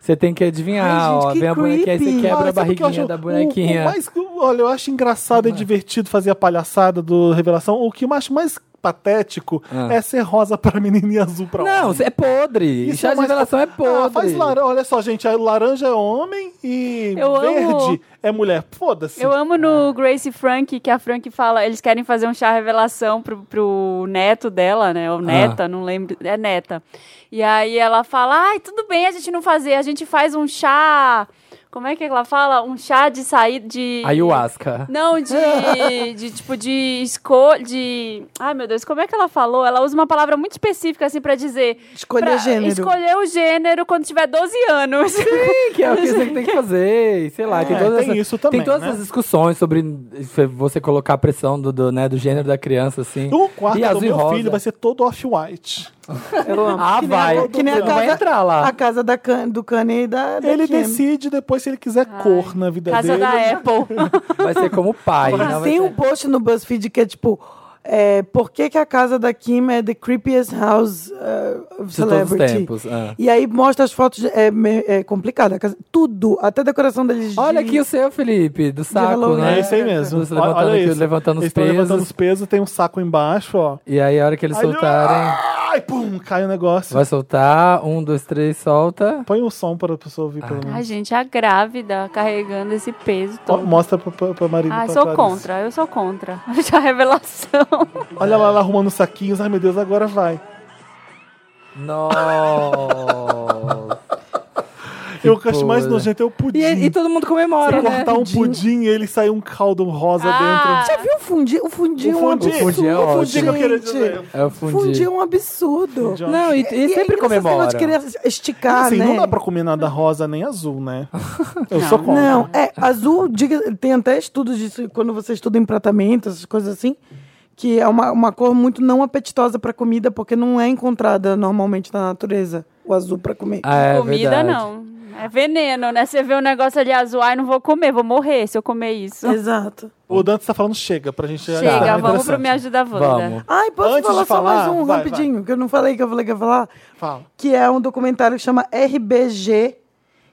Speaker 3: Você tem que adivinhar,
Speaker 4: Ai, gente,
Speaker 3: ó.
Speaker 4: que
Speaker 3: Vem a bonequinha, aí
Speaker 4: creepy.
Speaker 3: você quebra
Speaker 4: Olha,
Speaker 3: a
Speaker 1: sabe o que eu
Speaker 3: barriguinha
Speaker 1: acho-
Speaker 3: da
Speaker 1: o-
Speaker 3: bonequinha.
Speaker 1: O, mais, que- olha, eu acho engraçado e divertido fazer a palhaçada do Revelação. O que eu acho mais patético
Speaker 3: Ah.
Speaker 1: é ser rosa pra menina e azul pra
Speaker 3: Não,
Speaker 1: homem.
Speaker 3: é podre. Isso
Speaker 1: é
Speaker 3: Chá de
Speaker 1: mais-
Speaker 3: revelação é podre.
Speaker 1: Ah, faz laranja. Olha só, gente, a laranja é homem e
Speaker 2: Eu amo-
Speaker 1: verde é mulher. Foda-se.
Speaker 2: Eu amo
Speaker 4: Ah.
Speaker 2: no Grace Frank que a Frank fala, eles querem fazer um chá revelação pro, pro neto dela, né?
Speaker 4: Ah.
Speaker 2: Ou neta, não lembro. É neta. E aí ela fala: ai, tudo bem a gente não fazer, a gente faz um chá. Como é que ela fala? Um chá de sair de.
Speaker 3: Ayahuasca.
Speaker 2: Não,
Speaker 4: <laughs>
Speaker 2: de, de tipo de escolha. De. Ai, meu Deus, como é que ela falou? Ela usa uma palavra muito específica, assim, pra dizer.
Speaker 4: Escolher
Speaker 2: pra-
Speaker 4: gênero.
Speaker 2: Escolher o gênero quando tiver 12 anos.
Speaker 3: Que é o que você tem que fazer, e sei lá. tem
Speaker 1: É,
Speaker 3: todas
Speaker 1: tem
Speaker 3: essas,
Speaker 1: isso também,
Speaker 3: Tem todas
Speaker 1: né?
Speaker 3: essas discussões sobre você colocar a pressão do, do, né, do gênero da criança, assim.
Speaker 1: O quarto
Speaker 3: e
Speaker 1: do
Speaker 3: azul e
Speaker 1: meu
Speaker 3: rosa.
Speaker 1: filho vai ser todo off-white.
Speaker 4: Eu amo.
Speaker 3: Ah,
Speaker 4: Que nem a-
Speaker 3: vai.
Speaker 4: que nem a
Speaker 3: Você não vai
Speaker 4: casa-
Speaker 3: entrar lá.
Speaker 4: A casa da Can- do Kanye e da, da
Speaker 1: Ele
Speaker 4: Kim.
Speaker 1: decide depois se ele quiser cor na vida
Speaker 2: <laughs> Casa
Speaker 1: dele.
Speaker 2: da Apple.
Speaker 3: Vai ser como o pai. não vai
Speaker 4: Tem
Speaker 3: ser-
Speaker 4: um post no BuzzFeed que é tipo... É, por que, que a casa da Kim é the creepiest house uh, of
Speaker 3: De todos os
Speaker 4: celebrity?
Speaker 3: tempos. ah.
Speaker 4: E aí mostra as fotos, é, me- é complicado. a casa- tudo, até a decoração deles.
Speaker 3: Olha
Speaker 4: de-
Speaker 3: aqui o seu, Felipe, do saco,
Speaker 4: Halloween.
Speaker 3: né?
Speaker 1: É isso aí mesmo.
Speaker 3: Você
Speaker 1: Olha-
Speaker 3: levantando
Speaker 1: Olha
Speaker 3: aqui,
Speaker 1: isso.
Speaker 3: levantando os
Speaker 1: Eles tão levantando
Speaker 3: pesos.
Speaker 1: os pesos, tem um saco embaixo, ó.
Speaker 3: E aí, a hora que eles
Speaker 1: Aí-
Speaker 3: soltarem,
Speaker 1: Ai, pum, cai o negócio.
Speaker 3: vai soltar. Um, dois, três, solta.
Speaker 1: Põe o som para a pessoa ouvir, pelo menos.
Speaker 2: Ai, gente, a grávida carregando esse peso
Speaker 1: Ó,
Speaker 2: todo.
Speaker 1: Mostra pra, pra, pra Marília.
Speaker 2: Então- Ah,
Speaker 1: pra
Speaker 2: sou
Speaker 1: Clarice.
Speaker 2: contra, eu sou contra. <laughs> Já revelação.
Speaker 1: Olha lá, ela arrumando os saquinhos. Ai, meu Deus, agora vai.
Speaker 3: Nossa.
Speaker 1: eu o que acho mais
Speaker 3: coisa.
Speaker 1: nojento é o pudim.
Speaker 3: E, e todo mundo
Speaker 1: Você
Speaker 3: comemora, né?
Speaker 1: cortar um pudim e ele sair um caldo rosa
Speaker 2: Ah,
Speaker 1: dentro.
Speaker 4: Já viu o fundi? O fundi é um
Speaker 1: fundi.
Speaker 4: absurdo.
Speaker 1: O
Speaker 3: fundi é
Speaker 1: O
Speaker 3: ótimo.
Speaker 1: pudim que eu queria
Speaker 4: gente.
Speaker 1: dizer.
Speaker 3: É o
Speaker 4: Fundi.
Speaker 3: fundi.
Speaker 4: é um absurdo.
Speaker 1: Fundi é um
Speaker 3: Não, e, e
Speaker 4: é
Speaker 3: sempre
Speaker 4: engraçado esse
Speaker 3: comemora.
Speaker 4: negócio de querer esticar,
Speaker 1: Assim,
Speaker 4: né?
Speaker 1: não dá pra comer nada rosa nem azul, né? Eu sou contra.
Speaker 4: Não, é, azul, diga- tem até estudos disso, quando você estuda em tratamento, essas coisas assim, que é uma, uma cor muito não apetitosa pra comida, porque não é encontrada normalmente na natureza, o azul pra comer.
Speaker 3: Ah, é
Speaker 2: comida
Speaker 3: verdade.
Speaker 2: não. É veneno, né? Você vê um negócio ali azul, ai, não vou comer, vou morrer se eu comer isso.
Speaker 4: Exato.
Speaker 1: O Dante tá falando chega pra gente.
Speaker 2: Chega,
Speaker 1: tá
Speaker 2: vamos pro
Speaker 1: interessante.
Speaker 2: Me Ajuda Wanda.
Speaker 3: Vamos.
Speaker 4: Ai, posso
Speaker 1: Antes
Speaker 4: falar
Speaker 1: de
Speaker 4: só
Speaker 1: falar,
Speaker 4: mais um
Speaker 1: vai,
Speaker 4: rapidinho, que eu não falei que eu falei que eu ia falar?
Speaker 1: Fala.
Speaker 4: que é um documentário que chama RBG,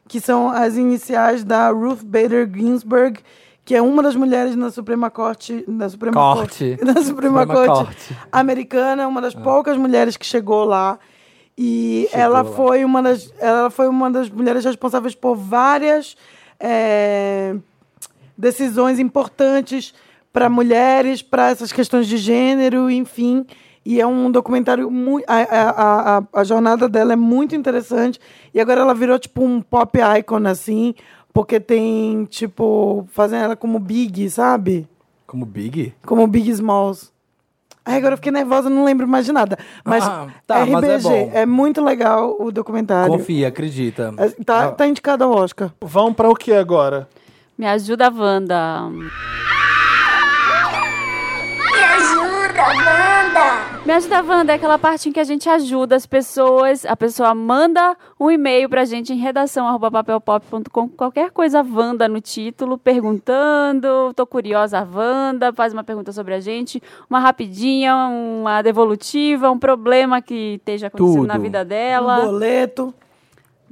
Speaker 4: que são as iniciais da Ruth Bader Ginsburg, que é uma das mulheres na Suprema Corte, na Suprema
Speaker 3: Corte.
Speaker 4: na Suprema,
Speaker 3: Suprema
Speaker 4: Corte, <laughs>
Speaker 3: Corte.
Speaker 4: americana, uma das poucas mulheres que chegou lá. E ela
Speaker 3: lá.
Speaker 4: foi uma das ela foi uma das mulheres responsáveis por várias eh, decisões importantes para mulheres, para essas questões de gênero, enfim. E é um documentário muito. A, a, a, a jornada dela é muito interessante. E agora ela virou, tipo, um pop icon, assim, porque tem, tipo, fazendo ela como Big, sabe?
Speaker 3: Como Big?
Speaker 4: Como Big Smalls. Ai, agora eu fiquei nervosa, não lembro mais de nada. Mas
Speaker 3: Ah, tá,
Speaker 4: RBG,
Speaker 3: mas é bom.
Speaker 4: muito legal o documentário.
Speaker 3: Confia, acredita.
Speaker 4: É, Tá, tá indicado ao Oscar.
Speaker 1: Vamos pra o que agora?
Speaker 2: Me Ajuda Wanda.
Speaker 7: Me ajuda, Wanda!
Speaker 2: Me Ajuda Wanda é aquela parte em que a gente ajuda as pessoas. A pessoa manda um e-mail pra gente em redação arroba papelpop.com, qualquer coisa Wanda no título, perguntando, tô curiosa Wanda, faz uma pergunta sobre a gente, uma rapidinha, uma devolutiva, um problema que esteja acontecendo na
Speaker 3: Tudo.
Speaker 2: vida
Speaker 4: Um
Speaker 2: dela.
Speaker 4: boleto.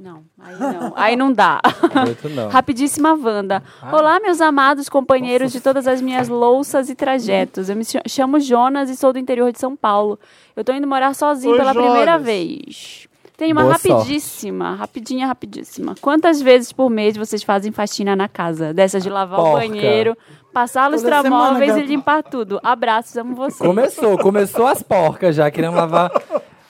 Speaker 2: Não, aí não. Aí não dá. <laughs>
Speaker 3: Boleto não.
Speaker 2: Rapidíssima Wanda.
Speaker 4: Ah.
Speaker 2: Olá, meus amados companheiros de todas as minhas louças e trajetos. Eu me ch- chamo Jonas e sou do interior de São Paulo. Eu tô indo morar sozinho
Speaker 1: Oi,
Speaker 2: pela primeira
Speaker 1: Jonas.
Speaker 2: vez. Tem uma
Speaker 3: Boa
Speaker 2: rapidíssima, rapidinha, rapidíssima. Quantas vezes por mês vocês fazem faxina na casa? Dessas de lavar o
Speaker 3: Porca.
Speaker 2: banheiro, passar
Speaker 4: Toda
Speaker 2: lustramóveis
Speaker 4: semana,
Speaker 2: e limpar tudo. Abraços, amo vocês.
Speaker 3: Começou, começou as porcas já. Queremos lavar.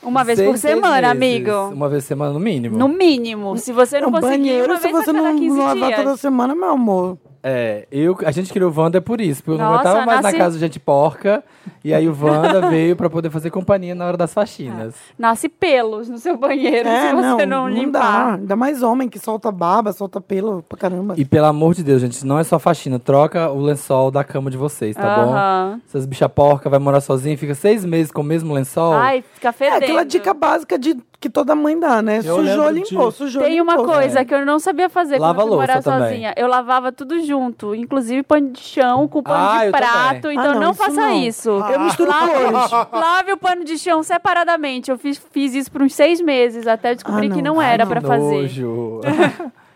Speaker 2: Uma vez
Speaker 3: seis,
Speaker 2: por
Speaker 3: seis
Speaker 2: semana,
Speaker 3: vezes.
Speaker 2: amigo.
Speaker 3: Uma vez por semana, no mínimo.
Speaker 2: No mínimo. Se você não
Speaker 4: um
Speaker 2: conseguir,
Speaker 4: banheiro,
Speaker 2: uma
Speaker 4: se
Speaker 2: vez a
Speaker 4: você
Speaker 2: cada
Speaker 4: não
Speaker 2: 15
Speaker 4: lavar
Speaker 2: dias.
Speaker 4: toda semana, meu amor.
Speaker 3: É, eu, a gente criou o Wanda por isso, porque eu não
Speaker 2: Nossa,
Speaker 3: aguentava mais
Speaker 2: nasce-
Speaker 3: na casa de gente porca. E aí o
Speaker 2: <laughs>
Speaker 3: Wanda veio pra poder fazer companhia na hora das faxinas.
Speaker 2: Nasce pelos no seu banheiro se você não,
Speaker 4: É, dá.
Speaker 2: limpar.
Speaker 4: Ainda mais homem que solta barba, solta pelo pra
Speaker 2: Ah.
Speaker 4: caramba.
Speaker 3: E pelo amor de Deus, gente, não é só faxina. Troca o lençol da cama de vocês, tá bom?
Speaker 2: Aham.
Speaker 3: Essas bicha porca vai morar sozinha, fica seis meses com o mesmo lençol.
Speaker 2: Ai, fica
Speaker 4: É
Speaker 2: fedendo.
Speaker 4: aquela dica básica de que toda mãe dá, né?
Speaker 1: Eu
Speaker 4: sujou,
Speaker 1: lembro
Speaker 4: limpou,
Speaker 1: de-
Speaker 4: sujou,
Speaker 2: Tem
Speaker 4: limpou.
Speaker 2: uma coisa
Speaker 3: É,
Speaker 2: que eu não sabia fazer
Speaker 3: Lava
Speaker 2: quando eu fui
Speaker 3: a
Speaker 2: morar
Speaker 3: louça também.
Speaker 2: sozinha. Eu lavava tudo junto, inclusive pano de chão com pano
Speaker 3: Ah,
Speaker 2: de
Speaker 3: eu
Speaker 2: prato.
Speaker 3: também.
Speaker 2: Então
Speaker 4: Ah, não,
Speaker 2: não,
Speaker 4: isso
Speaker 2: faça
Speaker 4: não.
Speaker 2: isso.
Speaker 4: Eu misturo cores.
Speaker 2: Lave o pano de chão separadamente. Eu fiz, fiz isso por uns seis meses até descobrir
Speaker 4: Ah, não.
Speaker 2: que não
Speaker 4: Ah,
Speaker 2: era
Speaker 4: não.
Speaker 2: pra fazer.
Speaker 3: Nojo.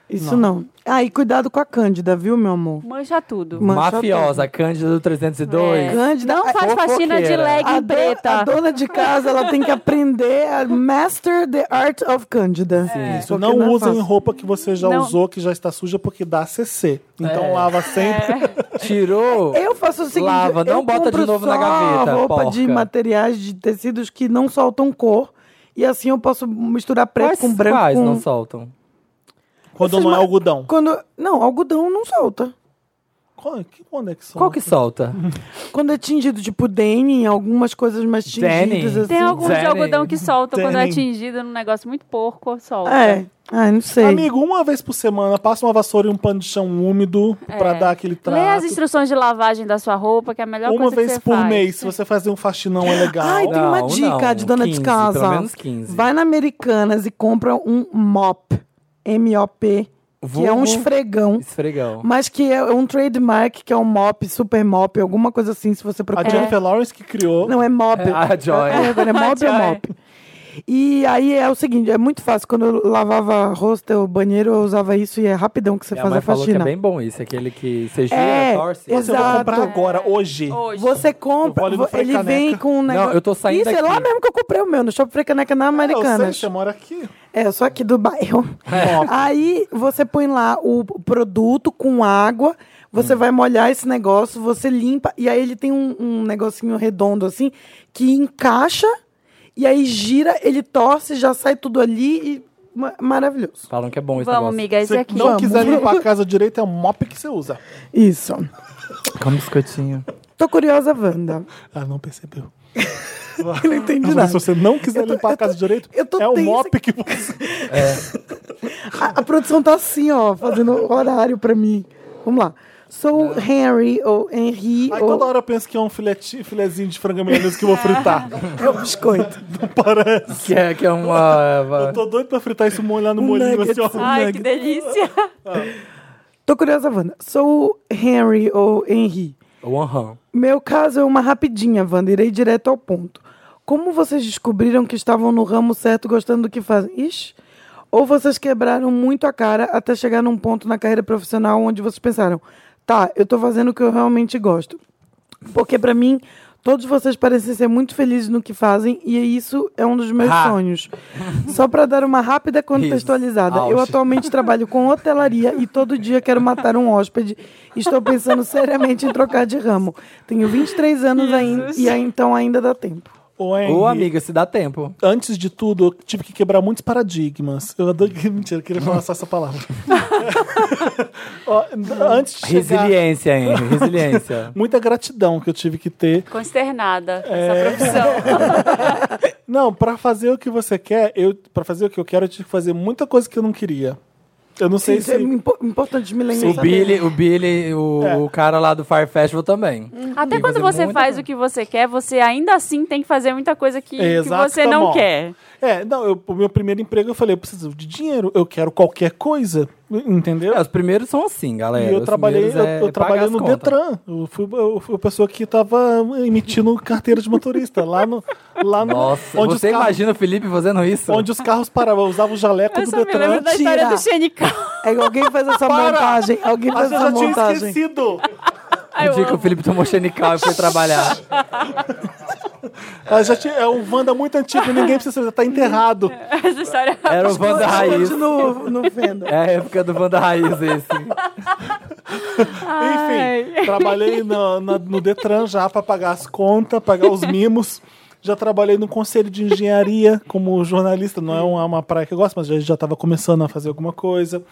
Speaker 4: Isso não. Ah, e cuidado com a Cândida, viu, meu amor?
Speaker 2: Mancha tudo.
Speaker 4: <laughs> Mancha
Speaker 3: Mafiosa, Cândida do 302.
Speaker 2: É.
Speaker 4: Cândida.
Speaker 2: Não
Speaker 4: a-
Speaker 2: faz faxina de
Speaker 3: fofoqueira.
Speaker 2: legging
Speaker 4: a, do- a
Speaker 2: É preta.
Speaker 4: dona de casa, ela tem que aprender a master the art of Cândida.
Speaker 1: Isso,
Speaker 4: Porque
Speaker 1: não
Speaker 4: é
Speaker 1: usem
Speaker 4: fácil.
Speaker 1: roupa que você já
Speaker 2: Não.
Speaker 1: usou, que já está suja, porque dá CC. Então
Speaker 3: É.
Speaker 1: lava sempre.
Speaker 2: É.
Speaker 3: Tirou.
Speaker 4: Eu faço o seguinte,
Speaker 3: Lava, não
Speaker 4: eu
Speaker 3: bota de
Speaker 4: compro
Speaker 3: novo na
Speaker 4: só
Speaker 3: gaveta,
Speaker 4: roupa
Speaker 3: porca.
Speaker 4: de materiais de tecidos que não soltam cor. E assim eu posso misturar preto
Speaker 3: Quais-
Speaker 4: com branco.
Speaker 3: quais
Speaker 4: com-
Speaker 3: não soltam?
Speaker 1: Quando
Speaker 4: Esses
Speaker 1: não é
Speaker 4: ma-
Speaker 1: algodão.
Speaker 4: Quando não, algodão não solta.
Speaker 1: Qual, que conexão?
Speaker 3: Qual que solta?
Speaker 4: Quando é tingido tipo denim, algumas coisas mais
Speaker 3: Denim.
Speaker 4: tingidas assim.
Speaker 2: Tem alguns
Speaker 3: Zé,
Speaker 2: de algodão que soltam quando é
Speaker 1: Zé,
Speaker 2: atingido num negócio muito porco, solta.
Speaker 4: É, ah, não sei.
Speaker 1: Amigo, uma vez por semana, passa uma vassoura e um pano de chão úmido pra
Speaker 4: É.
Speaker 1: dar aquele
Speaker 2: Lê as
Speaker 1: trato.
Speaker 2: instruções de lavagem da sua roupa, que é a melhor
Speaker 1: Uma
Speaker 2: coisa que
Speaker 1: vez
Speaker 2: você
Speaker 1: por
Speaker 2: faz.
Speaker 1: mês, se você fazer um faxinão é legal.
Speaker 4: Ai, tem uma
Speaker 3: Não,
Speaker 4: dica
Speaker 3: não,
Speaker 4: de dona
Speaker 3: 15,
Speaker 4: de casa.
Speaker 3: pelo menos 15.
Speaker 4: Vai na Americanas e compra um mop, M-O-P, que é um
Speaker 3: Vulgo
Speaker 4: esfregão.
Speaker 3: Esfregão.
Speaker 4: Mas que é um trademark, que é um mop, super mop, alguma coisa assim, se você
Speaker 1: a
Speaker 4: procurar.
Speaker 1: Jennifer Lawrence que criou.
Speaker 4: Não, é mop.
Speaker 3: É, a Joy.
Speaker 4: É, agora é mop é
Speaker 2: Joy.
Speaker 4: mop. E aí é o seguinte, é muito fácil. Quando eu lavava rosto, banheiro, eu usava isso e é rapidão que você
Speaker 3: Minha
Speaker 4: faz
Speaker 3: mãe
Speaker 4: a
Speaker 3: falou que é
Speaker 4: faxina.
Speaker 3: bem bom isso, aquele que você gira,
Speaker 4: É,
Speaker 3: torce.
Speaker 1: Nossa, eu vou comprar
Speaker 4: exato. É.
Speaker 1: agora, hoje.
Speaker 2: Hoje.
Speaker 4: Você
Speaker 1: Eu vou
Speaker 4: compra,
Speaker 1: ali no
Speaker 4: vo-
Speaker 1: Frei
Speaker 4: ele
Speaker 1: Caneca.
Speaker 4: vem com um negócio.
Speaker 3: eu tô saindo
Speaker 4: Isso, é lá
Speaker 3: daqui. É,
Speaker 4: mesmo que eu comprei o meu, no Shopping Frei Caneca na
Speaker 1: Ah, Eu sei,
Speaker 4: Americanas.
Speaker 1: você mora aqui.
Speaker 4: É, eu sou aqui do bairro. É. <laughs> Aí você põe lá o produto com água, você vai molhar esse negócio, você limpa, e aí ele tem um, um negocinho redondo assim, que encaixa, e aí gira, ele torce, já sai tudo ali e. ma- Maravilhoso.
Speaker 3: Falam que é bom esse
Speaker 2: Vamos,
Speaker 3: negócio.
Speaker 2: amiga, esse
Speaker 1: Se
Speaker 2: aqui.
Speaker 1: não
Speaker 4: Vamos.
Speaker 1: quiser limpar a casa direito, é o mop que você
Speaker 4: <laughs>
Speaker 1: usa.
Speaker 4: Isso.
Speaker 3: Come biscoitinho.
Speaker 4: Tô curiosa, Wanda.
Speaker 1: Ah, não percebeu.
Speaker 4: Eu <laughs> não entendi
Speaker 1: Mas se
Speaker 4: nada.
Speaker 1: você não quiser
Speaker 4: Eu tô-
Speaker 1: limpar
Speaker 4: eu
Speaker 1: a casa
Speaker 4: tô-
Speaker 1: direito,
Speaker 4: eu tô
Speaker 1: é o
Speaker 4: tensa
Speaker 1: mop que você.
Speaker 4: A, a produção tá assim, ó, fazendo horário pra mim. Vamos lá. Sou Henry ou Henry
Speaker 1: Aí toda
Speaker 4: ou
Speaker 1: hora eu penso que é um filete, filezinho de frango milanesa que eu vou fritar.
Speaker 4: <laughs> é o biscoito.
Speaker 1: Não parece.
Speaker 3: Que é, que é uma...
Speaker 1: Eu tô doido pra fritar isso molhar no
Speaker 4: Um
Speaker 1: molhinho
Speaker 4: nugget.
Speaker 1: assim, ó.
Speaker 2: Ai,
Speaker 1: <laughs>
Speaker 2: que delícia.
Speaker 4: Tô curiosa, Wanda. Sou Henry ou Henry.
Speaker 3: One hand.
Speaker 4: Meu caso é uma rapidinha, Wanda. Irei direto ao ponto. Como vocês descobriram que estavam no ramo certo gostando do que fazem? Ixi. Ou vocês quebraram muito a cara até chegar num ponto na carreira profissional onde vocês pensaram: tá, eu tô fazendo o que eu realmente gosto. Porque pra mim, todos vocês parecem ser muito felizes no que fazem e isso é um dos meus
Speaker 3: Ha.
Speaker 4: sonhos. Só pra dar uma rápida contextualizada, eu
Speaker 3: Auge.
Speaker 4: atualmente trabalho com hotelaria e todo dia quero matar um hóspede. Estou pensando seriamente em trocar de ramo. Tenho 23 anos ainda e aí, então ainda dá tempo.
Speaker 1: Ô, Henry,
Speaker 3: Ô, amiga, se dá tempo.
Speaker 1: antes de tudo, eu tive que quebrar muitos paradigmas. Eu adoro que. <laughs> Mentira, eu queria falar só essa
Speaker 3: <laughs>
Speaker 1: palavra. Ó, n- antes de chegar,
Speaker 3: Resiliência, Henry,
Speaker 1: <laughs>
Speaker 3: resiliência.
Speaker 1: muita gratidão que eu tive que ter
Speaker 2: Consternada
Speaker 1: É. <laughs>
Speaker 2: essa profissão.
Speaker 1: Não, pra fazer o que você quer, eu para fazer o que eu quero, eu tive que fazer muita coisa que eu não queria. Eu não sei
Speaker 4: Isso é
Speaker 1: se
Speaker 4: impo- importante me lembrar.
Speaker 3: O Billy, o Billy, o,
Speaker 1: É. Uhum.
Speaker 3: o cara lá do Fire Festival também.
Speaker 2: Até
Speaker 3: E
Speaker 2: quando
Speaker 3: você
Speaker 2: você
Speaker 3: muito
Speaker 2: faz o que você quer, você ainda assim tem que fazer muita coisa que, que
Speaker 1: Exato,
Speaker 2: você
Speaker 1: tá
Speaker 2: não
Speaker 1: bom.
Speaker 2: quer.
Speaker 1: É, não, eu, o meu primeiro emprego eu falei, eu preciso de dinheiro, eu quero qualquer coisa, entendeu?
Speaker 3: É, os primeiros são assim,
Speaker 1: E
Speaker 3: galera.
Speaker 1: eu
Speaker 3: Os
Speaker 1: trabalhei, eu,
Speaker 3: primeiros é
Speaker 1: eu trabalhei
Speaker 3: pagar as
Speaker 1: no
Speaker 3: contas.
Speaker 1: Detran. Eu fui, eu fui a pessoa que tava emitindo carteira de motorista lá no lá no
Speaker 3: Nossa,
Speaker 1: né? onde os
Speaker 3: você
Speaker 1: carros-
Speaker 3: imagina o Felipe fazendo isso?
Speaker 1: onde os carros paravam, eu usava o jaleco
Speaker 2: Eu
Speaker 1: do
Speaker 2: só me
Speaker 1: Detran.
Speaker 2: lembro da história
Speaker 4: Tira.
Speaker 2: do Xenical.
Speaker 4: É que alguém faz essa montagem. Alguém
Speaker 1: Mas
Speaker 4: faz
Speaker 1: eu
Speaker 4: essa
Speaker 1: já tinha
Speaker 4: montagem.
Speaker 1: esquecido.
Speaker 2: Ai,
Speaker 3: O dia
Speaker 2: eu
Speaker 3: que o
Speaker 2: amo.
Speaker 3: Felipe tomou xenical e foi
Speaker 2: <laughs>
Speaker 3: trabalhar.
Speaker 1: Eu já tinha, é um Wanda muito antigo, ninguém precisa saber, tá
Speaker 2: <laughs>
Speaker 1: enterrado.
Speaker 2: Essa história.
Speaker 3: Era o Vanda Raiz.
Speaker 4: no, no fenda.
Speaker 3: É a época do Vanda Raiz esse.
Speaker 1: Enfim, trabalhei na- na- no Detran já para pagar as contas, pagar os mimos. Já trabalhei no conselho de engenharia como jornalista. Não é uma, uma praia que eu gosto, mas já já estava começando a fazer alguma coisa.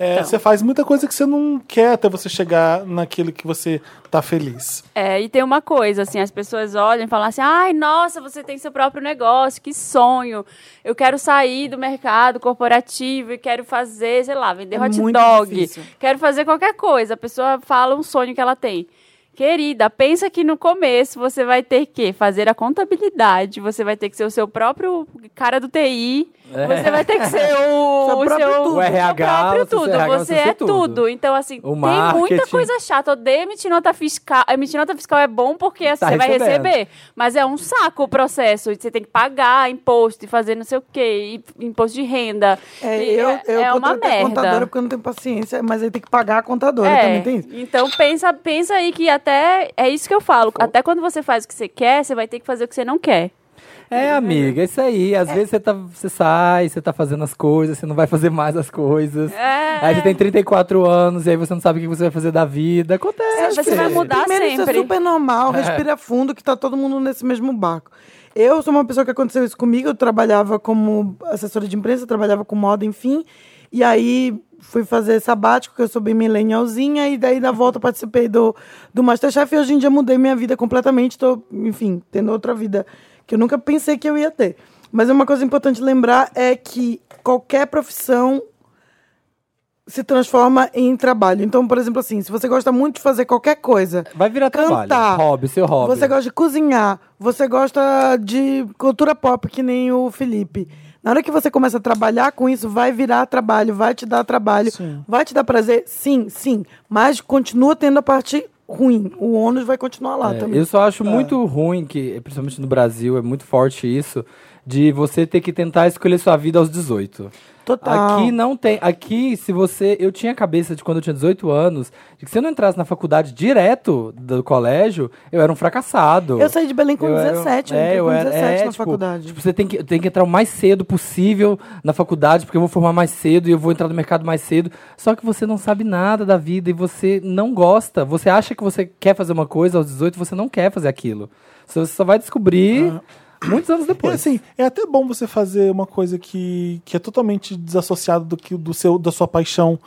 Speaker 1: É,
Speaker 2: Então.
Speaker 1: Você faz muita coisa que você não quer até você chegar naquilo que você tá feliz.
Speaker 2: É, e tem uma coisa, assim, as pessoas olham e falam assim, ai, nossa, você tem seu próprio negócio, que sonho. Eu quero sair do mercado corporativo e quero fazer, sei lá, vender
Speaker 4: É
Speaker 2: hot
Speaker 4: muito
Speaker 2: dog.
Speaker 4: difícil.
Speaker 2: Quero fazer qualquer coisa. A pessoa fala um sonho que ela tem. Querida, pensa que no começo você vai ter que fazer a contabilidade, você vai ter que ser o seu próprio cara do TI, você vai ter que ser
Speaker 4: Seu
Speaker 2: o, o
Speaker 4: próprio
Speaker 2: seu
Speaker 4: tudo.
Speaker 2: o
Speaker 3: RH,
Speaker 2: próprio
Speaker 3: você é
Speaker 2: tudo.
Speaker 3: RH,
Speaker 2: Você
Speaker 3: você é
Speaker 2: é
Speaker 3: tudo.
Speaker 2: tudo. Então, assim, tem muita
Speaker 3: marketing.
Speaker 2: coisa chata. é Odeio emitir nota fiscal. Emitir nota fiscal é bom porque assim,
Speaker 3: Tá
Speaker 2: você vai
Speaker 3: recebendo.
Speaker 2: receber, mas é um saco o processo. Você tem que pagar imposto e fazer não sei o quê, e imposto de renda.
Speaker 4: É,
Speaker 2: E
Speaker 4: eu,
Speaker 2: é-
Speaker 4: eu
Speaker 2: é uma
Speaker 4: contratei a contadora
Speaker 2: merda.
Speaker 4: porque eu não tenho paciência, mas aí tem que pagar a contadora, também tem isso.
Speaker 2: Então pensa, pensa aí que até é isso que eu falo. Até quando você faz o que você quer, você vai ter que fazer o que você não quer.
Speaker 3: É, amiga, é isso aí. Às vezes você, tá, você sai, você tá fazendo as coisas, você não vai fazer mais as coisas.
Speaker 2: É.
Speaker 3: Aí você tem 34 anos e aí você não sabe o que você vai fazer da vida. Acontece.
Speaker 2: Você vai mudar
Speaker 4: Primeiro, isso é
Speaker 2: sempre.
Speaker 4: super normal, respira fundo, que tá todo mundo nesse mesmo barco. Eu sou uma pessoa que aconteceu isso comigo, eu trabalhava como assessora de imprensa, trabalhava com moda, enfim. E aí fui fazer sabático, que eu sou bem millennialzinha, e daí na volta participei do, do Masterchef e hoje em dia mudei minha vida completamente, tô, enfim, tendo outra vida que eu nunca pensei que eu ia ter. Mas uma coisa importante lembrar é que qualquer profissão se transforma em trabalho. Então, por exemplo, assim, se você gosta muito de fazer qualquer coisa,
Speaker 3: Vai virar
Speaker 4: cantar,
Speaker 3: trabalho. Hobby, seu hobby.
Speaker 4: você gosta de cozinhar, você gosta de cultura pop, que nem o Felipe. Na hora que você começa a trabalhar com isso, vai virar trabalho, vai te dar trabalho, vai te dar prazer, sim, sim. Mas continua tendo a parte ruim. O ônus vai continuar lá
Speaker 3: É,
Speaker 4: também.
Speaker 3: Eu só acho muito ruim que, principalmente no Brasil, é muito forte isso, de você ter que tentar escolher sua vida aos 18.
Speaker 4: Total.
Speaker 3: Aqui não tem. Aqui, se você. Eu tinha a cabeça de quando eu tinha 18 anos, de que se eu não entrasse na faculdade direto do colégio, eu era um fracassado.
Speaker 4: Eu saí de Belém com
Speaker 3: Eu era-
Speaker 4: 17, eu
Speaker 3: é,
Speaker 4: entrei
Speaker 3: eu
Speaker 4: com
Speaker 3: era-
Speaker 4: 17
Speaker 3: é,
Speaker 4: na
Speaker 3: tipo,
Speaker 4: faculdade.
Speaker 3: tipo, você tem que, tem que entrar o mais cedo possível na faculdade, porque eu vou formar mais cedo e eu vou entrar no mercado mais cedo. Só que você não sabe nada da vida e você não gosta. Você acha que você quer fazer uma coisa aos 18, você não quer fazer aquilo. Você só vai descobrir
Speaker 4: Ah.
Speaker 3: muitos anos
Speaker 1: É
Speaker 3: depois.
Speaker 1: assim, é até bom você fazer uma coisa que, que é totalmente desassociada do que do seu da sua paixão.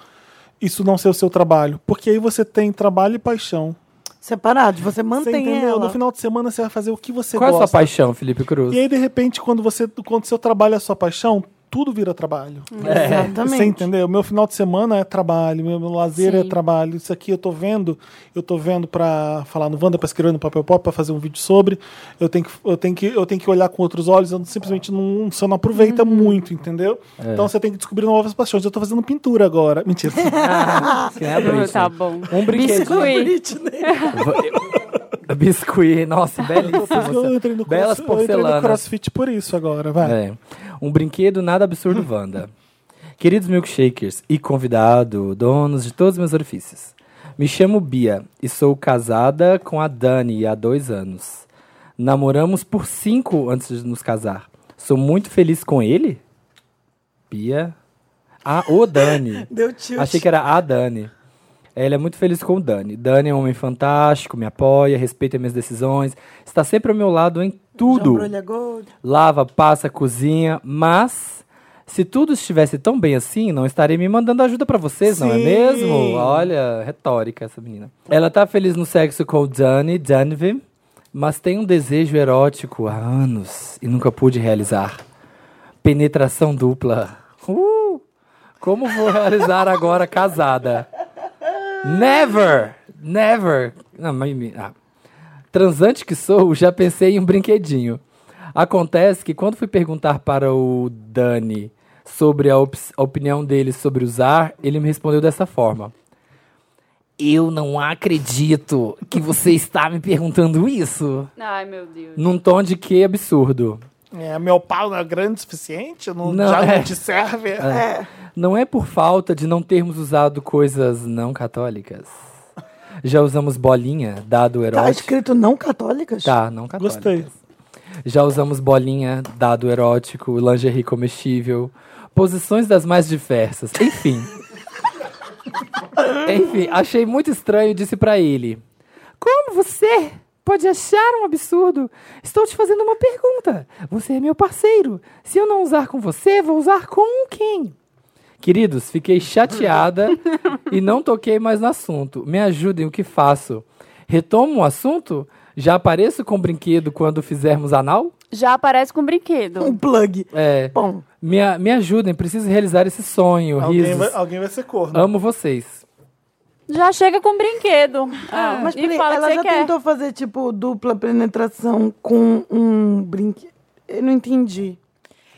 Speaker 1: Isso não ser o seu trabalho, porque aí você tem trabalho e paixão.
Speaker 4: Separado, você mantém
Speaker 1: você entendeu?
Speaker 4: ela.
Speaker 1: No final de semana você vai fazer o que você
Speaker 3: Qual é a sua
Speaker 1: gosta.
Speaker 3: paixão, Felipe Cruz?
Speaker 1: e aí de repente quando você quando seu trabalho é a sua paixão, tudo vira trabalho.
Speaker 3: é,
Speaker 4: É. Exatamente.
Speaker 1: Você entendeu? Meu final de semana é trabalho, meu meu lazer é
Speaker 2: Sim.
Speaker 1: trabalho. Isso aqui eu tô vendo, eu tô vendo pra falar no Wanda, pra escrever no Papel Pop, pra fazer um vídeo sobre. Eu tenho que, eu tenho que, eu tenho que olhar com outros olhos, eu não- simplesmente não, você não aproveita muito, entendeu?
Speaker 3: É.
Speaker 1: Então você tem que descobrir novas paixões. Eu tô fazendo pintura agora. <laughs> Mentira.
Speaker 3: Que
Speaker 4: É
Speaker 3: nem é a Britney.
Speaker 2: Tá
Speaker 4: né?
Speaker 2: bom.
Speaker 3: Um brinquedinho.
Speaker 2: Biscuit.
Speaker 1: né?
Speaker 3: <laughs>
Speaker 1: <laughs>
Speaker 3: Biscuit, nossa, belíssimo.
Speaker 1: eu entrei no,
Speaker 3: Belas
Speaker 1: cross- eu entrei no
Speaker 3: porcelanas.
Speaker 1: crossfit por isso agora, vai.
Speaker 3: É. Um brinquedo nada absurdo, Wanda. Queridos milkshakers e convidado, donos de todos os meus orifícios. Me chamo Bia e sou casada com a Dani há dois anos. Namoramos por cinco antes de nos casar. Sou muito feliz com ele. Bia. Ah, o Dani.
Speaker 4: Deu tilt.
Speaker 3: Achei que era a Dani. Ela é muito feliz com o Dani. Dani é um homem fantástico, me apoia, respeita minhas decisões, está sempre ao meu lado em tudo
Speaker 4: Jambrolha Gold.
Speaker 3: lava, passa, cozinha, mas se tudo estivesse tão bem assim, não estarei me mandando ajuda pra vocês, não é
Speaker 1: Sim.
Speaker 3: mesmo? Olha, retórica essa menina. Ela tá feliz no sexo com o Danny, Danvi, mas tem um desejo erótico há anos e nunca pude realizar. Penetração dupla. Uh, como vou realizar agora casada? Never! Never! Não, mas, me- ah. Transante que sou, <laughs> já pensei em um brinquedinho. Acontece que quando fui perguntar para o Dani sobre a, ops- a opinião dele sobre usar, ele me respondeu dessa forma. Eu não acredito que você está me perguntando isso.
Speaker 2: Ai, meu Deus.
Speaker 3: Num tom de que absurdo.
Speaker 1: É, meu pau não é grande o suficiente? Não,
Speaker 3: Não,
Speaker 1: já
Speaker 3: é.
Speaker 1: não te serve?
Speaker 3: Não é por falta de não termos usado coisas não católicas. Já usamos bolinha, dado
Speaker 4: Tá
Speaker 3: erótico.
Speaker 4: escrito não católicas?
Speaker 3: Tá, não católicas.
Speaker 1: Gostei.
Speaker 3: Já usamos bolinha, dado erótico, lingerie comestível, posições das mais diversas, enfim. enfim, achei muito estranho e disse pra ele: Como você pode achar um absurdo? Estou te fazendo uma pergunta. Você é meu parceiro. Se eu não usar com você, vou usar com quem? Queridos, fiquei chateada e não toquei mais no assunto. Me ajudem, o que faço? Retomo o assunto? Já apareço com brinquedo quando fizermos anal?
Speaker 2: Já aparece com brinquedo.
Speaker 4: Um plug.
Speaker 3: É.
Speaker 4: Bom,
Speaker 3: Me, a- me ajudem, preciso realizar esse sonho.
Speaker 1: Alguém Ah.
Speaker 3: risos.
Speaker 1: vai, alguém vai ser corno.
Speaker 3: Amo vocês.
Speaker 2: Já chega com brinquedo. Ah,
Speaker 4: Mas
Speaker 2: e
Speaker 4: peraí,
Speaker 2: fala
Speaker 4: ela
Speaker 2: que você
Speaker 4: já
Speaker 2: quer.
Speaker 4: tentou fazer, tipo, dupla penetração com um brinquedo. Eu não entendi.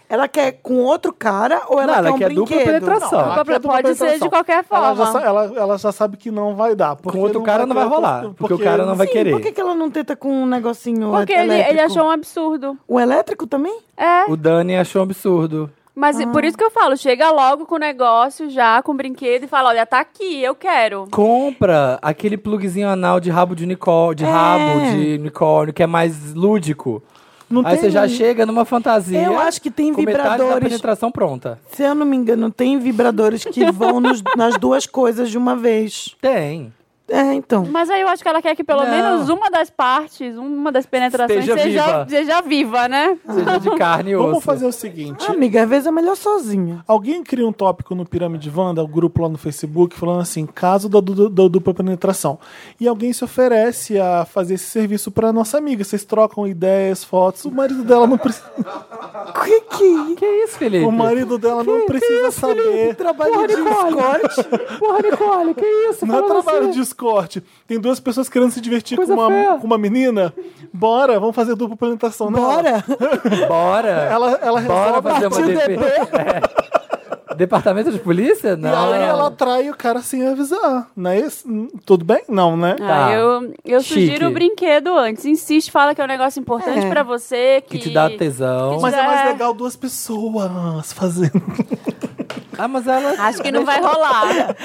Speaker 4: Ela quer com outro cara ou
Speaker 3: Não,
Speaker 4: ela quer
Speaker 3: ela
Speaker 4: um
Speaker 3: quer dupla
Speaker 4: brinquedo?
Speaker 3: penetração.
Speaker 1: Ela
Speaker 2: Dupla-
Speaker 4: é
Speaker 1: quer dupla
Speaker 2: pode ser
Speaker 1: penetração.
Speaker 2: de qualquer
Speaker 1: Ela já,
Speaker 2: forma.
Speaker 1: sa- ela, ela já sabe que não vai dar. porque
Speaker 3: Com outro cara não vai
Speaker 1: ter outro-
Speaker 3: rolar, porque o cara não vai
Speaker 4: Sim,
Speaker 3: querer.
Speaker 4: Por que, que ela não tenta com um negocinho
Speaker 2: Porque
Speaker 4: elé-
Speaker 2: ele, ele
Speaker 4: elétrico?
Speaker 2: achou um absurdo.
Speaker 4: O elétrico também?
Speaker 2: É,
Speaker 3: O Dani achou um absurdo.
Speaker 2: mas e- por isso que eu falo, chega logo com o negócio já, com o brinquedo e fala, olha, tá aqui, eu quero.
Speaker 3: Compra aquele plugzinho anal de rabo de unicórnio, de rabo de unicórnio, que é mais lúdico.
Speaker 4: Não
Speaker 3: Aí
Speaker 4: tem-
Speaker 3: você já chega numa fantasia.
Speaker 4: Eu acho que tem
Speaker 3: é. com metade da
Speaker 4: vibradores.
Speaker 3: penetração pronta.
Speaker 4: Se eu não me engano, tem vibradores
Speaker 2: <laughs>
Speaker 4: que vão nos- nas duas coisas de uma vez.
Speaker 3: Tem.
Speaker 4: É, então.
Speaker 2: Mas aí eu acho que ela quer que pelo
Speaker 3: Não.
Speaker 2: menos uma das partes, uma das penetrações
Speaker 3: Esteja
Speaker 2: seja
Speaker 3: viva.
Speaker 2: seja viva, né?
Speaker 3: Seja de carne e osso.
Speaker 1: Vamos fazer o seguinte.
Speaker 4: Ah, amiga, às vezes é melhor sozinha.
Speaker 1: Alguém cria um tópico no Pirâmide Wanda, o grupo lá no Facebook, falando assim, caso da, du- da dupla penetração. E alguém se oferece a fazer esse serviço pra nossa amiga. Vocês trocam ideias, fotos. O marido dela não
Speaker 3: <laughs>
Speaker 1: precisa,
Speaker 4: Que que
Speaker 3: Ah, Que isso, Felipe?
Speaker 1: o marido dela não precisa saber.
Speaker 4: trabalho de escorte?
Speaker 3: Porra, Nicole, que isso?
Speaker 1: Não é
Speaker 3: Fala assim."
Speaker 1: trabalho
Speaker 3: você.
Speaker 1: de escorte. Tem duas pessoas querendo se divertir com
Speaker 3: Coisa
Speaker 1: uma,
Speaker 3: feia.
Speaker 1: com uma menina. Bora, vamos fazer dupla penetração. Não,
Speaker 4: Bora!
Speaker 3: Bora.
Speaker 1: Ela, ela
Speaker 3: Bora
Speaker 1: resolve.
Speaker 3: fazer uma
Speaker 4: Partiu
Speaker 3: DP. É. Departamento de Polícia?
Speaker 1: E
Speaker 3: Não.
Speaker 1: aí ela atrai o cara sem avisar. Não é isso? Hum, Tudo bem? Não, né?
Speaker 3: Tá.
Speaker 2: Ah, eu eu
Speaker 3: Chique.
Speaker 2: sugiro o brinquedo antes. Insiste, fala que é um negócio importante pra você.
Speaker 3: Que
Speaker 2: Que,
Speaker 3: te dá tesão.
Speaker 1: Mas é
Speaker 2: Já
Speaker 1: mais
Speaker 2: é.
Speaker 1: legal duas pessoas fazendo.
Speaker 3: Ah, mas ela...
Speaker 2: Acho que não vai rolar.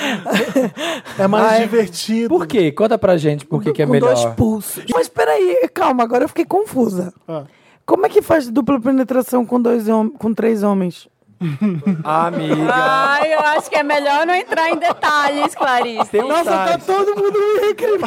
Speaker 1: É mais
Speaker 3: Ah, é?
Speaker 1: divertido.
Speaker 3: Por quê? Conta pra gente por que, que é
Speaker 4: com
Speaker 3: melhor.
Speaker 4: dois pulsos. Mas peraí, calma, agora eu fiquei confusa.
Speaker 1: Ah.
Speaker 4: Como é que faz dupla penetração com dois hom- com três homens?
Speaker 1: <laughs>
Speaker 3: Amiga.
Speaker 2: Ai, eu acho que é melhor não entrar em detalhes, Clarice.
Speaker 3: Tem um
Speaker 4: Nossa, tá
Speaker 3: site.
Speaker 4: todo mundo me recriminando.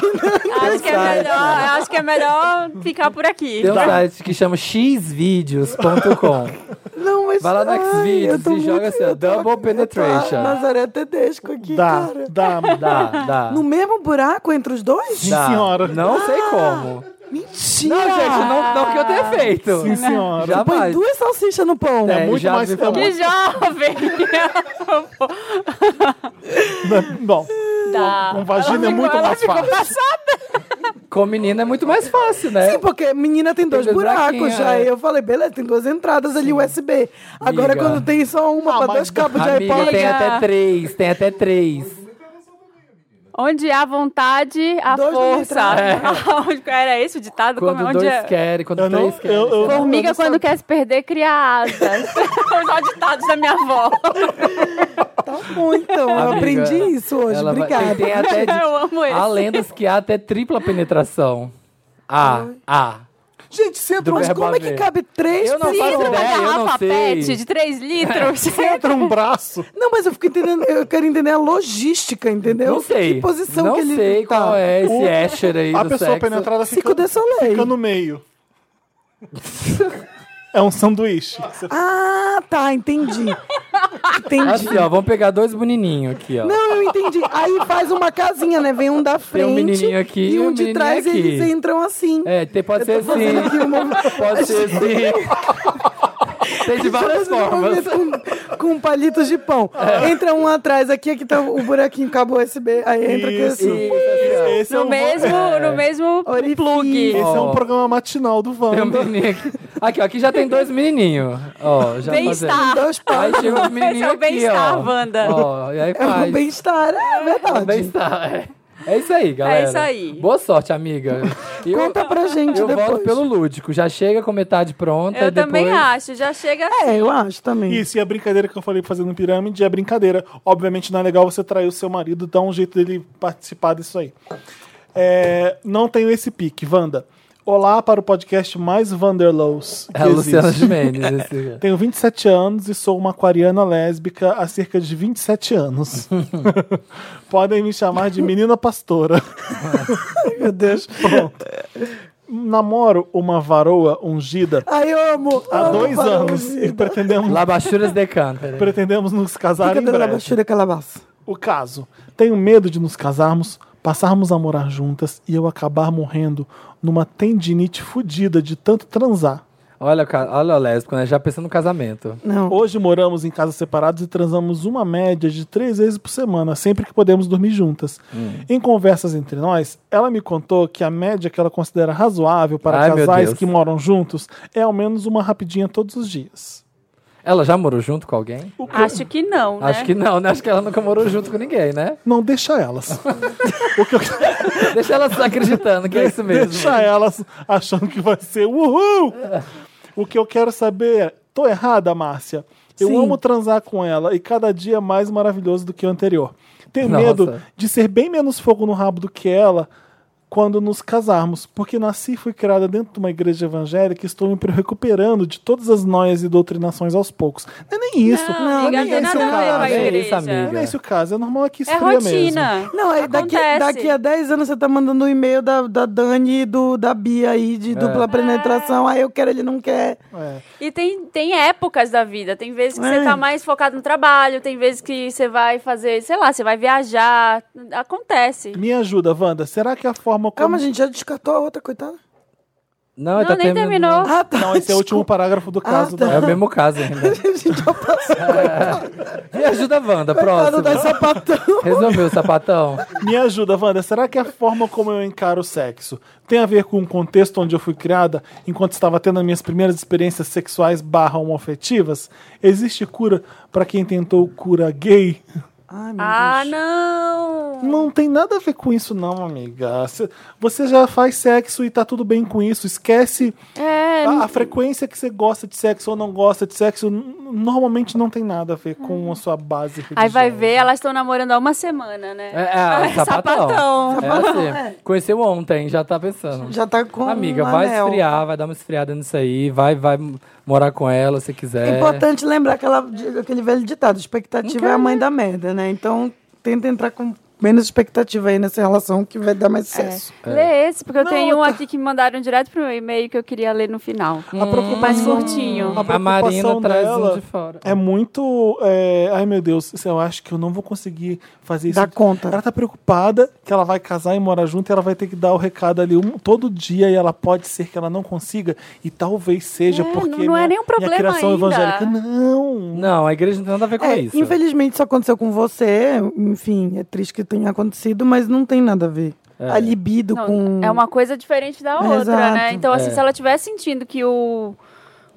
Speaker 2: Acho que é
Speaker 3: site,
Speaker 2: melhor, acho que é melhor ficar por aqui.
Speaker 3: né? Tem um site que chama xvideos.com.
Speaker 4: Não, mas.
Speaker 3: Vai lá no
Speaker 4: ai,
Speaker 3: Xvideos
Speaker 4: eu tô
Speaker 3: e joga assim, ó,
Speaker 4: eu tô-
Speaker 3: double penetration.
Speaker 4: eu tô- Nazaré Tedesco aqui,
Speaker 1: Dá,
Speaker 4: cara.
Speaker 1: dá, dá.
Speaker 3: Dá, dá.
Speaker 4: No mesmo buraco entre os dois?
Speaker 1: Sim,
Speaker 3: dá.
Speaker 1: senhora.
Speaker 3: Não sei como.
Speaker 4: Mentira!
Speaker 3: Não, gente, não, não que eu tenha feito. Né?
Speaker 1: Sim, senhora.
Speaker 3: Já
Speaker 4: Põe
Speaker 3: vai.
Speaker 4: duas salsichas no pão.
Speaker 1: É muito
Speaker 3: já
Speaker 1: mais.
Speaker 3: vi
Speaker 1: é
Speaker 3: falar.
Speaker 2: Que jovem!
Speaker 1: muito- Bom,
Speaker 2: Dá.
Speaker 1: com vagina é muito
Speaker 2: ela
Speaker 1: mais
Speaker 2: ficou
Speaker 1: fácil.
Speaker 3: Com menina é muito mais fácil, né?
Speaker 4: Sim, porque menina tem dois
Speaker 3: dois
Speaker 4: buracos
Speaker 3: buraquinhos,
Speaker 4: já.
Speaker 3: é.
Speaker 4: Eu falei, beleza, tem duas entradas ali USB. Agora,
Speaker 3: Amiga.
Speaker 4: quando tem só uma
Speaker 1: Ah,
Speaker 4: pra
Speaker 1: mas-
Speaker 4: dois cabos é de
Speaker 3: Amiga,
Speaker 4: iPod,
Speaker 3: tem
Speaker 2: Amiga.
Speaker 3: até três, tem até três.
Speaker 2: Onde há vontade, há
Speaker 4: Dois não
Speaker 2: força. <laughs> Onde- Era esse o ditado? Como é?
Speaker 3: Quando
Speaker 2: Onde
Speaker 3: dois
Speaker 2: é?
Speaker 3: querem, quando
Speaker 1: Eu não,
Speaker 3: três querem.
Speaker 1: eu, eu,
Speaker 2: Formiga, quando quer se perder, cria asas. São os ditados da minha avó.
Speaker 4: tá bom, então. Eu
Speaker 3: Amiga,
Speaker 4: aprendi isso hoje.
Speaker 3: Ela vai-
Speaker 4: Obrigada.
Speaker 3: Tem, tem
Speaker 4: <laughs>
Speaker 3: até de-
Speaker 2: Eu amo esse.
Speaker 3: Há lendas que há até tripla penetração. Ah, ah.
Speaker 1: Gente, se entra,
Speaker 3: Do
Speaker 1: um-
Speaker 4: Mas
Speaker 3: verbo
Speaker 4: como é que
Speaker 3: haver.
Speaker 4: cabe três?
Speaker 3: Eu não
Speaker 4: pessoas?
Speaker 3: faço
Speaker 2: Entra uma
Speaker 3: ideia, eu não
Speaker 2: garrafa
Speaker 3: sei.
Speaker 2: pet de 3 litros.
Speaker 1: se entra um braço,
Speaker 4: Não, mas eu fico entendendo, eu quero entender a logística, entendeu?
Speaker 3: não sei.
Speaker 4: Que posição
Speaker 3: não
Speaker 4: que ele
Speaker 3: sei
Speaker 4: tá.
Speaker 3: qual é esse Asher aí
Speaker 1: a
Speaker 3: do
Speaker 1: pessoa
Speaker 3: sexo.
Speaker 1: penetrada
Speaker 4: Cinco
Speaker 1: fica,
Speaker 4: de Soleil.
Speaker 1: fica no <laughs> meio. É um sanduíche. que você
Speaker 4: Ah, tá,
Speaker 3: <laughs>
Speaker 4: entendi. Entendi.
Speaker 3: Assim, ó, vamos pegar dois menininhos aqui, ó.
Speaker 4: Não, eu entendi. Aí faz uma casinha, né? Vem um da frente
Speaker 3: Tem um menininho aqui
Speaker 4: e
Speaker 3: e
Speaker 4: um
Speaker 3: um
Speaker 4: de
Speaker 3: menininho
Speaker 4: trás
Speaker 3: aqui.
Speaker 4: e eles entram assim.
Speaker 3: É, tem, pode ser assim.
Speaker 4: fazendo aqui um movimento.
Speaker 3: Pode ser assim. tem de várias
Speaker 4: Fazendo um
Speaker 3: formas. É.
Speaker 4: movimento Com, com palitos de pão. Entra um atrás aqui, aqui tá o buraquinho, cabo USB. Aí entra aqui
Speaker 1: Isso.
Speaker 4: assim.
Speaker 3: E-
Speaker 1: Esse é
Speaker 2: <laughs> No
Speaker 1: um,
Speaker 2: mesmo, no mesmo
Speaker 4: Orifício.
Speaker 2: plug.
Speaker 1: Esse é um
Speaker 3: Ó.
Speaker 1: programa matinal do
Speaker 3: Tem um
Speaker 1: Wanda.
Speaker 3: menininho aqui. Aqui, ó, aqui já tem dois menininhos. Ó, já fazendo.
Speaker 2: Bem-estar.
Speaker 4: Dois
Speaker 3: Aí
Speaker 4: pais.
Speaker 3: chega
Speaker 2: <laughs>
Speaker 3: os menininhos
Speaker 2: Esse é o
Speaker 3: aqui,
Speaker 2: bem-estar,
Speaker 3: ó.
Speaker 2: Wanda.
Speaker 3: Ó, e aí
Speaker 4: É um
Speaker 3: faz.
Speaker 4: bem-estar, é
Speaker 3: É
Speaker 4: verdade.
Speaker 3: o bem-estar, é. É isso aí, galera.
Speaker 2: isso aí.
Speaker 3: Boa sorte,
Speaker 4: <laughs>
Speaker 3: amiga. Eu,
Speaker 4: Conta pra gente
Speaker 3: eu
Speaker 4: depois.
Speaker 3: voto pelo lúdico. Já chega com metade pronta e
Speaker 2: Eu
Speaker 3: é, depois...
Speaker 2: também acho, já chega
Speaker 4: É, eu acho também.
Speaker 1: Isso, e a brincadeira que eu falei fazendo pirâmide é brincadeira. Obviamente não é legal você trair o seu marido, dá um jeito dele participar disso aí. É, não tenho esse pique, Wanda. Olá para o podcast mais Wanderlows que
Speaker 3: É a Luciana
Speaker 1: existe.
Speaker 3: Gimenez. esse-
Speaker 1: Tenho 27 anos e sou uma aquariana lésbica há cerca de 27
Speaker 3: <laughs>
Speaker 1: anos. Podem me chamar de menina pastora. Meu Deus. Pronto. Namoro uma varoa ungida
Speaker 4: Ai, eu amo.
Speaker 3: Ah,
Speaker 1: há
Speaker 4: amo
Speaker 1: dois
Speaker 4: falar
Speaker 1: anos
Speaker 4: isso.
Speaker 1: e pretendemos,
Speaker 3: Labachuras de Cântara.
Speaker 1: pretendemos nos casar tá em
Speaker 4: Fica dando a
Speaker 1: breve.
Speaker 4: baixura calabaça.
Speaker 1: O caso. Tenho medo de nos casarmos, passarmos a morar juntas e eu acabar morrendo numa tendinite fudida de tanto transar.
Speaker 3: Olha, o ca- olha a lésbica, né? Já pensando no casamento.
Speaker 4: Não.
Speaker 1: Hoje moramos em casas separadas e transamos uma média de três vezes por semana, sempre que podemos dormir juntas.
Speaker 3: Hum.
Speaker 1: Em conversas entre nós, ela me contou que a média que ela considera razoável para
Speaker 3: Ai, meu
Speaker 1: casais
Speaker 3: Deus.
Speaker 1: que moram juntos é ao menos uma rapidinha todos os dias.
Speaker 3: Ela já morou junto com alguém?
Speaker 2: Acho que não, né?
Speaker 3: Acho que não, né? Acho que ela nunca morou junto com ninguém, né?
Speaker 1: Não deixa elas. o que eu quero
Speaker 3: Deixa ela só acreditando que é isso mesmo.
Speaker 1: deixa elas achando que vai ser uhul. O que eu quero saber, é, tô errada, Márcia. Eu
Speaker 4: Sim.
Speaker 1: amo transar com ela e cada dia é mais maravilhoso do que o anterior. Tenho
Speaker 3: Nossa.
Speaker 1: medo de ser bem menos fogo no rabo do que ela quando nos casarmos, porque nasci e fui criada dentro de uma igreja evangélica e estou me recuperando de todas as noias e doutrinações aos poucos. Não é nem isso.
Speaker 2: Não, amiga,
Speaker 1: é nem
Speaker 2: não tem
Speaker 1: esse o
Speaker 2: nada a ver com
Speaker 1: caso.
Speaker 2: a
Speaker 3: É
Speaker 2: igreja.
Speaker 3: isso, amiga.
Speaker 1: Não é esse o caso. É normal que
Speaker 2: É
Speaker 1: esfria mesmo.
Speaker 2: rotina.
Speaker 4: Não, é daqui,
Speaker 2: Acontece.
Speaker 4: daqui a 10 anos você tá mandando um e-mail da, da Dani e do, da Bia aí, de dupla penetração. Aí eu quero, ele não quer.
Speaker 1: É.
Speaker 2: E tem, tem épocas da vida. Tem vezes que
Speaker 4: É.
Speaker 2: você tá mais focado no trabalho, tem vezes que você vai fazer, sei lá, você vai viajar. Acontece.
Speaker 1: Me ajuda, Wanda. Será que a forma como
Speaker 4: Calma, gente, já descartou a outra, coitada.
Speaker 3: Não,
Speaker 2: Não,
Speaker 3: tá
Speaker 2: nem terminou.
Speaker 4: Ah, tá. <laughs>
Speaker 1: Não, esse é o último parágrafo do caso
Speaker 4: tá.
Speaker 1: da
Speaker 3: É o mesmo caso ainda.
Speaker 4: A gente é já passou.
Speaker 3: Me ajuda a Wanda, próximo.
Speaker 4: Coitado
Speaker 1: <laughs>
Speaker 4: das sapatão.
Speaker 3: Resolveu o sapatão.
Speaker 1: Me ajuda, Wanda. Será que a forma como eu encaro o sexo tem a ver com o contexto onde eu fui criada enquanto estava tendo as minhas primeiras experiências sexuais barra homoafetivas? Existe cura para quem tentou cura gay?
Speaker 4: Ai, meu
Speaker 2: Ah, não!
Speaker 1: Não tem nada a ver com isso, não, amiga. Cê- Você já faz sexo e tá tudo bem com isso. Esquece
Speaker 2: É,
Speaker 1: a, a frequência que você gosta de sexo ou não gosta de sexo. N- Normalmente não tem nada a ver com a sua base religiosa.
Speaker 2: Aí vai ver, elas estão namorando há uma semana, né?
Speaker 3: É, é,
Speaker 2: Ai,
Speaker 3: sapatão.
Speaker 2: sapatão.
Speaker 3: É assim. Conheceu ontem, já tá pensando.
Speaker 4: Já tá com
Speaker 3: Amiga,
Speaker 4: um
Speaker 3: vai
Speaker 4: anel.
Speaker 3: esfriar, vai dar uma esfriada nisso aí, vai, vai morar com ela se
Speaker 4: É
Speaker 3: quiser.
Speaker 4: importante lembrar aquela, aquele velho ditado: expectativa é a
Speaker 2: Uhum.
Speaker 4: mãe da merda, né? Então tenta entrar com menos expectativa aí nessa relação que vai dar
Speaker 2: É.
Speaker 4: mais sucesso.
Speaker 2: Lê esse, porque eu
Speaker 1: Não,
Speaker 2: tenho um
Speaker 1: tá-
Speaker 2: aqui que me mandaram direto pro meu e-mail que eu queria ler no final.
Speaker 1: A preocupação-
Speaker 2: Hum. Mais curtinho.
Speaker 1: a
Speaker 3: A Marina
Speaker 1: preocupação
Speaker 3: traz
Speaker 1: dela
Speaker 3: um de fora.
Speaker 1: É muito. é, ai, meu Deus, eu acho que eu não vou conseguir fazer isso.
Speaker 4: Dá conta.
Speaker 1: Ela tá preocupada que ela vai casar e morar junto e ela vai ter que dar o recado ali um, todo dia e ela pode ser que ela não consiga. E talvez seja
Speaker 2: É, não-
Speaker 1: porque.
Speaker 2: não é nem um problema
Speaker 1: Minha criação
Speaker 2: ainda.
Speaker 1: evangélica. Não.
Speaker 3: Não, a igreja não tem nada a ver com
Speaker 4: É,
Speaker 3: isso.
Speaker 4: infelizmente isso aconteceu com você, enfim, é triste que tenha acontecido, mas não tem nada a ver. A libido
Speaker 2: Não,
Speaker 4: com.
Speaker 2: É uma coisa diferente da outra,
Speaker 4: Exato.
Speaker 2: né? Então, assim,
Speaker 3: É.
Speaker 2: se ela tiver sentindo que o.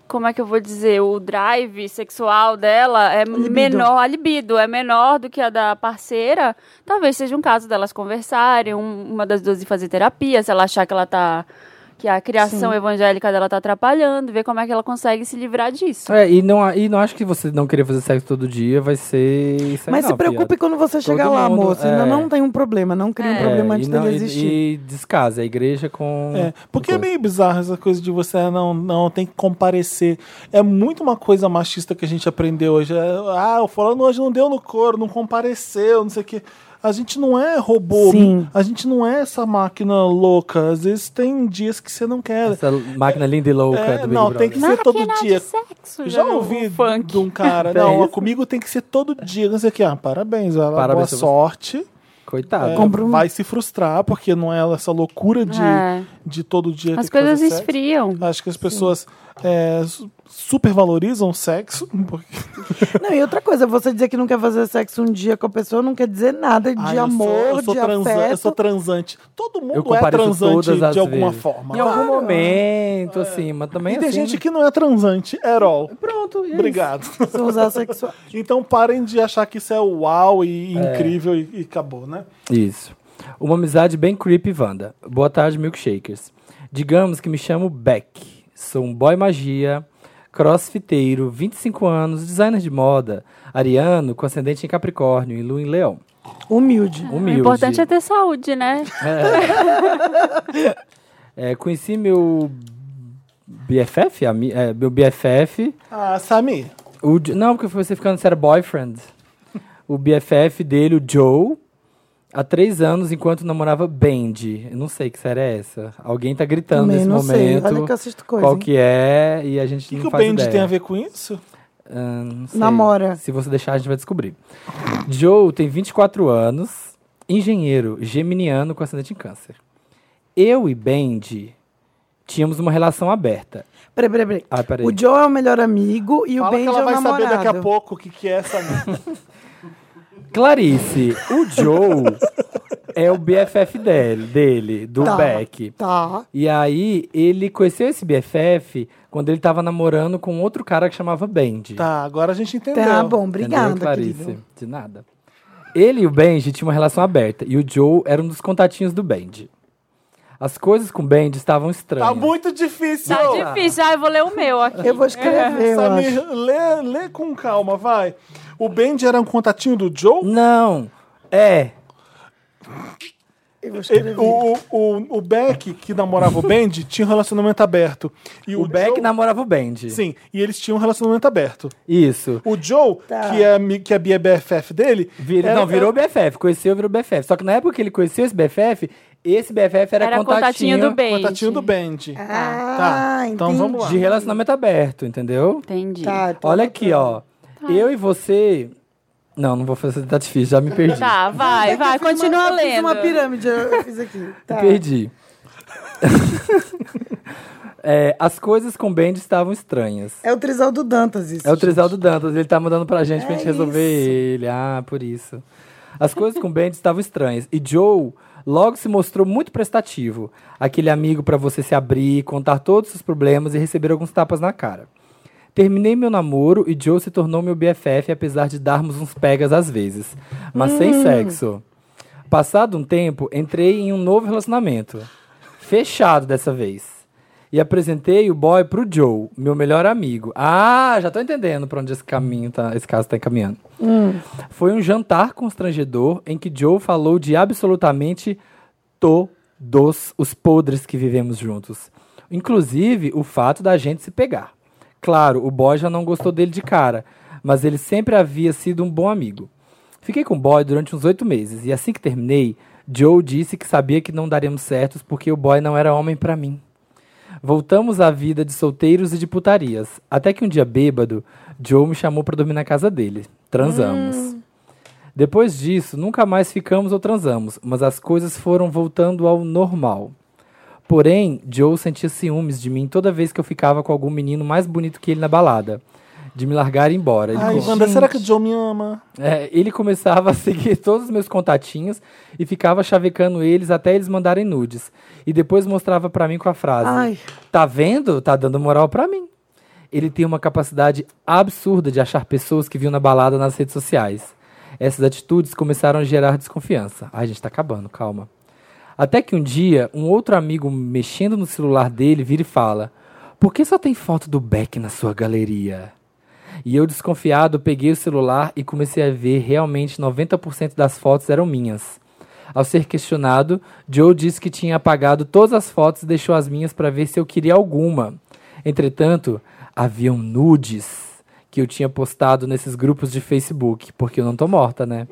Speaker 2: Como é que eu vou dizer? O drive sexual dela é
Speaker 4: libido.
Speaker 2: menor, a libido é menor do que a da parceira, talvez seja um caso delas conversarem, um- uma das duas ir fazer terapia, se ela achar que ela tá. que a criação evangélica dela tá atrapalhando, ver como é que ela consegue se livrar disso.
Speaker 3: É, e não, e não acho que você não querer fazer sexo todo dia vai ser né? isso aí
Speaker 4: Mas
Speaker 3: não,
Speaker 4: se preocupe
Speaker 3: viado.
Speaker 4: quando você chegar
Speaker 3: Todo
Speaker 4: lá,
Speaker 3: mundo,
Speaker 4: moça.
Speaker 3: é.
Speaker 4: Ainda não tem um problema, não cria um problema
Speaker 3: É,
Speaker 4: antes
Speaker 3: e não-
Speaker 4: dele
Speaker 3: e-
Speaker 4: existir.
Speaker 3: E, descasa, a igreja com.
Speaker 1: É, porque é
Speaker 3: com coisa.
Speaker 1: meio bizarro essa coisa de você ah, não, não tem que comparecer. É muito uma coisa machista que a gente aprendeu hoje. É, ah, o fulano hoje não deu no couro, não compareceu, não sei o quê. A gente não é robô,
Speaker 4: Sim.
Speaker 1: a gente não é essa máquina louca. Às vezes tem dias que você não quer.
Speaker 3: Essa máquina linda e louca
Speaker 1: É,
Speaker 3: do Big
Speaker 1: não,
Speaker 3: Brother.
Speaker 1: tem que ser todo dia.
Speaker 2: Sexo,
Speaker 1: Já ouvi de um cara,
Speaker 3: Tem
Speaker 1: não,
Speaker 3: isso?
Speaker 1: comigo tem que ser todo dia, não sei o que. Ah, parabéns, ela,
Speaker 3: Parabéns
Speaker 1: boa
Speaker 3: pra você.
Speaker 1: sorte.
Speaker 3: Coitado.
Speaker 1: É,
Speaker 4: Compra um-
Speaker 1: Vai se frustrar, porque não é essa loucura de,
Speaker 2: É.
Speaker 1: de todo dia ter
Speaker 2: As
Speaker 1: que fazer
Speaker 2: coisas
Speaker 1: sexo.
Speaker 2: esfriam.
Speaker 1: Acho que as pessoas é, su- supervalorizam o sexo.
Speaker 4: Uhum.
Speaker 1: porque-
Speaker 4: Não, e outra coisa, você dizer que não quer fazer sexo um dia com a pessoa não quer dizer nada de
Speaker 1: Ai, eu sou-
Speaker 4: amor,
Speaker 1: eu sou,
Speaker 4: de
Speaker 1: transa-
Speaker 4: afeto.
Speaker 1: eu sou transante. Todo
Speaker 3: Eu
Speaker 1: mundo é
Speaker 3: compareço
Speaker 1: transante
Speaker 3: todas as
Speaker 1: de alguma
Speaker 3: vezes.
Speaker 1: forma. É.
Speaker 3: Em algum momento, assim, mas também
Speaker 1: E tem
Speaker 3: assim,
Speaker 1: gente que não é transante, at all.
Speaker 3: Pronto, e é
Speaker 1: Obrigado.
Speaker 4: Sou usar sexual.
Speaker 1: Então parem de achar que isso é uau e
Speaker 3: É.
Speaker 1: incrível e, e acabou, né?
Speaker 3: Isso. Uma amizade bem creepy, Wanda. Boa tarde, milkshakers. Digamos que me chamo Beck. Sou um boy magia, crossfiteiro, 25 anos, designer de moda, ariano, com ascendente em Capricórnio e lua em Leão.
Speaker 4: Humilde.
Speaker 3: Humilde.
Speaker 2: O importante é ter saúde, né?
Speaker 3: É, conheci meu BFF, ami- é, meu BFF.
Speaker 1: Ah, Sami,
Speaker 3: O Jo- não, porque você ficando sério, boyfriend. O BFF dele, o Joe, há três anos, enquanto namorava Bendy. Eu não sei que série é essa. Alguém tá gritando
Speaker 4: Também
Speaker 3: nesse
Speaker 4: não sei.
Speaker 3: momento.
Speaker 4: Olha que eu assisto coisa.
Speaker 3: qual
Speaker 4: hein?
Speaker 3: que é, e a gente
Speaker 1: o que,
Speaker 3: não
Speaker 1: que o
Speaker 3: faz
Speaker 1: Bendy
Speaker 3: ideia.
Speaker 1: tem a ver com isso?
Speaker 3: Ah, não sei.
Speaker 4: Namora.
Speaker 3: Se você deixar, a gente vai descobrir. Joe tem 24 anos, engenheiro, geminiano com ascendente em câncer. Eu e Bendy Tínhamos uma relação aberta.
Speaker 4: Peraí, peraí, peraí.
Speaker 3: Ah, peraí.
Speaker 4: O Joe é o melhor amigo e
Speaker 1: Fala
Speaker 4: o Benji
Speaker 1: que
Speaker 4: é
Speaker 1: ela
Speaker 4: o
Speaker 1: vai
Speaker 4: namorado.
Speaker 1: saber daqui a pouco o que, que é essa.
Speaker 3: Clarice,
Speaker 1: <laughs>
Speaker 3: o Joe é o BFF dele, dele do
Speaker 4: Tá.
Speaker 3: Beck.
Speaker 4: Tá.
Speaker 3: E aí, ele conheceu esse BFF quando ele tava namorando com outro cara que chamava Benji.
Speaker 1: tá, agora a gente entendeu.
Speaker 4: Tá
Speaker 3: Entendeu,
Speaker 4: bom, obrigada,
Speaker 3: Clarice.
Speaker 4: querido.
Speaker 3: De nada. Ele e o Benji tinham uma relação aberta. E o Joe era um dos contatinhos do Benji. As coisas com o Benji estavam estranhas.
Speaker 1: Tá muito difícil.
Speaker 2: Tá difícil. Ah, eu vou ler o meu aqui.
Speaker 4: Eu vou escrever, eu acho.
Speaker 1: Samir, lê, lê com calma, vai. O Bendy era um contatinho do Joe?
Speaker 3: Não. É.
Speaker 4: Eu vou escrever.
Speaker 1: Ele- o, o, o, o Beck, que namorava o Bendy, tinha um relacionamento aberto. E o,
Speaker 3: O Beck
Speaker 1: Joe-
Speaker 3: namorava o Benji.
Speaker 1: Sim, e eles tinham um relacionamento aberto.
Speaker 3: Isso.
Speaker 1: O Joe,
Speaker 4: Tá.
Speaker 1: que, é, ami- que é Bia BFF dele.
Speaker 3: Vira,
Speaker 1: era-
Speaker 3: não, virou BFF. Conheceu, virou BFF. Só que na época que ele conheceu esse BFF, esse BFF era,
Speaker 2: Era contatinho do
Speaker 1: era um
Speaker 2: Benji.
Speaker 1: contatinho do Bendy.
Speaker 4: Ah,
Speaker 1: Tá, então vamos lá.
Speaker 3: De relacionamento aberto, entendeu?
Speaker 5: Entendi.
Speaker 4: Tá, então-
Speaker 3: Olha aqui, ó. Eu e você... Não, não vou fazer, tá difícil, já me perdi.
Speaker 2: Tá, vai, vai. Continua
Speaker 4: é Eu fiz
Speaker 2: lendo.
Speaker 4: uma pirâmide, eu fiz aqui.
Speaker 3: <laughs>
Speaker 4: Tá.
Speaker 3: Perdi. É, as coisas com Bendy estavam estranhas.
Speaker 4: É o trisal do Dantas, isso.
Speaker 3: É o Trisaldo Dantas, ele tá mandando pra gente pra
Speaker 4: É
Speaker 3: gente resolver
Speaker 4: isso.
Speaker 3: ele. Ah, por isso. As coisas com Bendy estavam estranhas. E Joe logo se mostrou muito prestativo. Aquele amigo pra você se abrir, contar todos os seus problemas e receber alguns tapas na cara. Terminei meu namoro e Joe se tornou meu BFF, apesar de darmos uns pegas às vezes, mas
Speaker 4: Hum.
Speaker 3: sem sexo. Passado um tempo, entrei em um novo relacionamento, fechado dessa vez. E apresentei o boy pro Joe, meu melhor amigo. Ah, já tô entendendo pra onde esse caminho tá, esse caso tá encaminhando. Foi um jantar constrangedor em que Joe falou de absolutamente todos os podres que vivemos juntos. Inclusive o fato da gente se pegar. Claro, o boy já não gostou dele de cara, mas ele sempre havia sido um bom amigo. Fiquei com o boy durante uns oito meses e assim que terminei, Joe disse que sabia que não daríamos certos porque o boy não era homem pra mim. Voltamos à vida de solteiros e de putarias. Até que um dia bêbado, Joe me chamou pra dormir na casa dele. Transamos. Depois disso, nunca mais ficamos ou transamos, mas as coisas foram voltando ao normal. Porém, Joe sentia ciúmes de mim toda vez que eu ficava com algum menino mais bonito que ele na balada. De me largar e ir embora. Ele
Speaker 1: Ai,
Speaker 3: com-
Speaker 1: Wanda, será que o Joe me ama?
Speaker 3: é, ele começava <laughs> a seguir todos os meus contatinhos e ficava chavecando eles até eles mandarem nudes. E depois mostrava pra mim com a frase:
Speaker 4: Ai.
Speaker 3: Tá vendo? Tá dando moral pra mim. Ele tem uma capacidade absurda de achar pessoas que viu na balada nas redes sociais. Essas atitudes começaram a gerar desconfiança. Ai, gente, tá acabando, calma. Até que um dia, um outro amigo mexendo no celular dele vira e fala: Por que só tem foto do Beck na sua galeria? E eu, desconfiado, peguei o celular e comecei a ver realmente 90% das fotos eram minhas. Ao ser questionado, Joe disse que tinha apagado todas as fotos e deixou as minhas para ver se eu queria alguma. Entretanto, haviam nudes que eu tinha postado nesses grupos de Facebook, porque eu não tô morta, né?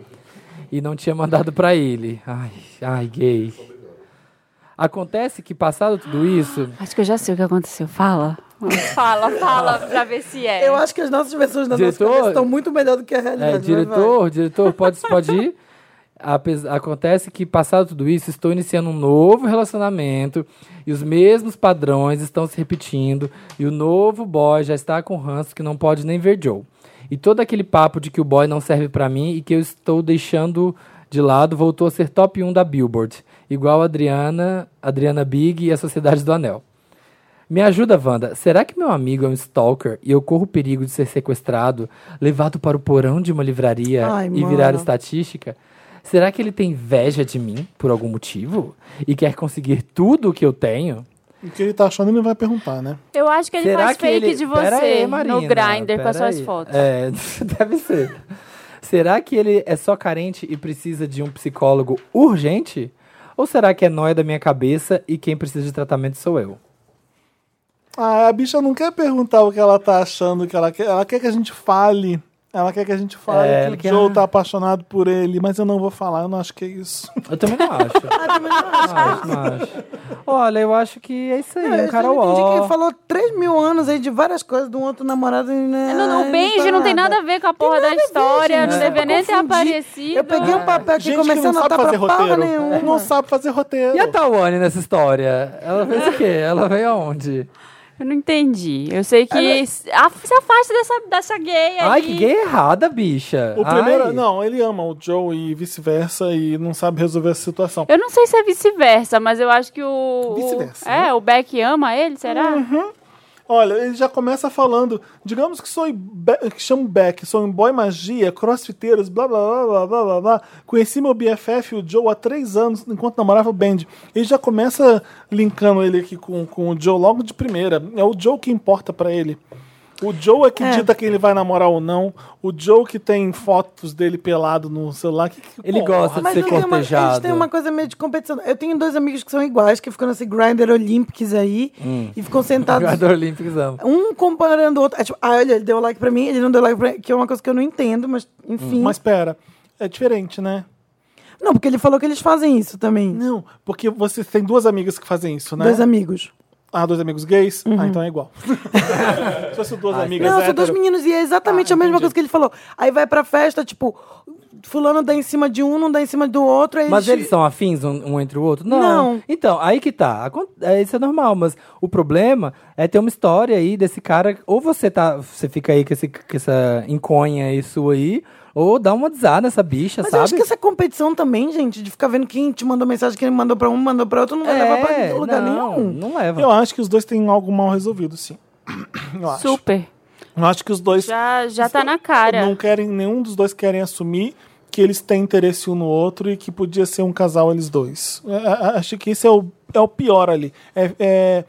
Speaker 3: E não tinha mandado para ele. Ai, ai, gay. Acontece que passado tudo isso,
Speaker 5: Acho que eu já sei o que aconteceu. Fala.
Speaker 2: Fala, fala, <laughs> pra ver se é.
Speaker 4: Eu acho que as nossas versões da
Speaker 3: Diretor?
Speaker 4: nossa cabeça estão muito melhor do que a realidade.
Speaker 3: É,
Speaker 4: mas
Speaker 3: diretor, diretor, pode, pode
Speaker 4: <laughs>
Speaker 3: ir. Apes- Acontece que, passado tudo isso, estou iniciando um novo relacionamento e os mesmos padrões estão se repetindo. E o novo boy já está com ranço que não pode nem ver Joe. E todo aquele papo de que o boy não serve pra mim e que eu estou deixando de lado voltou a ser top 1 da Billboard, igual a Adriana, Adriana Big e a Sociedade do Anel. Me ajuda, Wanda. Será que meu amigo é um stalker e eu corro o perigo de ser sequestrado, levado para o porão de uma livraria
Speaker 4: Ai,
Speaker 3: e
Speaker 4: mano.
Speaker 3: virar estatística? Será que ele tem inveja de mim por algum motivo e quer conseguir tudo o que eu tenho?
Speaker 1: O que ele tá achando, ele não vai perguntar, né?
Speaker 2: Eu acho que ele
Speaker 3: Será
Speaker 2: faz
Speaker 3: que
Speaker 2: fake
Speaker 3: ele-
Speaker 2: de
Speaker 3: Pera
Speaker 2: você
Speaker 3: aí, Marina,
Speaker 2: no Grindr com
Speaker 3: pera
Speaker 2: as suas
Speaker 3: aí.
Speaker 2: fotos.
Speaker 3: É, <laughs> deve ser. será que ele é só carente e precisa de um psicólogo urgente? Ou será que é nóia da minha cabeça e quem precisa de tratamento sou eu?
Speaker 1: Ah, a bicha não quer perguntar o que ela tá achando, o que ela quer. Ela quer que a gente fale Ela quer que a gente fale
Speaker 3: É, ela
Speaker 1: que o
Speaker 3: quer-
Speaker 1: Joe tá apaixonado por ele, mas eu não vou falar, eu não acho que é isso.
Speaker 4: Tá
Speaker 3: Eu também não
Speaker 4: <laughs>
Speaker 3: acho.
Speaker 4: Ah,
Speaker 3: Não acho, não acho. Olha, eu acho que é isso aí.
Speaker 2: Né,
Speaker 4: Eu
Speaker 3: um cara
Speaker 4: não entendi que ele
Speaker 3: ó.
Speaker 4: falou 3 mil anos aí de várias coisas de um outro namorado. Né?
Speaker 2: Não, não, o
Speaker 4: Ai,
Speaker 2: beijo não tem nada a ver com a porra da história, não
Speaker 4: gente,
Speaker 2: devia
Speaker 4: eu
Speaker 2: nem ter
Speaker 4: confundi.
Speaker 2: aparecido.
Speaker 4: Eu peguei um papel aqui
Speaker 1: Gente
Speaker 4: e
Speaker 1: que
Speaker 4: comecei a
Speaker 1: não sabe
Speaker 4: anotar pra
Speaker 1: fazer
Speaker 4: porra
Speaker 1: roteiro.
Speaker 4: nenhuma.
Speaker 1: Não sabe fazer roteiro.
Speaker 3: E a Tawane nessa história? Ela fez o quê? Ela veio aonde?
Speaker 2: Eu não entendi. Eu sei que se a- se afasta dessa, dessa gay aí.
Speaker 3: Ai, que gay errada, bicha.
Speaker 1: O
Speaker 3: Ai.
Speaker 1: primeiro, não, ele ama o Joe e vice-versa e não sabe resolver essa situação.
Speaker 2: Eu não sei se é vice-versa, mas eu acho que o... o-
Speaker 1: Vice-versa,
Speaker 2: É, o Beck ama ele, será?
Speaker 1: Olha, ele já começa falando, digamos que sou be- que chamo Beck, sou um boy magia, crossfiteiros, blá blá blá blá blá blá blá. Conheci meu BFF, o Joe, há três anos, enquanto namorava o Band. Ele já começa linkando ele aqui com, com o Joe logo de primeira. É o Joe que importa pra ele. O Joe é que dita quem ele vai namorar ou não. O Joe que tem fotos dele pelado no celular. Que, que-
Speaker 3: Ele gosta de
Speaker 4: Mas
Speaker 3: ser
Speaker 4: eu tenho uma- eles
Speaker 3: cortejado.
Speaker 4: têm uma coisa meio de competição. Eu tenho dois amigos que são iguais, que ficam nesse Grinder Olympics aí
Speaker 1: Hum.
Speaker 4: e ficam sentados
Speaker 3: <laughs> Jogador Olympics ama.
Speaker 4: um comparando o outro. É tipo, ah, olha, ele deu like pra mim, ele não deu like pra mim, que é uma coisa que eu não entendo, mas enfim.
Speaker 1: Hum. Mas pera, é diferente, né?
Speaker 4: Não, porque ele falou que eles fazem isso também.
Speaker 1: Não, porque você tem duas amigas que fazem isso, né?
Speaker 4: Dois amigos.
Speaker 1: Ah, dois amigos gays?
Speaker 2: Uhum.
Speaker 1: Ah, então é
Speaker 2: <laughs>
Speaker 1: igual. Se fosse duas
Speaker 2: Ah,
Speaker 1: amigas
Speaker 2: então
Speaker 4: Não, são
Speaker 1: hétero,
Speaker 4: dois meninos e é exatamente
Speaker 1: Ah,
Speaker 4: a mesma
Speaker 1: entendi.
Speaker 4: coisa que ele falou. Aí vai pra festa, tipo, fulano dá em cima de um, não dá em cima do outro. Aí
Speaker 3: Mas eles são afins um, um entre o outro? Não.
Speaker 4: Não.
Speaker 3: Então, aí que tá. Acon- é, Isso é normal, mas o problema é ter uma história aí desse cara. Ou você tá. Você fica aí com, esse, com essa enconha aí sua aí, ou dá uma desada nessa bicha,
Speaker 4: Mas eu
Speaker 3: sabe?
Speaker 4: acho que essa competição também, gente, de ficar vendo quem te mandou mensagem, quem mandou pra um, mandou pra outro, não vai levar
Speaker 1: É,
Speaker 4: pra lugar
Speaker 3: É, não,
Speaker 4: nenhum.
Speaker 3: Não leva.
Speaker 1: Eu acho que os dois têm algo mal resolvido, sim. <clears throat> Eu acho.
Speaker 2: Super.
Speaker 1: Eu acho que os dois
Speaker 2: Já, já tá na cara.
Speaker 1: não querem, nenhum dos dois querem assumir que eles têm interesse um no outro e que podia ser um casal eles dois. É, é, acho que esse é o, é o pior ali. É- é-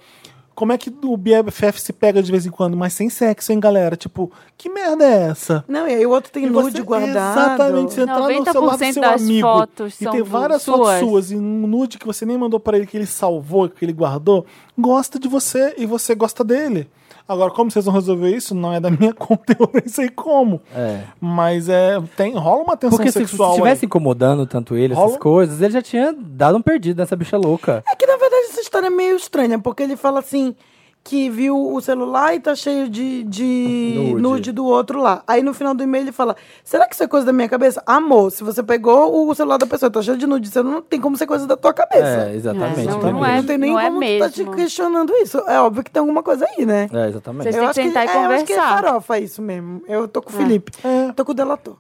Speaker 1: como é que o BFF se pega de vez em quando, mas sem sexo, hein, galera? Tipo, que merda é essa?
Speaker 4: Não, e aí o outro tem
Speaker 1: E
Speaker 4: nude
Speaker 1: você-
Speaker 4: guardado.
Speaker 1: Exatamente, você tá no celular do
Speaker 2: 90%
Speaker 1: seu
Speaker 2: das
Speaker 1: amigo
Speaker 2: fotos
Speaker 1: e
Speaker 2: são
Speaker 1: tem
Speaker 2: do-
Speaker 1: várias fotos
Speaker 2: suas.
Speaker 1: suas e um nude que você nem mandou pra ele, que ele salvou, que ele guardou, gosta de você e você gosta dele. Agora, como vocês vão resolver isso? Não é da minha <laughs> conta, eu nem sei como.
Speaker 3: É.
Speaker 1: Mas é, tem, rola uma tensão
Speaker 3: Porque se
Speaker 1: sexual aí.
Speaker 3: estivesse incomodando tanto ele,
Speaker 1: Rola
Speaker 3: essas
Speaker 1: um-
Speaker 3: coisas, ele já tinha dado um perdido nessa bicha louca.
Speaker 4: É que na verdade essa história é meio estranha, porque ele fala assim que viu o celular e tá cheio de, de
Speaker 3: Nude.
Speaker 4: nude. do outro lá. Aí no final do e-mail ele fala: será que isso é coisa da minha cabeça? Amor, se você pegou o celular da pessoa, e tá cheio de nude, isso não tem como ser coisa da tua cabeça.
Speaker 3: É, exatamente.
Speaker 2: não,
Speaker 1: não
Speaker 2: é.
Speaker 4: Não tem nem
Speaker 2: Não é
Speaker 4: como tu tá te
Speaker 2: mesmo.
Speaker 4: questionando isso. É óbvio que tem alguma coisa aí, né?
Speaker 3: É, exatamente.
Speaker 2: Vocês têm que sentar e
Speaker 4: é, eu acho que é
Speaker 2: conversar. É.
Speaker 4: farofa isso mesmo. Eu tô com o Felipe. Tô com o delator.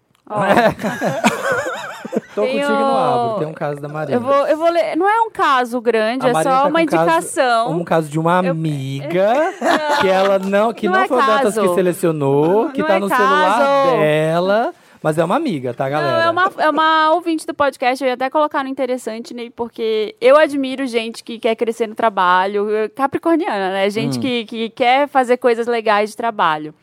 Speaker 3: Tô
Speaker 2: Tem
Speaker 3: contigo e não
Speaker 2: o-
Speaker 3: abro. Tem um caso da Maria.
Speaker 1: né?
Speaker 2: Eu vou, eu vou ler. Não é um caso grande,
Speaker 3: A
Speaker 2: é
Speaker 3: Maria
Speaker 2: só
Speaker 3: tá
Speaker 2: uma
Speaker 3: com um caso-
Speaker 2: indicação.
Speaker 3: um caso de uma
Speaker 2: <laughs>
Speaker 3: amiga que ela não, que
Speaker 2: Não
Speaker 3: não,
Speaker 2: é
Speaker 3: foi o Dantas que
Speaker 2: caso.
Speaker 3: selecionou, que
Speaker 2: Não
Speaker 3: tá
Speaker 2: é
Speaker 3: no celular
Speaker 2: caso.
Speaker 3: dela, mas é uma amiga, tá, galera?
Speaker 2: Não, é uma, é uma ouvinte do podcast, eu ia até colocar no interessante, né? Porque eu admiro gente que quer crescer no trabalho, eu- capricorniana, né? Gente que, que quer fazer coisas legais de trabalho.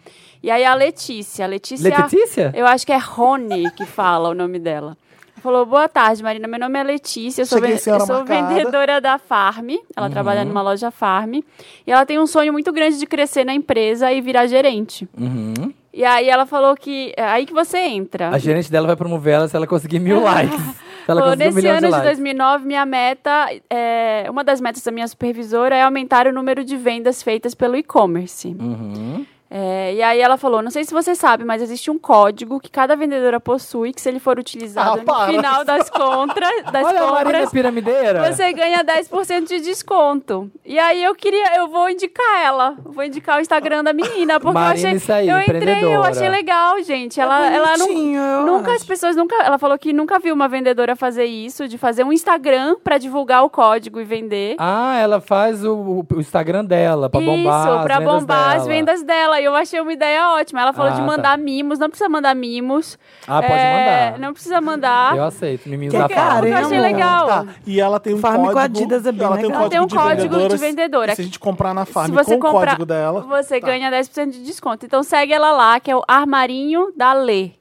Speaker 2: E aí a Letícia, a Letícia...
Speaker 3: Letícia?
Speaker 2: Eu acho que é Rony que fala o nome dela. Falou, boa tarde, Marina. Meu nome é Letícia, eu sou,
Speaker 1: Cheguei,
Speaker 2: ven-
Speaker 1: senhora
Speaker 2: eu sou
Speaker 1: marcada."
Speaker 2: vendedora da Farm. Ela trabalha numa loja Farm. E ela tem um sonho muito grande de crescer na empresa e virar gerente.
Speaker 3: Uhum.
Speaker 2: E aí ela falou que. É aí que você entra.
Speaker 3: A gerente dela vai promover ela se ela conseguir
Speaker 2: <laughs>
Speaker 3: mil likes. Se ela
Speaker 2: Falou,
Speaker 3: conseguir um
Speaker 2: nesse
Speaker 3: milhão
Speaker 2: ano
Speaker 3: de
Speaker 2: de,
Speaker 3: likes.
Speaker 2: 2009, minha meta, é, uma das metas da minha supervisora é aumentar o número de vendas feitas pelo e-commerce.
Speaker 3: Uhum.
Speaker 2: É, e aí ela falou, não sei se você sabe, mas existe um código que cada vendedora possui, que se ele for
Speaker 1: Ah,
Speaker 2: utilizado no
Speaker 1: para.
Speaker 2: final
Speaker 3: <laughs>
Speaker 2: das, contra, das
Speaker 3: Olha a Marina
Speaker 2: compras,
Speaker 3: piramideira.
Speaker 2: você ganha 10% de desconto. E aí eu queria, eu vou indicar ela, vou indicar o Instagram da menina, porque
Speaker 3: Marina,
Speaker 2: eu achei,
Speaker 3: isso aí,
Speaker 2: eu entrei, eu
Speaker 3: empreendedora. É
Speaker 2: achei legal, gente. Ela, ela não,
Speaker 4: Bonitinho, eu
Speaker 2: Nunca as
Speaker 4: acho.
Speaker 2: pessoas nunca. Ela falou que nunca viu uma vendedora fazer isso, de fazer um Instagram pra divulgar o código e vender.
Speaker 3: Ah, ela faz o, o- o Instagram dela pra bombar
Speaker 2: isso,
Speaker 3: as
Speaker 2: pra
Speaker 3: vendas
Speaker 2: bombar
Speaker 3: dela.
Speaker 2: as vendas dela. E eu achei uma ideia ótima. Ela falou
Speaker 3: Ah,
Speaker 2: de
Speaker 3: tá.
Speaker 2: mandar mimos, não precisa mandar mimos.
Speaker 3: Ah, pode
Speaker 2: É,
Speaker 3: mandar.
Speaker 2: Não precisa mandar.
Speaker 3: Eu aceito, miminhos
Speaker 4: Que
Speaker 3: da
Speaker 4: é
Speaker 3: Fábio.
Speaker 4: caro, hein,
Speaker 2: Eu achei
Speaker 4: amor?
Speaker 2: legal.
Speaker 1: Tá, e ela tem um
Speaker 4: Farm com
Speaker 1: código.
Speaker 4: Adidas é bem
Speaker 1: ela tem um
Speaker 4: legal.
Speaker 1: código,
Speaker 2: Ela tem um
Speaker 1: de,
Speaker 2: código de
Speaker 1: vendedoras,
Speaker 2: vendedora.
Speaker 1: e Se a gente comprar na farm
Speaker 2: Se você
Speaker 1: com o
Speaker 2: comprar,
Speaker 1: código dela.
Speaker 2: você
Speaker 1: tá.
Speaker 2: ganha 10% de desconto. Então segue ela lá, que é o Armarinho da Lê.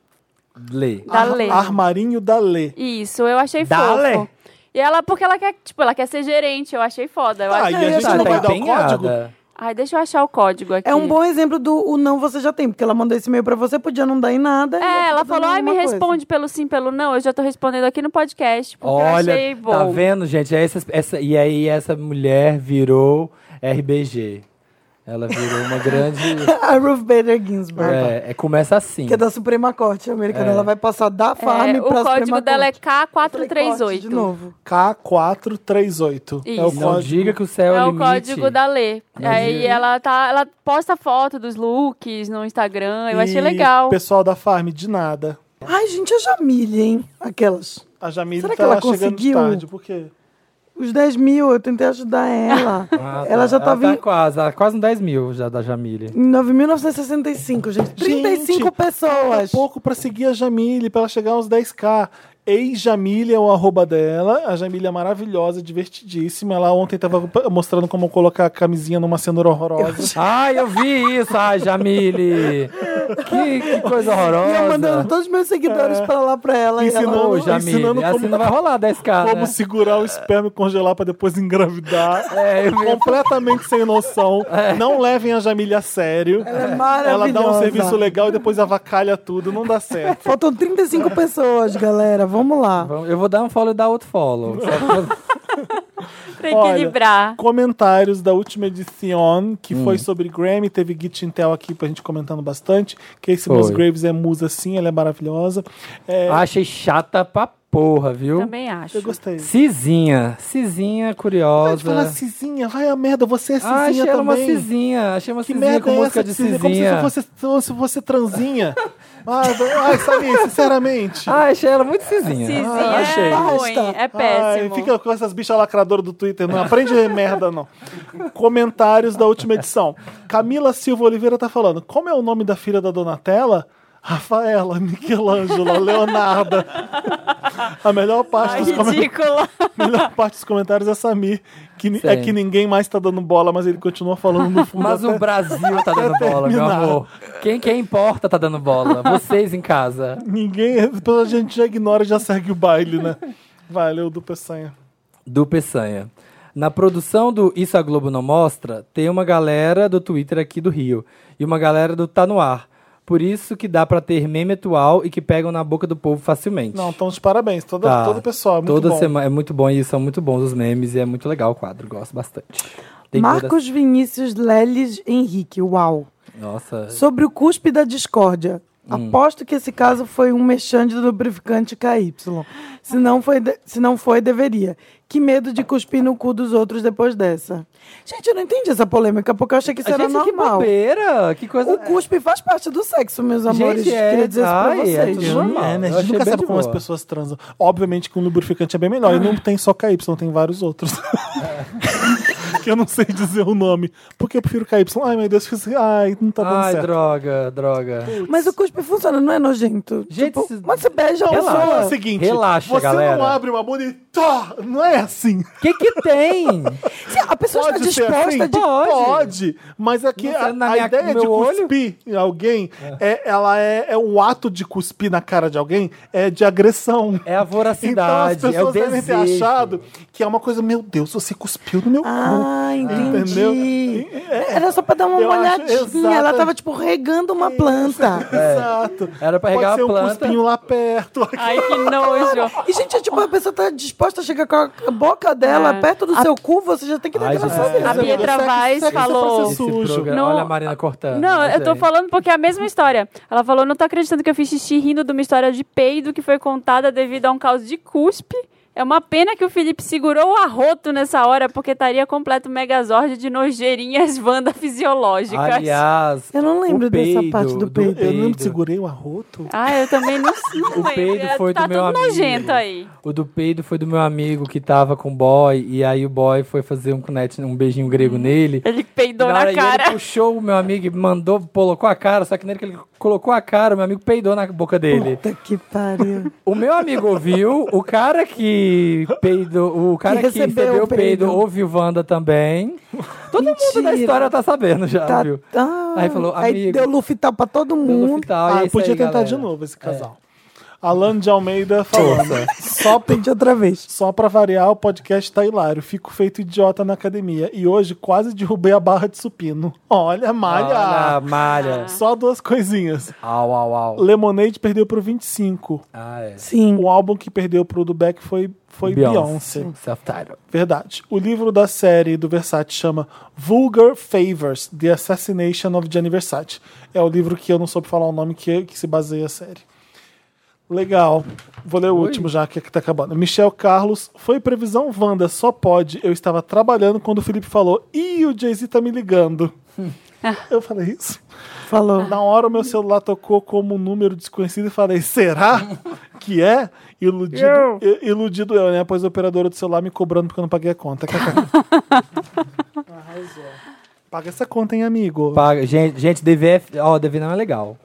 Speaker 3: Lê.
Speaker 2: Da
Speaker 1: Ar-
Speaker 2: Lê.
Speaker 1: Armarinho da Lê.
Speaker 2: Isso, eu achei
Speaker 3: Dale.
Speaker 2: fofo. E ela, porque ela quer, tipo, ela quer ser gerente, eu achei foda. Eu
Speaker 1: Ah,
Speaker 2: achei-
Speaker 1: e a gente
Speaker 3: Tá,
Speaker 1: não
Speaker 3: tá
Speaker 1: vai dar o
Speaker 3: empenhada.
Speaker 1: código?
Speaker 2: Ai, deixa eu achar o código aqui.
Speaker 4: É um bom exemplo do o não você já tem, porque ela mandou esse e-mail pra você, podia não dar em nada. e eu
Speaker 2: É,
Speaker 4: tô
Speaker 2: ela
Speaker 4: dando
Speaker 2: falou, ai, me
Speaker 4: alguma coisa."
Speaker 2: responde pelo sim, pelo não. Eu já tô respondendo aqui no podcast, porque
Speaker 3: Olha,
Speaker 2: eu achei bom.
Speaker 3: tá vendo, gente? É essas- essa- e aí essa mulher virou RBG. Ela virou uma grande...
Speaker 4: <laughs> <laughs> A Ruth Bader Ginsburg.
Speaker 3: é, é, começa assim.
Speaker 4: Que é da Suprema Corte
Speaker 3: É.
Speaker 4: americana. Ela vai passar da farm
Speaker 2: É, o
Speaker 4: pra
Speaker 2: código
Speaker 4: Suprema
Speaker 2: dela é
Speaker 4: Corte. Eu falei, corte, De
Speaker 2: K438.
Speaker 4: novo.
Speaker 1: K438. É o
Speaker 2: Isso.
Speaker 3: Não
Speaker 1: código.
Speaker 3: diga que o céu é
Speaker 2: É
Speaker 3: o
Speaker 2: o
Speaker 3: limite.
Speaker 2: código da Lê. Aí ela tá, ela posta foto dos looks no Instagram. Eu achei
Speaker 1: E
Speaker 2: legal.
Speaker 1: Pessoal da farm, de nada.
Speaker 4: Ai, gente, a Jamile, hein? Aquelas.
Speaker 1: A Jamile
Speaker 4: Será
Speaker 1: tá
Speaker 4: que ela
Speaker 1: chegando
Speaker 4: conseguiu?
Speaker 1: tarde, por quê?
Speaker 4: Os 10 mil, eu tentei ajudar
Speaker 2: <laughs>
Speaker 4: ela.
Speaker 3: Ah, tá.
Speaker 4: Ela já tava
Speaker 3: tá
Speaker 4: em-
Speaker 3: quase, ela quase um 10 mil já da Jamile.
Speaker 4: em 9.965, gente. 35
Speaker 1: Gente,
Speaker 4: pessoas.
Speaker 1: Falta Tá pouco pra seguir a Jamile, pra ela chegar aos 10k. Ei, Jamile é o arroba dela. A Jamile é maravilhosa, divertidíssima. Ela ontem tava p- mostrando como colocar a camisinha numa cenoura horrorosa.
Speaker 3: Ai, eu vi isso! Ai, Jamile! Que, que coisa
Speaker 4: E
Speaker 3: horrorosa!
Speaker 4: eu mandando todos os meus
Speaker 2: É.
Speaker 4: seguidores pra lá pra ela. E ela...
Speaker 1: Ensinou-
Speaker 3: Ô,
Speaker 1: Mano, ensinando
Speaker 3: Jamile, assim
Speaker 1: como-
Speaker 3: não vai rolar 10k,
Speaker 1: Como
Speaker 3: né?
Speaker 1: segurar o esperma e congelar pra depois
Speaker 4: <laughs>
Speaker 1: engravidar.
Speaker 3: É, eu vi.
Speaker 1: Completamente sem noção. Não levem a Jamile a sério.
Speaker 4: É. Ela é
Speaker 1: Ela
Speaker 4: maravilhosa.
Speaker 1: dá um serviço legal e depois avacalha tudo. Não dá certo.
Speaker 4: Faltam 35 pessoas, galera. Vamos lá.
Speaker 3: Vamos- Eu vou dar um follow e dar outro follow. Só pra-
Speaker 2: Pra
Speaker 1: Olha,
Speaker 2: equilibrar.
Speaker 1: comentários da última edição, que foi sobre Grammy. Teve Git Intel aqui pra gente comentando bastante. Casey
Speaker 3: Foi.
Speaker 1: Musgraves é musa, sim, ela é maravilhosa. É,
Speaker 3: Achei chata pra porra, viu?
Speaker 2: Também acho.
Speaker 1: eu gostei.
Speaker 3: Cizinha. Cizinha
Speaker 1: Pode falar
Speaker 3: curiosa.
Speaker 1: Cizinha, vai a merda, você é
Speaker 3: Ah, achei
Speaker 1: Cizinha
Speaker 3: ela é uma
Speaker 1: também.
Speaker 3: Cizinha. Achei uma
Speaker 1: Que
Speaker 3: Cizinha
Speaker 1: merda
Speaker 3: com
Speaker 1: é
Speaker 3: música
Speaker 1: essa
Speaker 3: de
Speaker 1: Cizinha? Como se
Speaker 3: Cizinha.
Speaker 1: você, como se você transinha. <laughs> Ai, vai- ai, Samir, sinceramente.
Speaker 3: Ah, achei ela muito Cizinha.
Speaker 2: Cizinha
Speaker 1: Ah, achei.
Speaker 2: é ruim, é péssimo.
Speaker 1: Ai, fica com essas bichas lacradoras do Twitter, não aprende <laughs> merda, não. Comentários da última edição. Camila Silva Oliveira tá falando: como é o nome da filha da Donatella? Rafaela, Michelangela, <laughs> Leonarda. A melhor
Speaker 4: <laughs>
Speaker 1: parte,
Speaker 2: Ai,
Speaker 1: dos, comen-
Speaker 2: ridícula.
Speaker 1: melhor parte dos comentários é Samir, que ni- é
Speaker 3: Sério.
Speaker 1: que ninguém mais tá dando bola, mas ele continua falando no fundo.
Speaker 3: Mas
Speaker 1: até-
Speaker 3: o Brasil tá dando bola, meu
Speaker 1: terminar.
Speaker 3: amor. Quem, quem importa tá dando bola. Vocês em casa.
Speaker 1: Ninguém. A gente já ignora e já segue o baile, né? Valeu, do Peçanha.
Speaker 3: do Peçanha. Na produção do Isso a Globo Não Mostra, tem uma galera do Twitter aqui do Rio e uma galera do Tá No Ar. Por isso que dá pra ter meme atual e que pegam na boca do povo facilmente.
Speaker 1: Não, então de parabéns. Toda,
Speaker 3: Tá.
Speaker 1: Todo o pessoal, é muito
Speaker 3: Toda
Speaker 1: bom.
Speaker 3: semana é muito bom e são muito bons os memes e é muito legal o quadro, gosto bastante. Tem
Speaker 4: Marcos Vinícius Leles Henrique. Uau.
Speaker 3: todas- Nossa.
Speaker 4: Sobre o cuspe da discórdia.
Speaker 3: Hum.
Speaker 4: Aposto que esse caso foi um mexande do lubrificante KY. Se não, foi, de- se não foi, deveria. Que medo de cuspir no cu dos outros depois dessa. Gente, eu não entendi essa polêmica, porque eu achei que isso era
Speaker 3: Gente, que
Speaker 4: normal.
Speaker 3: bobeira! Que coisa.
Speaker 4: O cuspe faz parte do sexo, meus amores.
Speaker 3: Gente, é,
Speaker 4: Queria dizer isso pra
Speaker 3: ai,
Speaker 4: vocês.
Speaker 3: é tudo normal.
Speaker 1: É, né?
Speaker 3: Eu
Speaker 1: A gente
Speaker 3: achei
Speaker 1: nunca
Speaker 3: bem
Speaker 1: sabe
Speaker 3: de
Speaker 1: como as
Speaker 3: boa.
Speaker 1: pessoas transam. Obviamente que um lubrificante é bem melhor. E não tem só KY, tem vários outros.
Speaker 3: É.
Speaker 1: <laughs> que eu não sei dizer o nome. Porque eu prefiro KY. Ai, meu Deus, fiz- ai, não tá dando
Speaker 3: Ai,
Speaker 1: certo.
Speaker 3: droga, droga.
Speaker 4: Mas o cuspe funciona, não é nojento.
Speaker 3: Gente,
Speaker 4: Tipo,
Speaker 3: se-
Speaker 4: mas você beija a
Speaker 3: Relaxa.
Speaker 1: Então é
Speaker 4: pessoa.
Speaker 1: o seguinte,
Speaker 3: Relaxa,
Speaker 1: você não
Speaker 3: galera.
Speaker 1: abre uma bunda e tá, não é assim.
Speaker 3: Que que
Speaker 1: <laughs>
Speaker 3: tem?
Speaker 4: Se A pessoa
Speaker 3: tá
Speaker 4: está
Speaker 1: Pode ser
Speaker 4: disposta
Speaker 1: assim?
Speaker 4: de.
Speaker 1: pode. Mas aqui
Speaker 3: Não sei,
Speaker 1: a,
Speaker 3: na
Speaker 1: a
Speaker 3: minha-
Speaker 1: ideia de
Speaker 3: no meu olho?
Speaker 1: cuspir em alguém, é, ela é, é um ato de cuspir na cara de alguém, é de agressão.
Speaker 3: É a voracidade,
Speaker 1: então as
Speaker 3: é o
Speaker 1: pessoas devem ter
Speaker 3: desejo.
Speaker 1: achado que é uma coisa, meu Deus, você cuspiu no meu cu.
Speaker 4: Ah,
Speaker 3: É.
Speaker 4: entendi.
Speaker 1: Entendeu?
Speaker 4: Era só pra dar uma
Speaker 1: Eu acho-
Speaker 4: molhadinha.
Speaker 1: exato.
Speaker 4: Ela tava, tipo, regando
Speaker 3: <laughs>
Speaker 4: uma planta.
Speaker 1: Exato.
Speaker 3: Era É. pra regar
Speaker 1: Pode ser
Speaker 3: a planta.
Speaker 1: um cuspinho lá perto.
Speaker 2: Ai, que nojo.
Speaker 4: E, gente, é tipo, a pessoa tá disposta a chegar com a boca dela
Speaker 2: É.
Speaker 4: perto do seu cu, você já tem que dar
Speaker 3: Ai,
Speaker 4: graças
Speaker 3: Jesus.
Speaker 4: a Deus.
Speaker 2: A Pietra
Speaker 1: Sexo-
Speaker 2: Vaz
Speaker 1: sexo é
Speaker 2: falou-
Speaker 1: processo
Speaker 3: Esse
Speaker 1: sujo.
Speaker 3: programa-
Speaker 2: Não,
Speaker 3: Olha a Marina cortando.
Speaker 2: Não, eu tô
Speaker 3: gente.
Speaker 2: falando porque é a mesma história. Ela falou, não tô acreditando que eu fiz xixi rindo de uma história de peido que foi contada devido a um caos de cuspe. É uma pena que o Felipe segurou o arroto nessa hora, porque estaria completo megazord de nojeirinhas <laughs> vanda fisiológicas.
Speaker 3: Aliás,
Speaker 4: Eu não lembro
Speaker 3: o
Speaker 4: dessa
Speaker 3: peido
Speaker 4: parte do peido.
Speaker 1: Eu não segurei o arroto.
Speaker 2: Ah, eu também não, não
Speaker 3: O
Speaker 2: lembro.
Speaker 3: peido
Speaker 2: É,
Speaker 3: foi
Speaker 2: tá
Speaker 3: do meu
Speaker 2: tudo
Speaker 3: amigo.
Speaker 2: nojento aí.
Speaker 3: O do peido foi do meu amigo que tava com o boy, e aí o boy foi fazer um connect, um beijinho grego nele.
Speaker 2: Hum. Ele peidou
Speaker 3: Na
Speaker 2: na,
Speaker 3: hora, e
Speaker 2: cara.
Speaker 3: ele puxou o meu amigo e mandou, colocou a cara, só que nele que ele colocou a cara, o meu amigo peidou na boca dele.
Speaker 4: Puta que pariu.
Speaker 3: O meu amigo ouviu, o cara que peidou, o cara
Speaker 4: Que
Speaker 3: que
Speaker 4: recebeu
Speaker 3: recebeu,
Speaker 4: o
Speaker 3: o peido,
Speaker 4: peido.
Speaker 3: ouviu Wanda também. Todo mundo da
Speaker 4: Mentira.
Speaker 3: história tá sabendo já,
Speaker 4: Tá-
Speaker 3: viu?
Speaker 4: ah,
Speaker 3: Aí falou,
Speaker 4: aí
Speaker 3: amigo.
Speaker 4: deu lufital pra todo
Speaker 3: Pelo
Speaker 4: mundo.
Speaker 3: hospital, é
Speaker 1: Ah,
Speaker 3: isso
Speaker 1: podia
Speaker 3: aí,
Speaker 1: tentar
Speaker 3: galera. É.
Speaker 1: de novo esse casal. Alan de Almeida falando. Só pra,
Speaker 4: Pedi outra vez.
Speaker 1: só pra variar, o podcast tá hilário. Fico feito idiota na academia. E hoje quase derrubei a barra de supino. Olha, malha!
Speaker 3: Olha, malha.
Speaker 1: Só duas coisinhas.
Speaker 3: Au, au, au.
Speaker 1: Lemonade perdeu pro 25.
Speaker 3: Ah, é.
Speaker 4: Sim.
Speaker 1: O álbum que perdeu pro do Beck foi, foi Beyoncé.
Speaker 3: Self-title.
Speaker 1: Verdade. O livro da série do Versace chama Vulgar Favors: The Assassination of Gianni Versace. É o livro que eu não soube falar o nome que, que se baseia a série. Legal. Vou ler o último já, que tá acabando. Michel Carlos, foi previsão Wanda, só pode. Eu estava trabalhando quando o Felipe falou, ih, o Jay-Z tá me ligando. eu falei isso.
Speaker 4: Falou.
Speaker 1: Na hora o meu celular tocou como um número desconhecido e falei, será que é? Iludido eu, iludido eu né? Pois a operadora do celular me cobrando porque eu não paguei a conta. Arrasou. Paga essa conta, hein, amigo?
Speaker 3: Paga- Gente, gente, DVF. Ó, DV não é legal.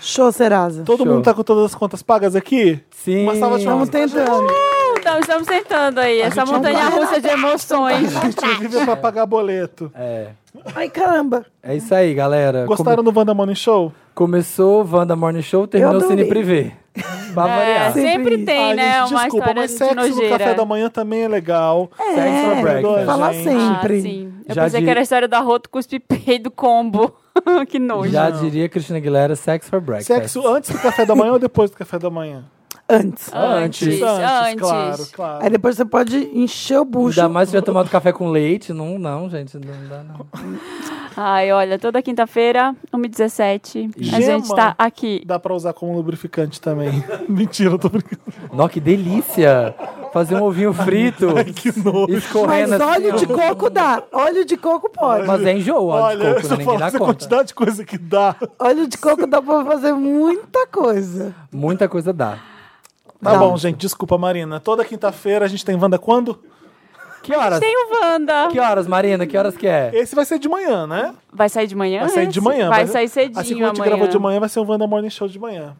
Speaker 4: Show, Serasa.
Speaker 1: Todo
Speaker 3: Show.
Speaker 1: mundo tá com todas as contas pagas aqui?
Speaker 3: Sim.
Speaker 1: Uma salva de
Speaker 4: Estamos
Speaker 1: palmas.
Speaker 4: tentando.
Speaker 2: <laughs> Então, estamos tentando aí, essa
Speaker 1: gente não
Speaker 2: montanha russa de emoções.
Speaker 1: A gente vive é pra pagar boleto.
Speaker 3: É.
Speaker 4: Ai, caramba.
Speaker 3: É isso aí, galera.
Speaker 1: Gostaram do Wanda Morning Show?
Speaker 3: Come- Começou o Wanda Morning Show, terminou o Cine
Speaker 4: adorei.
Speaker 1: <laughs>
Speaker 3: Privé. Pra
Speaker 2: É,
Speaker 3: variar.
Speaker 4: sim.
Speaker 2: sempre
Speaker 4: Sempre
Speaker 2: tem,
Speaker 1: Ai,
Speaker 2: né?
Speaker 1: gente,
Speaker 2: uma
Speaker 1: desculpa,
Speaker 2: história
Speaker 1: mas
Speaker 2: de
Speaker 1: sexo no café
Speaker 2: nojeira.
Speaker 1: da manhã também é legal.
Speaker 3: Sex for
Speaker 4: É,
Speaker 1: breakfast,
Speaker 4: falar
Speaker 1: gente.
Speaker 4: sempre.
Speaker 2: Ah, sim. Eu
Speaker 3: Já
Speaker 2: pensei
Speaker 3: de-
Speaker 2: que era a história do arroto cuspe pei do combo. <laughs> que nojo.
Speaker 3: Já diria Cristina Aguilera, Sex for Breakfast.
Speaker 1: Sexo antes do café da manhã ou depois do café da manhã?
Speaker 2: Antes,
Speaker 4: Antes.
Speaker 1: Antes,
Speaker 2: antes.
Speaker 1: claro,
Speaker 4: Aí
Speaker 1: claro.
Speaker 4: depois você pode encher o bucho.
Speaker 3: Ainda mais se tiver tomado café com leite. Não, não, gente, não dá não.
Speaker 2: Ai, olha, toda quinta-feira, 1h17, a
Speaker 1: Gema.
Speaker 2: gente tá aqui.
Speaker 1: Dá pra usar como lubrificante também. <laughs> Mentira, eu tô brincando.
Speaker 3: Nó, que delícia! Fazer um
Speaker 1: <laughs>
Speaker 3: ovinho frito,
Speaker 1: Que nojo.
Speaker 3: escorrendo
Speaker 4: Mas
Speaker 3: assim,
Speaker 4: óleo de coco dá. Óleo de coco pode.
Speaker 3: Mas é enjoo, óleo
Speaker 1: Olha, se
Speaker 3: de coco,
Speaker 1: eu
Speaker 3: ninguém
Speaker 1: falar
Speaker 3: dá
Speaker 1: essa
Speaker 3: conta.
Speaker 1: quantidade de coisa que dá. Tá
Speaker 4: Óleo de coco dá pra fazer muita coisa.
Speaker 3: Muita coisa dá.
Speaker 1: Tá
Speaker 4: Dá.
Speaker 1: bom, gente, desculpa, Marina. Toda quinta-feira a gente tem Wanda quando?
Speaker 3: Que horas?
Speaker 2: Tem o Wanda.
Speaker 3: Que horas, Marina? Que horas que é?
Speaker 1: Esse vai ser de manhã, né?
Speaker 2: Vai sair de manhã?
Speaker 1: Vai sair de
Speaker 2: esse?
Speaker 1: manhã.
Speaker 2: Vai sair cedinho
Speaker 1: Assim como a gente
Speaker 2: amanhã.
Speaker 1: gravou de manhã, vai ser o Wanda Morning Show de manhã.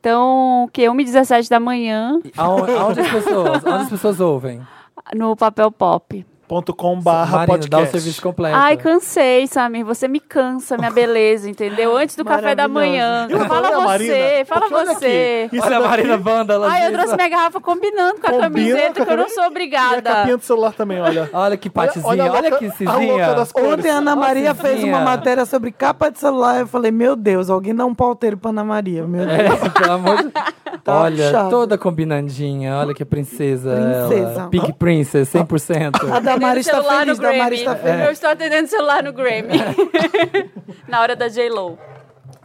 Speaker 2: Então, o quê? 1h17 da manhã,
Speaker 3: Aonde, aonde as pessoas, onde as pessoas ouvem?
Speaker 2: no Papel Pop.
Speaker 1: Ponto com barra
Speaker 3: Marina, dá o
Speaker 1: podcast.
Speaker 3: serviço completo.
Speaker 2: Ai, cansei, Samir. Você me cansa,
Speaker 1: <laughs>
Speaker 2: minha beleza, entendeu? Antes do café da manhã.
Speaker 1: Eu
Speaker 2: fala
Speaker 1: adorei a
Speaker 2: você,
Speaker 1: Marina,
Speaker 2: fala
Speaker 1: porque olha
Speaker 2: você.
Speaker 1: aqui, isso
Speaker 3: Olha a
Speaker 1: daqui
Speaker 3: Marina Banda, ela
Speaker 2: Ai, eu
Speaker 3: diz.
Speaker 2: trouxe minha garrafa combinando com a
Speaker 1: combina com
Speaker 2: camiseta,
Speaker 1: a
Speaker 2: que eu não
Speaker 1: camisa-
Speaker 2: sou
Speaker 1: E a capinha
Speaker 2: obrigada.
Speaker 1: do celular também,
Speaker 3: <laughs>
Speaker 1: olha.
Speaker 3: Olha que patezinha, olha,
Speaker 1: a louca-
Speaker 3: que
Speaker 1: A louca
Speaker 3: cizinha.
Speaker 1: das cores.
Speaker 4: Ontem a Ana Maria fez
Speaker 3: Zinha.
Speaker 4: uma matéria sobre capa de celular. Eu falei, meu Deus, alguém dá um pauteiro pra Ana Maria. Meu Deus.
Speaker 3: É, <laughs> pelo amor de
Speaker 4: Tá
Speaker 3: É, Olha,
Speaker 4: puxado.
Speaker 3: toda combinandinha. Olha que princesa.
Speaker 4: Princesa.
Speaker 3: Ela. Big Princess, 100%.
Speaker 4: A Damari está
Speaker 2: Celular
Speaker 4: feliz,
Speaker 2: no Grammy.
Speaker 4: Damari está feliz.
Speaker 2: Eu estou atendendo celular no Grammy. <laughs> Na hora da J-Lo.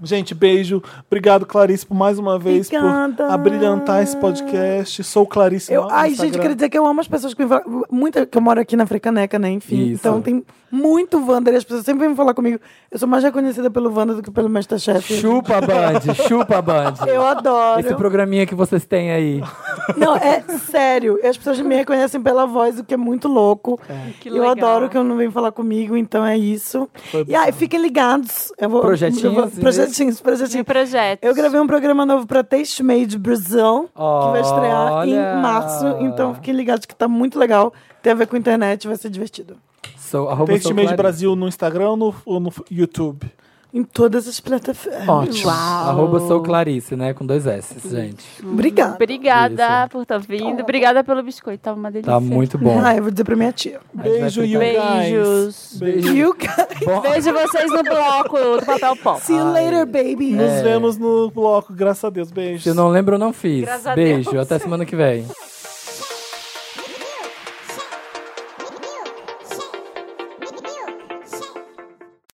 Speaker 1: Gente, beijo. Obrigado, Clarice, por mais uma vez
Speaker 4: Obrigada.
Speaker 1: por abrilhantar esse podcast. Sou Clarice.
Speaker 4: Eu,
Speaker 1: no
Speaker 4: ai,
Speaker 1: Instagram.
Speaker 4: gente, eu queria dizer que eu amo as pessoas que me falam. Muita, que eu moro aqui na Frecaneca, né? Enfim.
Speaker 3: Isso.
Speaker 4: Então tem muito Wander e as pessoas sempre vêm falar comigo. Eu sou mais reconhecida pelo Wander do que pelo Masterchef.
Speaker 3: Chupa a Band, chupa a Band.
Speaker 4: Eu adoro.
Speaker 3: Esse programinha que vocês têm aí.
Speaker 4: Não, é sério. As pessoas me reconhecem pela voz, o que é muito louco.
Speaker 2: Que
Speaker 4: eu
Speaker 2: legal.
Speaker 4: adoro que eu não venho falar comigo, então é isso. E aí, fiquem ligados. Eu vou-
Speaker 3: Projetinhos,
Speaker 4: eu vou-
Speaker 3: né?
Speaker 4: projetinhos,
Speaker 2: De
Speaker 4: projetinhos.
Speaker 2: projeto.
Speaker 4: Eu gravei um programa novo pra Taste Made Brasil, que vai estrear
Speaker 3: Olha!
Speaker 4: em março. Então fiquem ligados que tá muito legal. Tem a ver com internet, vai ser divertido.
Speaker 3: Sou, arroba
Speaker 1: Taste
Speaker 3: sou
Speaker 1: Made
Speaker 3: Clarice.
Speaker 1: Brasil no Instagram ou no, ou no YouTube?
Speaker 4: Em todas as plataformas.
Speaker 1: Ótimo.
Speaker 3: Arroba sou Clarice, né? Com dois S, gente.
Speaker 1: um-
Speaker 4: Obrigada.
Speaker 2: Obrigada por estar vindo. Obrigada pelo biscoito. Tava uma delícia.
Speaker 3: Tá muito bom.
Speaker 4: Ah, eu vou dizer pra minha tia.
Speaker 1: Beijo, you guys.
Speaker 2: Beijos.
Speaker 1: Beijo.
Speaker 4: You guys.
Speaker 2: Vejo vocês no bloco do Papel Pop.
Speaker 4: See you later, baby.
Speaker 1: Nos vemos no bloco, graças a Deus. Beijo.
Speaker 3: Se eu não lembro, eu não fiz.
Speaker 2: Graças a
Speaker 3: Beijo, até semana que vem.